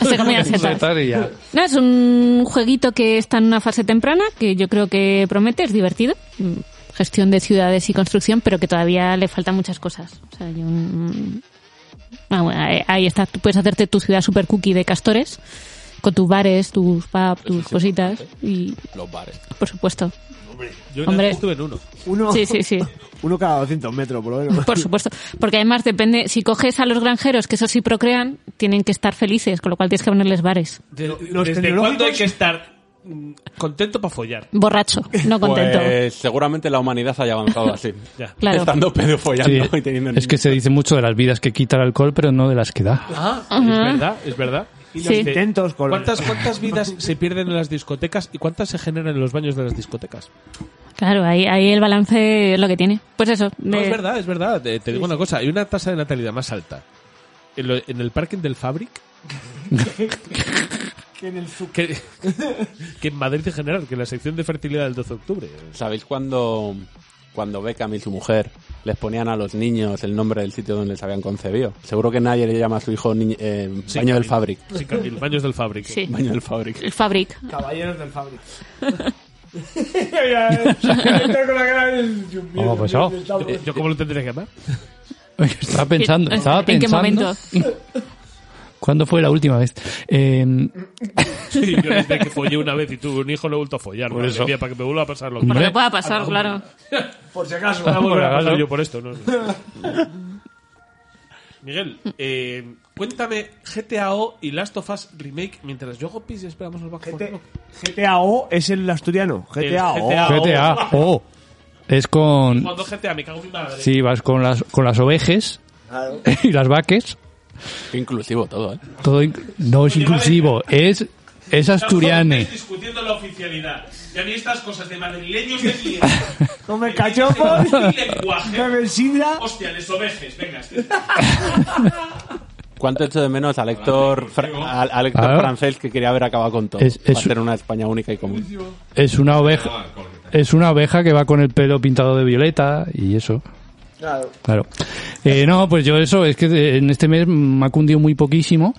Se comían setas. y ya. No, es un jueguito que está en una fase temprana, que yo creo que promete, es divertido. Mm, Gestión de ciudades y construcción, pero que todavía le faltan muchas cosas. O sea, hay un- Ah, bueno, ahí- ahí está. Tú puedes hacerte tu ciudad super cookie de castores, con tus bares, tus pubs, tus cositas, y Los bares. por supuesto. Yo Hombre. estuve en uno. Uno, Sí, sí, sí. Uno cada 200 metros, por lo menos. Por supuesto. Porque además depende, si coges a los granjeros, que eso sí procrean, tienen que estar felices, con lo cual tienes que ponerles bares. ¿Desde tecnológicos- cuándo hay que estar mm, contento para follar? Borracho, no contento. Pues seguramente la humanidad haya avanzado así. Claro. Estando pedo follando Sí. y teniendo... Es que se dice mucho de las vidas que quita el alcohol, pero no de las que da. Ah, Ajá. es verdad, es verdad. Y los Sí. intentos con- ¿Cuántas, ¿Cuántas vidas se pierden en las discotecas y cuántas se generan en los baños de las discotecas? Claro, ahí, ahí el balance es lo que tiene. Pues eso. No, de- es verdad, es verdad. Eh, Te, te digo una cosa, hay una tasa de natalidad más alta en, lo- en el parking del Fabric Que en el su- que, que en Madrid en general, que en la sección de fertilidad del 12 de octubre. eh, ¿Sabéis cuando, cuando Beckham y su mujer les ponían a los niños el nombre del sitio donde les habían concebido? Seguro que nadie le llama a su hijo ni- eh, Sí, Baño del Camil. Fabric. Sí, Camil, baños del Fabric. Pues Sí. Baño del Fabric. El Fabric. Caballeros del Fabric. Mira, eh, está con la cara de- Dios mío, Oh, pues, Dios oh. mío, está- Eh, ¿Yo cómo lo tendría que llamar? Estaba pensando, estaba ¿En qué pensando. momento? ¿Cuándo fue la última vez? Eh, Sí, yo desde que follé una vez y tuve un hijo no he vuelto a follar. Por eso. para que me vuelva a pasar lo Para mismo. Ah, que pueda pasar, claro. Por si acaso. Ahora volverá a Por pasar acaso. yo por esto, ¿no? Miguel, eh, cuéntame GTAO y Last of Us Remake mientras yo hago pis y esperamos los back for Block. GTAO es el asturiano. GTAO. GTA. GTA, oh, es con. Cuando GTA, me cago en mi madre. Sí, vas con las, con las ovejes Claro. y las vaques. Qué inclusivo todo, ¿eh? Todo in- no es inclusivo, es, es asturiane. Estáis discutiendo la oficialidad. Ya ni estas cosas de madrileños de mierda. Este Come cachopos, bebe sidra. Hostia, les ovejes, venga. este. ¿Cuánto echo de menos al Héctor, Fra- al, al Héctor Claro. francés que quería haber acabado con todo? Es- es- Va a ser una España única y común. Es una oveja. Es una oveja que va con el pelo pintado de violeta y eso. Claro. Claro. Eh, no, pues yo eso, es que eh, en este mes me ha cundido muy poquísimo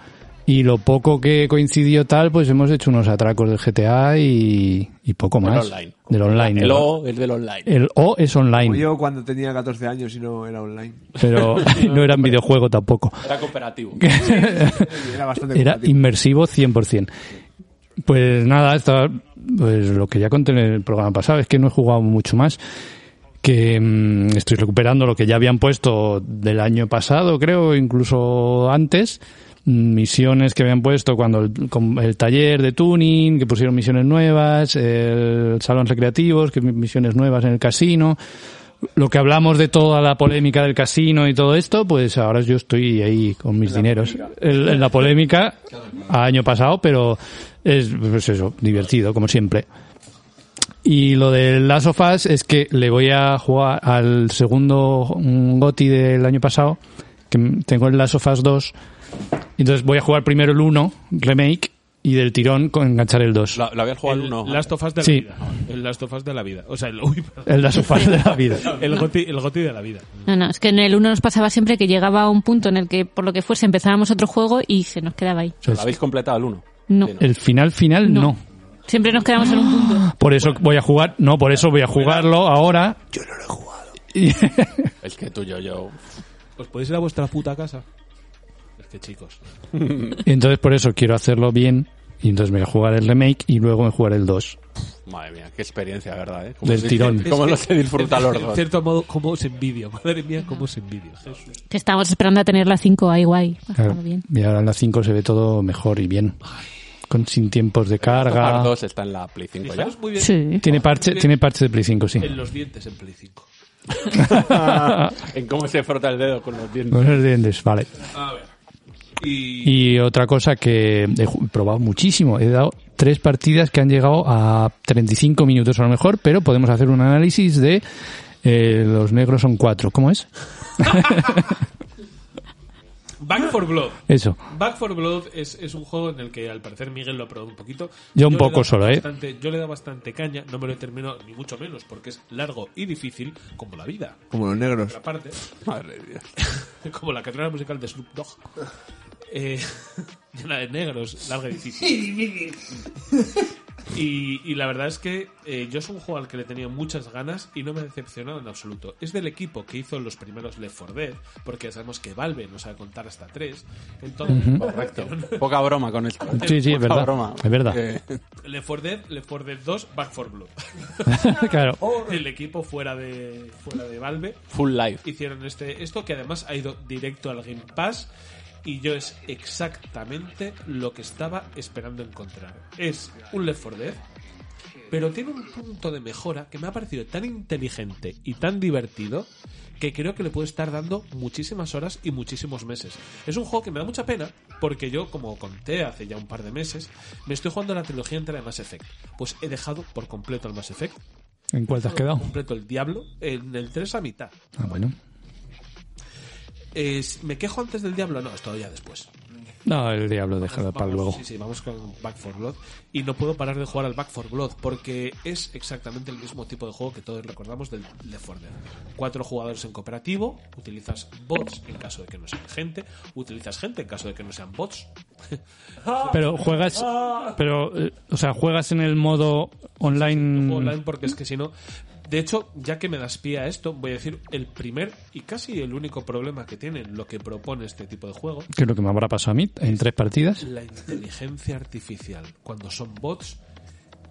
y lo poco que coincidió tal, pues hemos hecho unos atracos del GTA y, y poco Del más. online. Del online. El ¿no? O es del online. El O es Como online, yo cuando tenía 14 años y no era online. pero no era en videojuego tampoco. Era cooperativo. Era bastante Era compatible. inmersivo 100%. Pues nada, esta- pues lo que ya conté en el programa pasado es que no he jugado mucho más. Que mm, estoy recuperando lo que ya habían puesto del año pasado, creo, incluso antes. Mm, Misiones que habían puesto cuando el, con el taller de tuning, que pusieron misiones nuevas, el salón recreativos, que misiones nuevas en el casino lo que hablamos de toda la polémica del casino y todo esto, pues ahora yo estoy ahí con mis dineros. El- en la polémica, año pasado, pero es pues eso, divertido, como siempre. Y lo de Last of Us es que le voy a jugar al segundo mm, GOTI del año pasado, que m- tengo el Last of Us 2. Entonces voy a jugar primero el 1, remake, y del tirón con enganchar el 2. Lo, lo había jugado el uno. Last of Us de la Sí. vida. El Last of Us de la vida. O sea, el, uy, perdón. El Last of Us de la vida. El goti, el goti de la vida. No, no, es que en el 1 nos pasaba siempre que llegaba a un punto en el que, por lo que fuese, empezábamos otro juego y se nos quedaba ahí. ¿Lo habéis completado el 1? No. El final final no. Siempre nos quedamos en un punto. Por eso voy a jugar. No, por eso voy a jugarlo ahora. Yo no lo he jugado. Es que tú, yo, yo. Os podéis ir a vuestra puta casa. Es que chicos. entonces por eso quiero hacerlo bien. Y entonces me voy a jugar el remake y luego me jugaré el 2. Madre mía, qué experiencia, ¿verdad? Eh? Del se- tirón. ¿Cómo Es no que- se disfruta los En dos? cierto modo, cómo os envidio. Madre mía, cómo os envidio. Jesús. Que estábamos esperando a tener la 5 ahí guay. Ha Claro. estado bien. Y ahora en la 5 se ve todo mejor y bien. Con, sin tiempos de Par carga. 2 está en la Play 5 ya. Fijaros muy bien. Tiene parche, tiene parche de Play 5, sí. En los dientes en Play 5. en cómo se frota el dedo con los dientes. Buenos dientes, vale. A ver. Y otra cosa que he ju- probado muchísimo, he dado tres partidas que han llegado a 35 minutos a lo mejor, pero podemos hacer un análisis de eh, los negros son cuatro, ¿cómo es? Back for Blood. Eso. Back for Blood es, es un juego en el que al parecer Miguel lo ha probado un poquito. Yo un le he poco dado solo, ¿eh? bastante- Yo le da bastante caña, no me lo he terminado ni mucho menos, porque es largo y difícil como la vida. Como los negros. Otra parte. Madre mía. Como la carrera musical de Snoop Dogg. Eh, llena de negros, larga y difícil. Y, y la verdad es que eh, yo es un juego al que le tenía muchas ganas y no me ha decepcionado en absoluto. Es del equipo que hizo los primeros Left 4 Dead, porque ya sabemos que Valve no sabe contar hasta 3. Entonces, Ujú. Correcto. Poca broma con esto. Sí, sí, es Poca verdad. broma. Es verdad. Eh, Left 4 Dead, Left 4 Dead 2, Back 4 Blood. Claro. El equipo fuera de, fuera de Valve. Full life. Hicieron este, esto que además ha ido directo al Game Pass. Y yo es exactamente lo que estaba esperando encontrar. Es un Left 4 Dead, pero tiene un punto de mejora que me ha parecido tan inteligente y tan divertido que creo que le puede estar dando muchísimas horas y muchísimos meses. Es un juego que me da mucha pena porque yo, como conté hace ya un par de meses, me estoy jugando la trilogía entera de Mass Effect. Pues he dejado por completo el Mass Effect. ¿En cuál te has He dejado quedado? por completo el Diablo en el 3 a mitad. Ah, bueno. Es- ¿Me quejo antes del Diablo? No, es todavía después. No, el diablo, déjalo Vamos- para luego. Sí, sí, vamos con Back for Blood. Y no puedo parar de jugar al Back for Blood porque es exactamente el mismo tipo de juego que todos recordamos del Left 4 Dead. Cuatro jugadores en cooperativo, utilizas bots en caso de que no sean gente, utilizas gente en caso de que no sean bots. Pero juegas, pero, eh, o sea, juegas en el modo online. juego online porque es que si no. De hecho, ya que me das pie a esto, voy a decir el primer y casi el único problema que tiene lo que propone este tipo de juego que es lo que me habrá pasado a mí en tres partidas. La inteligencia artificial, cuando son bots,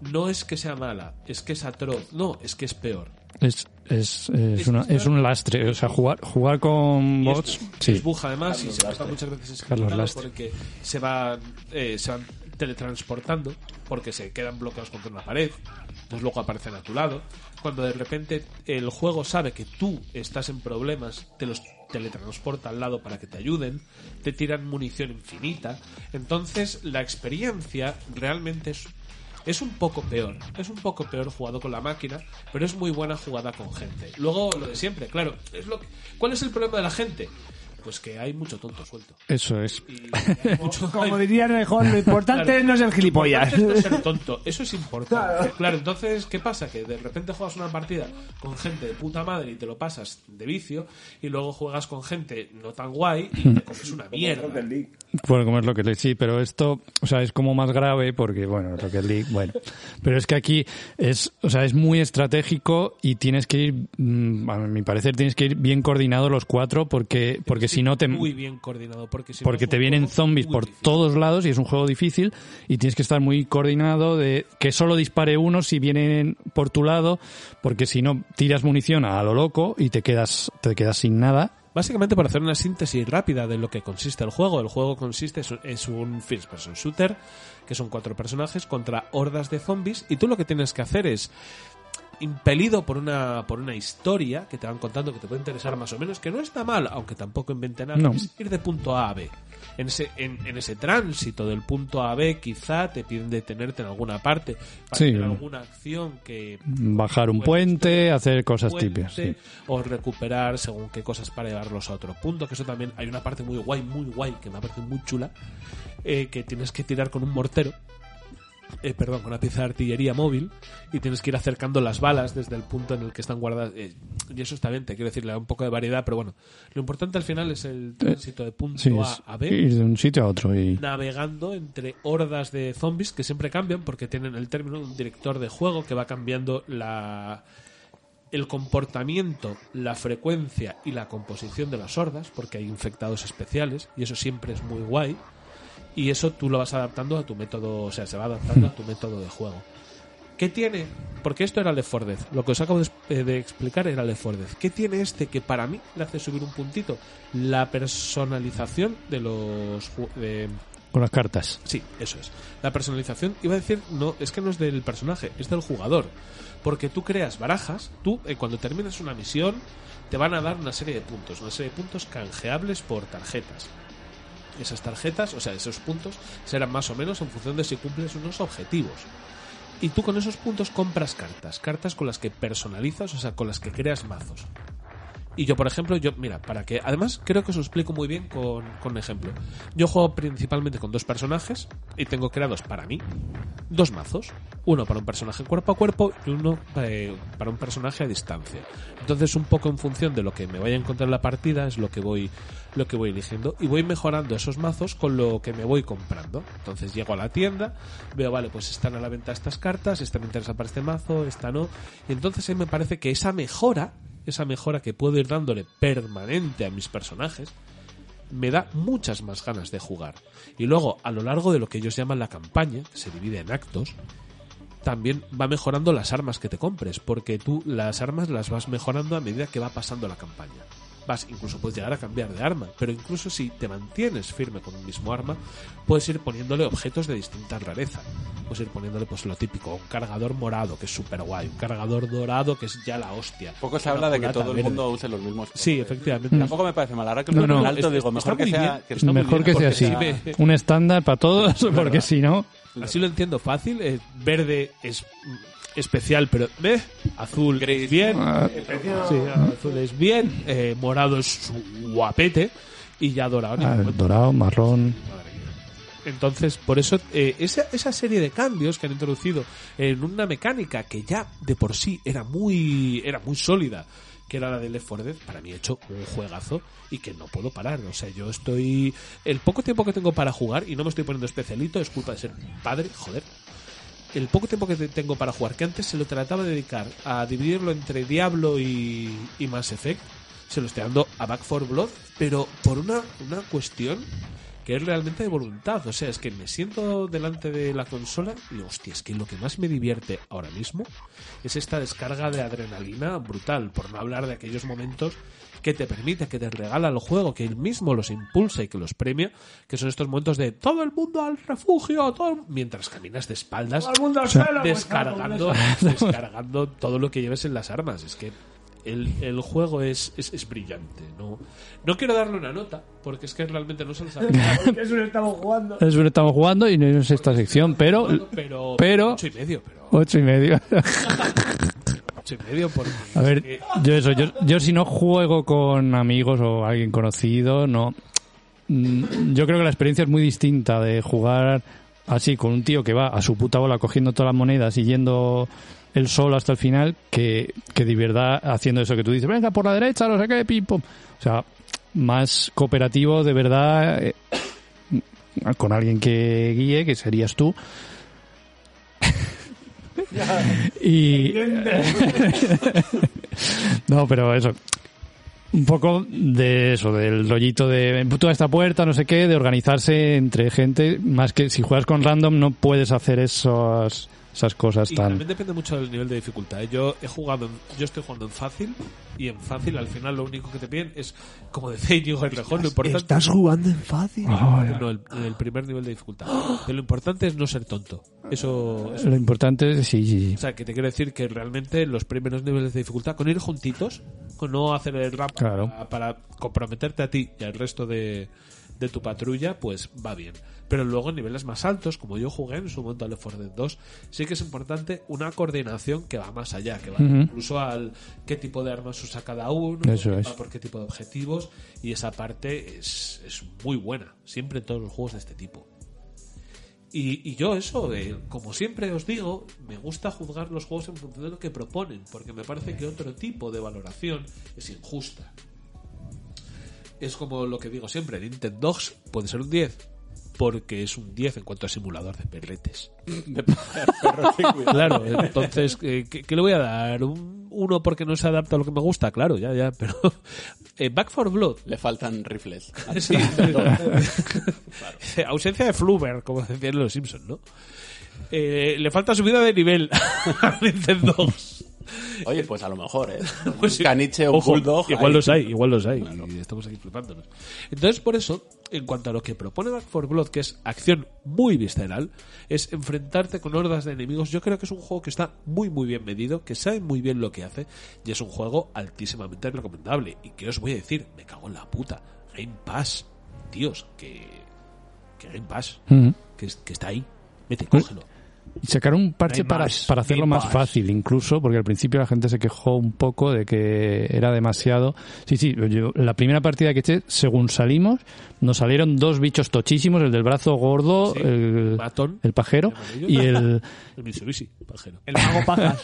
no es que sea mala, es que es atroz. No, es que es peor. Es, es, es, una- es un lastre. O sea, jugar, jugar con Y es- bots. es Sí. buja, además y se pasa muchas veces Carlos esclavizado Lastre. porque se van, eh, se van teletransportando porque se quedan bloqueados contra una pared entonces luego aparecen a tu lado cuando de repente el juego sabe que tú estás en problemas te los teletransporta al lado para que te ayuden te tiran munición infinita entonces la experiencia realmente es es un poco peor, es un poco peor jugado con la máquina, pero es muy buena jugada con gente. Luego lo de siempre, claro, es lo que- ¿cuál es el problema de la gente? Pues que hay mucho tonto suelto. Eso es. Mucho- Como diría mejor, lo importante Claro. no es el gilipollas. Lo importante es no ser tonto, eso es importante. Claro. entonces, ¿qué pasa? Que de repente juegas una partida con gente de puta madre y te lo pasas de vicio, y luego juegas con gente no tan guay y te coges una mierda. Bueno, como es lo que le sí, pero esto, o sea, es como más grave porque, bueno, lo que League, bueno. Pero es que aquí es, o sea, es muy estratégico y tienes que ir, mm, a mi parecer, tienes que ir bien coordinado los cuatro porque, porque si no te, Muy bien coordinado, porque si no porque es te un vienen juego zombies muy por difícil. todos lados y es un juego difícil y tienes que estar muy coordinado de que solo dispare uno si vienen por tu lado porque si no tiras munición a lo loco y te quedas, te quedas sin nada Básicamente, para hacer una síntesis rápida de lo que consiste el juego, el juego consiste, es- es un first person shooter, que son cuatro personajes contra hordas de zombies, y tú lo que tienes que hacer es impelido por una por una historia que te van contando que te puede interesar más o menos que no está mal aunque tampoco invente nada No. es ir de punto A a B en ese en, en ese tránsito del punto A a B quizá te piden detenerte en alguna parte para Sí. Mm. hacer alguna acción que bajar un puente, hacer cosas típicas. sí. puente, o recuperar según qué cosas para llevarlos a otro punto que eso también hay una parte muy guay muy guay que me ha parecido muy chula eh, que tienes que tirar con un mortero eh, perdón, con una pieza de artillería móvil y tienes que ir acercando las balas desde el punto en el que están guardadas. eh, y eso está bien, te quiero decir, le da un poco de variedad, pero bueno, lo importante al final es el tránsito de punto Eh, Sí, A es a B ir de un sitio a otro y... navegando entre hordas de zombies que siempre cambian porque tienen el término de un director de juego que va cambiando la el comportamiento, la frecuencia y la composición de las hordas porque hay infectados especiales y eso siempre es muy guay y eso tú lo vas adaptando a tu método, o sea, se va adaptando a tu método de juego. ¿Qué tiene? Porque esto era Left 4 Dead. Lo que os acabo de, eh, de explicar era Left 4 Dead. ¿Qué tiene este que para mí le hace subir un puntito? La personalización de los... ju- de- Con las cartas. Sí, eso es. La personalización, iba a decir, no, es que no es del personaje, es del jugador. Porque tú creas barajas, tú eh, cuando terminas una misión te van a dar una serie de puntos, una serie de puntos canjeables por tarjetas. Esas tarjetas, o sea, esos puntos, serán más o menos en función de si cumples unos objetivos. Y tú con esos puntos compras cartas, cartas con las que personalizas, o sea, con las que creas mazos. Y yo, por ejemplo, yo, mira, para que. Además, creo que os lo explico muy bien con, con un ejemplo. Yo juego principalmente con dos personajes y tengo creados para mí dos mazos. Uno para un personaje cuerpo a cuerpo y uno eh, para un personaje a distancia. Entonces, un poco en función de lo que me vaya a encontrar en la partida, es lo que voy, lo que voy eligiendo. Y voy mejorando esos mazos con lo que me voy comprando. Entonces llego a la tienda, veo, vale, pues están a la venta estas cartas, esta me interesa para este mazo, esta no. Y entonces ahí me parece que esa mejora esa mejora que puedo ir dándole permanente a mis personajes, me da muchas más ganas de jugar. Y luego, a lo largo de lo que ellos llaman la campaña, que se divide en actos, también va mejorando las armas que te compres, porque tú las armas las vas mejorando a medida que va pasando la campaña. Vas, incluso puedes llegar a cambiar de arma, pero incluso si te mantienes firme con un mismo arma, puedes ir poniéndole objetos de distinta rareza. Puedes ir poniéndole pues lo típico, un cargador morado, que es súper guay, un cargador dorado, que es ya la hostia. Poco se una habla de que culata todo el verde. mundo use los mismos. Sí, efectivamente. Tampoco me parece mal. Ahora que lo eh. No, ponen no. alto, Es- digo, está mejor que muy sea, bien. que Está muy bien, Mejor que sea así. porque sí. Un estándar para todos, porque verdad. si no... Así lo entiendo fácil. eh, verde es mm, especial, pero eh, azul es bien. Ah. Sí, azul es bien. eh, morado es guapete. Y ya dorado. ni ah, me cuento. dorado, marrón... Entonces, por eso, eh, esa, esa serie de cambios que han introducido en una mecánica que ya de por sí era muy, era muy sólida, que era la de Left 4 Dead, para mí he hecho un juegazo y que no puedo parar. O sea, yo estoy. El poco tiempo que tengo para jugar, y no me estoy poniendo especialito, es culpa de ser padre, joder. El poco tiempo que te- tengo para jugar, que antes se lo trataba de dedicar a dividirlo entre Diablo y, y Mass Effect, se lo estoy dando a Back 4 Blood, pero por una, una cuestión que es realmente de voluntad. O sea, es que me siento delante de la consola y digo, hostia, es que lo que más me divierte ahora mismo es esta descarga de adrenalina brutal, por no hablar de aquellos momentos que te permite, que te regala el juego, que él mismo los impulsa y que los premia, que son estos momentos de todo el mundo al refugio, todo el-", mientras caminas de espaldas, Todo el mundo al suelo, pues, claro, descargando, descargando todo lo que lleves en las armas. Es que el, el juego es, es, es brillante. No, no quiero darle una nota, porque es que realmente no se lo sabe. Eso lo estamos jugando. Es lo estamos jugando y no es esta sección, pero... Pero- Pero... ocho y medio, pero- Ocho y medio. Ocho y medio porque A es ver, que- yo eso, yo, yo si no juego con amigos o alguien conocido, no. Mm, Yo creo que la experiencia es muy distinta de jugar así con un tío que va a su puta bola cogiendo todas las monedas y yendo el solo hasta el final, que, que de verdad haciendo eso que tú dices, venga por la derecha, no sé qué, pim, pum. O sea, más cooperativo de verdad, eh, con alguien que guíe, que serías tú. y no pero eso un poco de eso del rollito de tú a esta puerta no sé qué de organizarse entre gente más que si juegas con random no puedes hacer esas esas cosas Y tan también depende mucho del nivel de dificultad. ¿eh? Yo he jugado, en- yo estoy jugando en fácil y en fácil al final lo único que te piden es, como decía Diego Errejón, lo importante. Estás jugando en fácil. No, el, el primer nivel de dificultad. Pero lo importante es no ser tonto. Eso, eso- lo importante es sí, sí, sí. O sea, que te quiero decir que realmente los primeros niveles de dificultad, con ir juntitos, con no hacer el rap Claro. para, para comprometerte a ti y al resto de, de tu patrulla, pues va bien. Pero luego en niveles más altos, como yo jugué en su momento al Left 4 Dead 2, sí que es importante una coordinación que va más allá, que va Ujú. incluso al qué tipo de armas usa cada uno, Eso qué es. va por qué tipo de objetivos, y esa parte es, es muy buena, siempre en todos los juegos de este tipo. Y, y yo eso, de, como siempre os digo, me gusta juzgar los juegos en función de lo que proponen, porque me parece que otro tipo de valoración es injusta. Es como lo que digo siempre, Nintendo puede ser un 10, porque es un 10 en cuanto a simulador de perretes. claro, entonces, eh, ¿qué, qué le voy a dar? ¿Un uno porque no se adapta a lo que me gusta? Claro, ya, ya, pero... eh, Back for Blood. Le faltan rifles. Sí. Eh, Ausencia de Flubber, como decían los Simpsons, ¿no? Eh, le falta subida de nivel a Nintendo. Oye, pues a lo mejor, ¿eh? Pues sí. un caniche, un Ojo, bulldog. Igual ahí. los hay, igual los hay. Y estamos aquí flipándonos. Entonces, por eso, en cuanto a lo que propone Back 4 Blood, que es acción muy visceral, es enfrentarte con hordas de enemigos. Yo creo que es un juego que está muy, muy bien medido, que sabe muy bien lo que hace, y es un juego altísimamente recomendable. ¿Y que os voy a decir? Me cago en la puta. Game Pass. Dios, que. Que Game Pass. Ujú. que, es- que está ahí. Vete, cógelo. Y sacaron un parche Hay para, más, para hacerlo hay más más. fácil, incluso, porque al principio la gente se quejó un poco de que era demasiado. Sí, sí, yo- la primera partida que eché, según salimos, nos salieron dos bichos tochísimos: el del brazo gordo, el, Pues, eh, el pajero, y el, El Mitsubishi, pajero. El mago pajas.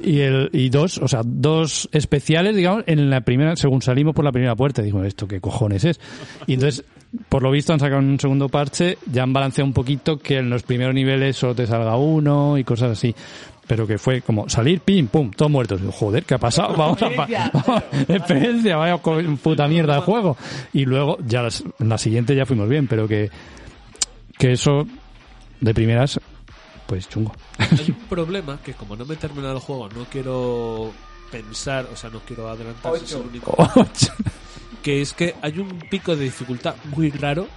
y el y dos, o sea, dos especiales, digamos, en la primera, según salimos por la primera puerta, digo, esto qué cojones es. Y entonces, por lo visto han sacado un segundo parche, ya han balanceado un poquito que en los primeros niveles solo te salga uno y cosas así. Pero que fue como salir, pim, pum, todos muertos. Digo, Joder, ¿qué ha pasado? Vamos a pa- experiencia, vaya co- puta mierda de juego. Y luego, ya las- en la siguiente ya fuimos bien, pero que, que eso, de primeras, pues chungo. Hay un problema que como no me he terminado el juego, no quiero pensar, o sea, no quiero adelantar si es el único. Ocho. Que es que hay un pico de dificultad muy raro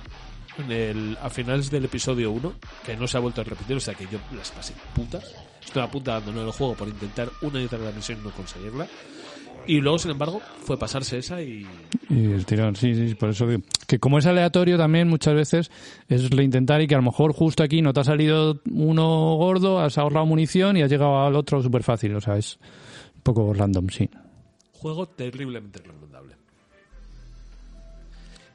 en el, a finales del episodio 1, que no se ha vuelto a repetir, o sea que yo las pasé putas. Estoy a punto de abandonar el juego por intentar una y otra la misión y no conseguirla. Y luego, sin embargo, fue pasarse esa y... Y el tirón, sí, sí, por eso digo. Que como es aleatorio también muchas veces es lo intentar y que a lo mejor justo aquí no te ha salido uno gordo, has ahorrado munición y has llegado al otro súper fácil. O sea, es un poco random, sí. Juego terriblemente recomendable.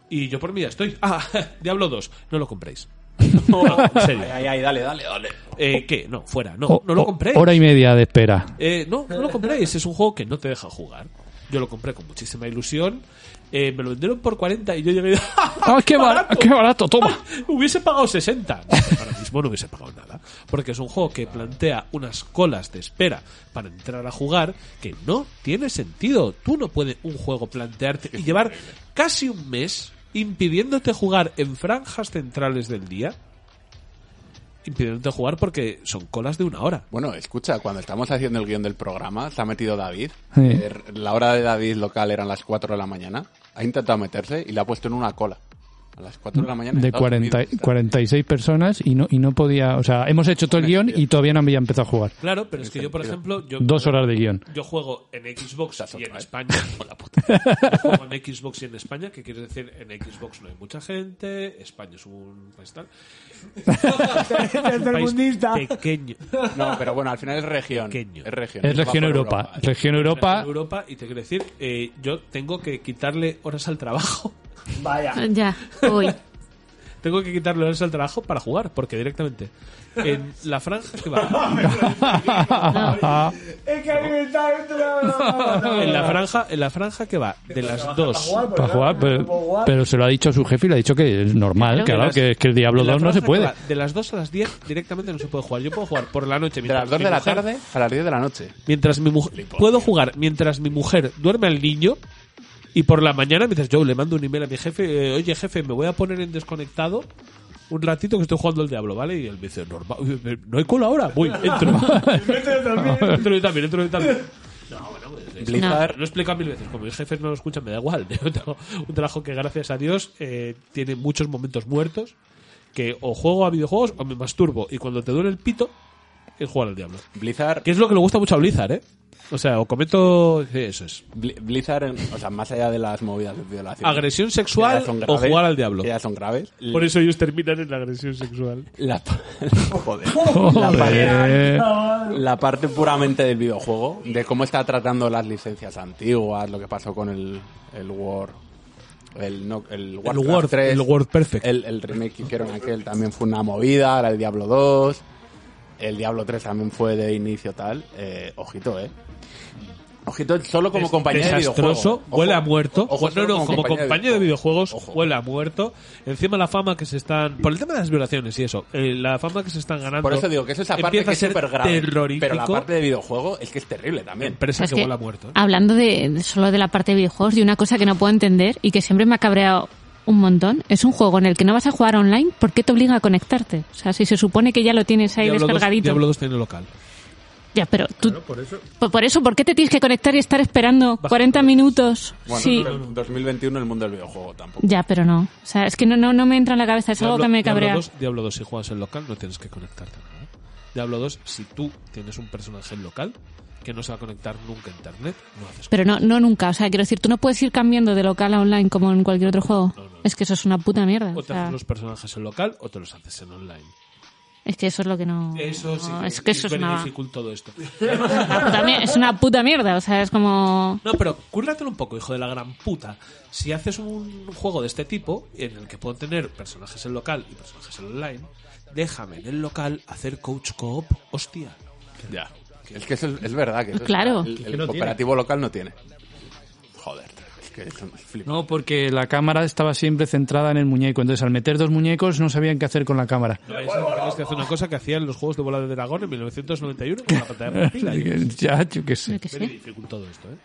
Y yo por mí ya estoy. Ah, Diablo 2, no lo compréis. No, en serio. Ay, ay, dale, dale, dale. Eh, ¿Qué? No, fuera. No, O- no lo o- compréis. Oh. Hora y media de espera. Eh, no, no lo compréis. Es un juego que no te deja jugar. Yo lo compré con muchísima ilusión. Eh, me lo vendieron por 40 y yo llegué. ¡Ah, qué barato! ¡Qué barato! ¡Toma! hubiese pagado 60. Ahora mismo no hubiese pagado nada. Porque es un juego que plantea unas colas de espera para entrar a jugar que no tiene sentido. Tú no puedes un juego plantearte y llevar casi un mes impidiéndote jugar en franjas centrales del día. Impidiéndote jugar porque son colas de una hora. Bueno, escucha, cuando estamos haciendo el guión del programa, se ha metido David. Sí. Eh, La hora de David local eran las 4 de la mañana. Ha intentado meterse y la ha puesto en una cola. A las 4 de la mañana. en De Estados 40, Unidos. 46 personas y no, y no podía. O sea, hemos hecho todo el guión y todavía no había empezado a jugar. Claro, pero es que yo, por ejemplo, yo, Dos horas de guión. yo juego en Xbox y en España. Hola, puta. Yo juego en Xbox y en España, que quiere decir en Xbox no hay mucha gente, España es un país tal. Es un país Tercermundista. Pequeño. No, pero bueno, al final es región. Es región. Es Va región por Europa. Región Europa. Región Europa, y te quiero decir, eh, yo tengo que quitarle horas al trabajo. Vaya. Ya, uy. Tengo que quitarle horas al trabajo para jugar, porque directamente en la franja que va. Es que a mí me está en la franja, en la franja que va de las dos Para jugar, pero, pero se lo ha dicho su jefe y le ha dicho que es normal, Claro. que, De claro, las- que, es que el Diablo de la 2 no se franja puede. que va De las 2 a las 10 directamente no se puede jugar. Yo puedo jugar por la noche. De las 2 de la tarde a las 10 de la noche. Mientras mi mujer... Puedo jugar mientras mi mujer duerme al niño y por la mañana me dices, yo le mando un email a mi jefe, eh, oye jefe, me voy a poner en desconectado un ratito que estoy jugando el Diablo, ¿vale? Y él me dice, normal, eh, no hay cola ahora. Voy, entro. entro yo también, entro yo también. Blizzard. Lo he explicado mil veces. Como mis jefes no lo escuchan, me da igual. Yo tengo un trabajo que, gracias a Dios, eh, tiene muchos momentos muertos. Que o juego a videojuegos o me masturbo. Y cuando te duele el pito, es jugar al diablo. Blizzard. Que es lo que le gusta mucho a Blizzard, ¿eh? O sea, o cometo. sí, eso es. Bli- Blizzard, en- o sea, más allá de las movidas de violación. Agresión sexual o jugar al diablo. Ya son graves. Por eso ellos terminan en la agresión sexual. La, joder. La Joder. Eh, parte, la parte puramente del videojuego, de cómo está tratando las licencias antiguas, lo que pasó con el, el War El, no- el El Warcraft Word, 3, el Word Perfect. el, el remake que hicieron aquel también fue una movida, ahora el Diablo 2, el Diablo 3 también fue de inicio tal. Eh, ojito, eh. Ojito, solo como Es compañía de desastroso, videojuego. Ojo, huele a muerto. ojo, no, solo no, como, como compañía, compañía de videojuegos, huele a muerto. Encima la fama que se están. Por el tema de las violaciones y eso, eh, la fama que se están ganando. Por eso digo que eso es esa parte empieza que a es ser súper grave. terrorífico. Pero la parte de videojuego es que es terrible también. Empresa Es que, que- huele a muerto. ¿eh? Hablando de, de solo de la parte de videojuegos, de una cosa que no puedo entender y que siempre me ha cabreado un montón, es un juego en el que no vas a jugar online, ¿por qué te obliga a conectarte? O sea, si se supone que ya lo tienes ahí Diablo 2, descargadito. Diablo 2 tiene local. Ya, pero tú, por eso. por, por eso, ¿por qué te tienes que conectar y estar esperando 40 minutos? Bueno, Sí. pero en 2021 el mundo del videojuego tampoco. Ya, pero no. O sea, es que no, no, no me entra en la cabeza, es algo que me cabrea. Diablo 2, Diablo 2, si juegas en local, no tienes que conectarte a nada. ¿eh? Diablo 2, si tú tienes un personaje en local que no se va a conectar nunca a internet, no haces Pero no, no nunca. O sea, quiero decir, tú no puedes ir cambiando de local a online como en cualquier otro juego. Es que eso es una puta mierda. O O te sea, haces los personajes en local o te los haces en online. es que eso es lo que no. Eso sí. no, es que eso es hiper una, difícil todo esto. una puta mier- es una puta mierda. O sea, es como. No, pero cúrratelo un poco, hijo de la gran puta. Si haces un juego de este tipo, en el que puedo tener personajes en local y personajes en online, déjame en el local hacer coach co-op, hostia. Ya. Es que eso es, es verdad que eso es- Pues Claro. el- Que el, no tiene. cooperativo local no tiene. Joder, es que eso me flipa. No, porque la cámara estaba siempre centrada en el muñeco. Entonces, al meter dos muñecos, no sabían qué hacer con la cámara. Tienes que hacer una cosa que hacían los juegos de bola de dragón en 1991 con la pantalla partida. Yo qué sé. ya, yo qué sé. Very difícil todo esto, ¿eh?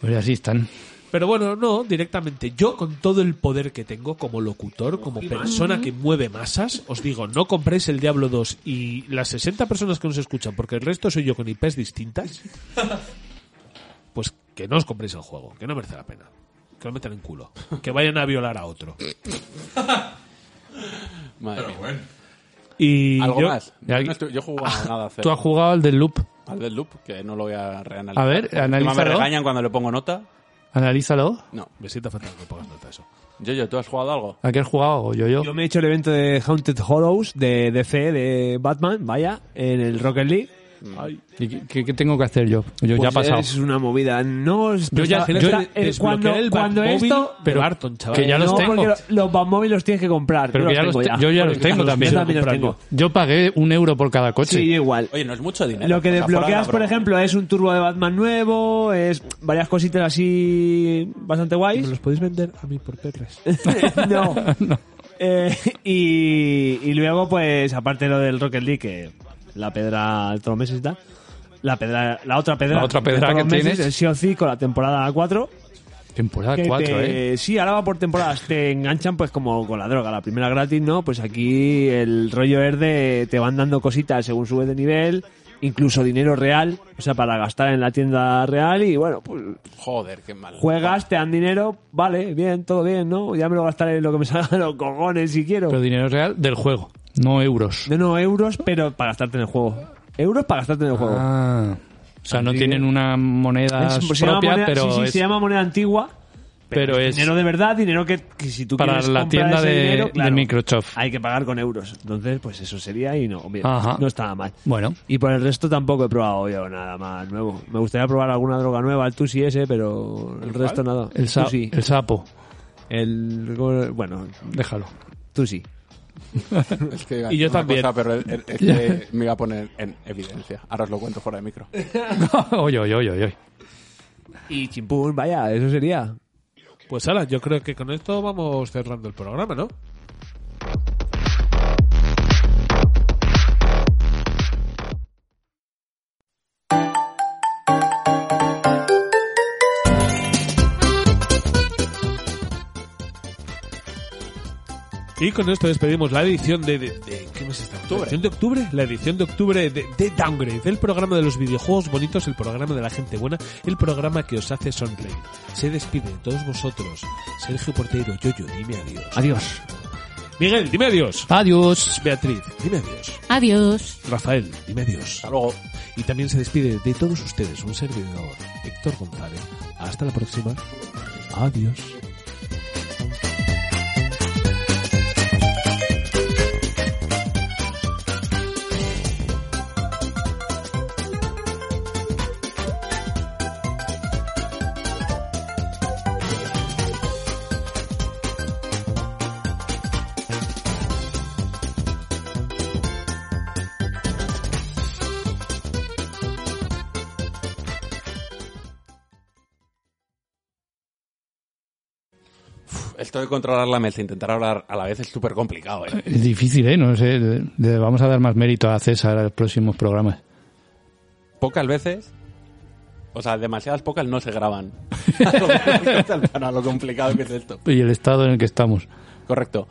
Pues así están. Pero bueno, no, directamente yo con todo el poder que tengo como locutor, como persona que mueve masas, os digo, no compréis el Diablo 2 y las 60 personas que nos escuchan, porque el resto soy yo con IPs distintas, pues que no os compréis el juego, que no merece la pena. Que lo metan en culo. Que vayan a violar a otro. Madre mía. Y ¿Algo yo- más? Ya- Yo, no estoy- yo he jugado a nada. Tú has jugado al del loop. Al del loop, que no lo voy a reanalizar. A ver, Encima Me analízalo. regañan cuando le pongo nota. Analízalo. No. Me sienta fatal que pongas nota eso. Yo, yo, ¿tú has jugado algo? ¿A qué has jugado? Yo, yo. Yo me he hecho el evento de Haunted Hollows de DC, de Batman, vaya, en el Rocket League. ¿Y qué- qué, qué tengo que hacer yo? Yo ya he Pues pasado. Es una movida. No, es- Yo ya- está- yo- está- eh, cuando, desbloqueé el cuando Batmóvil esto. de Barton, chaval. que ya No, los tengo. porque lo- los Batmóvil los tienes que comprar. Pero yo que ya los tengo te- yo ya los Porque tengo también. pues, Yo también los tengo. Yo pagué un euro por cada coche. Sí, yo igual. Oye, no es mucho dinero. Lo que O sea, fuera de la desbloqueas, por broma. ejemplo, es un turbo de Batman nuevo, es varias cositas así bastante guays. ¿Me los podéis vender a mí por perres? no. Eh, y, y luego, pues, aparte de lo del Rocket League, que la pedra todos los meses y tal, La, pedra, la otra pedra. La otra de pedra todos que los meses, tienes. El sí o sí con la temporada 4. Temporada que 4, ¿eh? te- Sí, ahora va por temporadas. Te enganchan, pues, como con la droga. La primera gratis, ¿no? Pues aquí el rollo es de. Te van dando cositas según subes de nivel. Incluso dinero real. O sea, para gastar en la tienda real. Y bueno, pues. Joder, qué mal. Juegas, te dan dinero, vale, bien, todo bien, ¿no? Ya me lo gastaré en lo que me salga de los cojones si quiero. Pero dinero real del juego, no euros. No, no, euros, pero para gastarte en el juego. Euros para gastarte en el juego. Ah. O sea, no tienen una moneda Es- se, llama propia, moneda, pero sí, sí, es se llama moneda antigua. Pero, Pero es, es- dinero de verdad, dinero que, que si tú para quieres la comprar tienda ese de, dinero, de claro, Microsoft. hay que pagar con euros. Entonces, pues eso sería y no, hombre, Ajá. no estaba mal. Bueno, Y por el resto tampoco he probado yo nada más nuevo. Me gustaría probar alguna droga nueva, el Tusi ese, pero el, resto nada. el, sa- Tusi. el sapo, El- ¿cómo- bueno, déjalo. Tusi. Es que iba a Y yo decir una también. cosa, pero es- es que me iba a poner en evidencia. Ahora os lo cuento fuera de micro. oye, oye, oye, oye. Y chimpún, vaya, eso sería. Pues ala, yo creo que con esto vamos cerrando el programa, ¿no? Y con esto despedimos la edición de... de- de- ¿Qué mes está? ¿La edición de octubre? La edición de octubre de, de Downgrade, el programa de los videojuegos bonitos, el programa de la gente buena, el programa que os hace sonreír. Se despide de todos vosotros. Sergio Portero, Yoyo, dime adiós. Adiós. Miguel, dime adiós. Adiós. Beatriz, dime adiós. Adiós. Rafael, dime adiós. Hasta luego. Y también se despide de todos ustedes un servidor, Héctor González. Hasta la próxima. Adiós. Esto de controlar la mesa, intentar hablar a la vez es súper complicado, ¿eh? Es difícil, ¿eh? No sé. le- Le vamos a dar más mérito a César a los próximos programas. Pocas veces, o sea, demasiadas pocas no se graban. Para lo complicado que es esto. Y el estado en el que estamos. Correcto.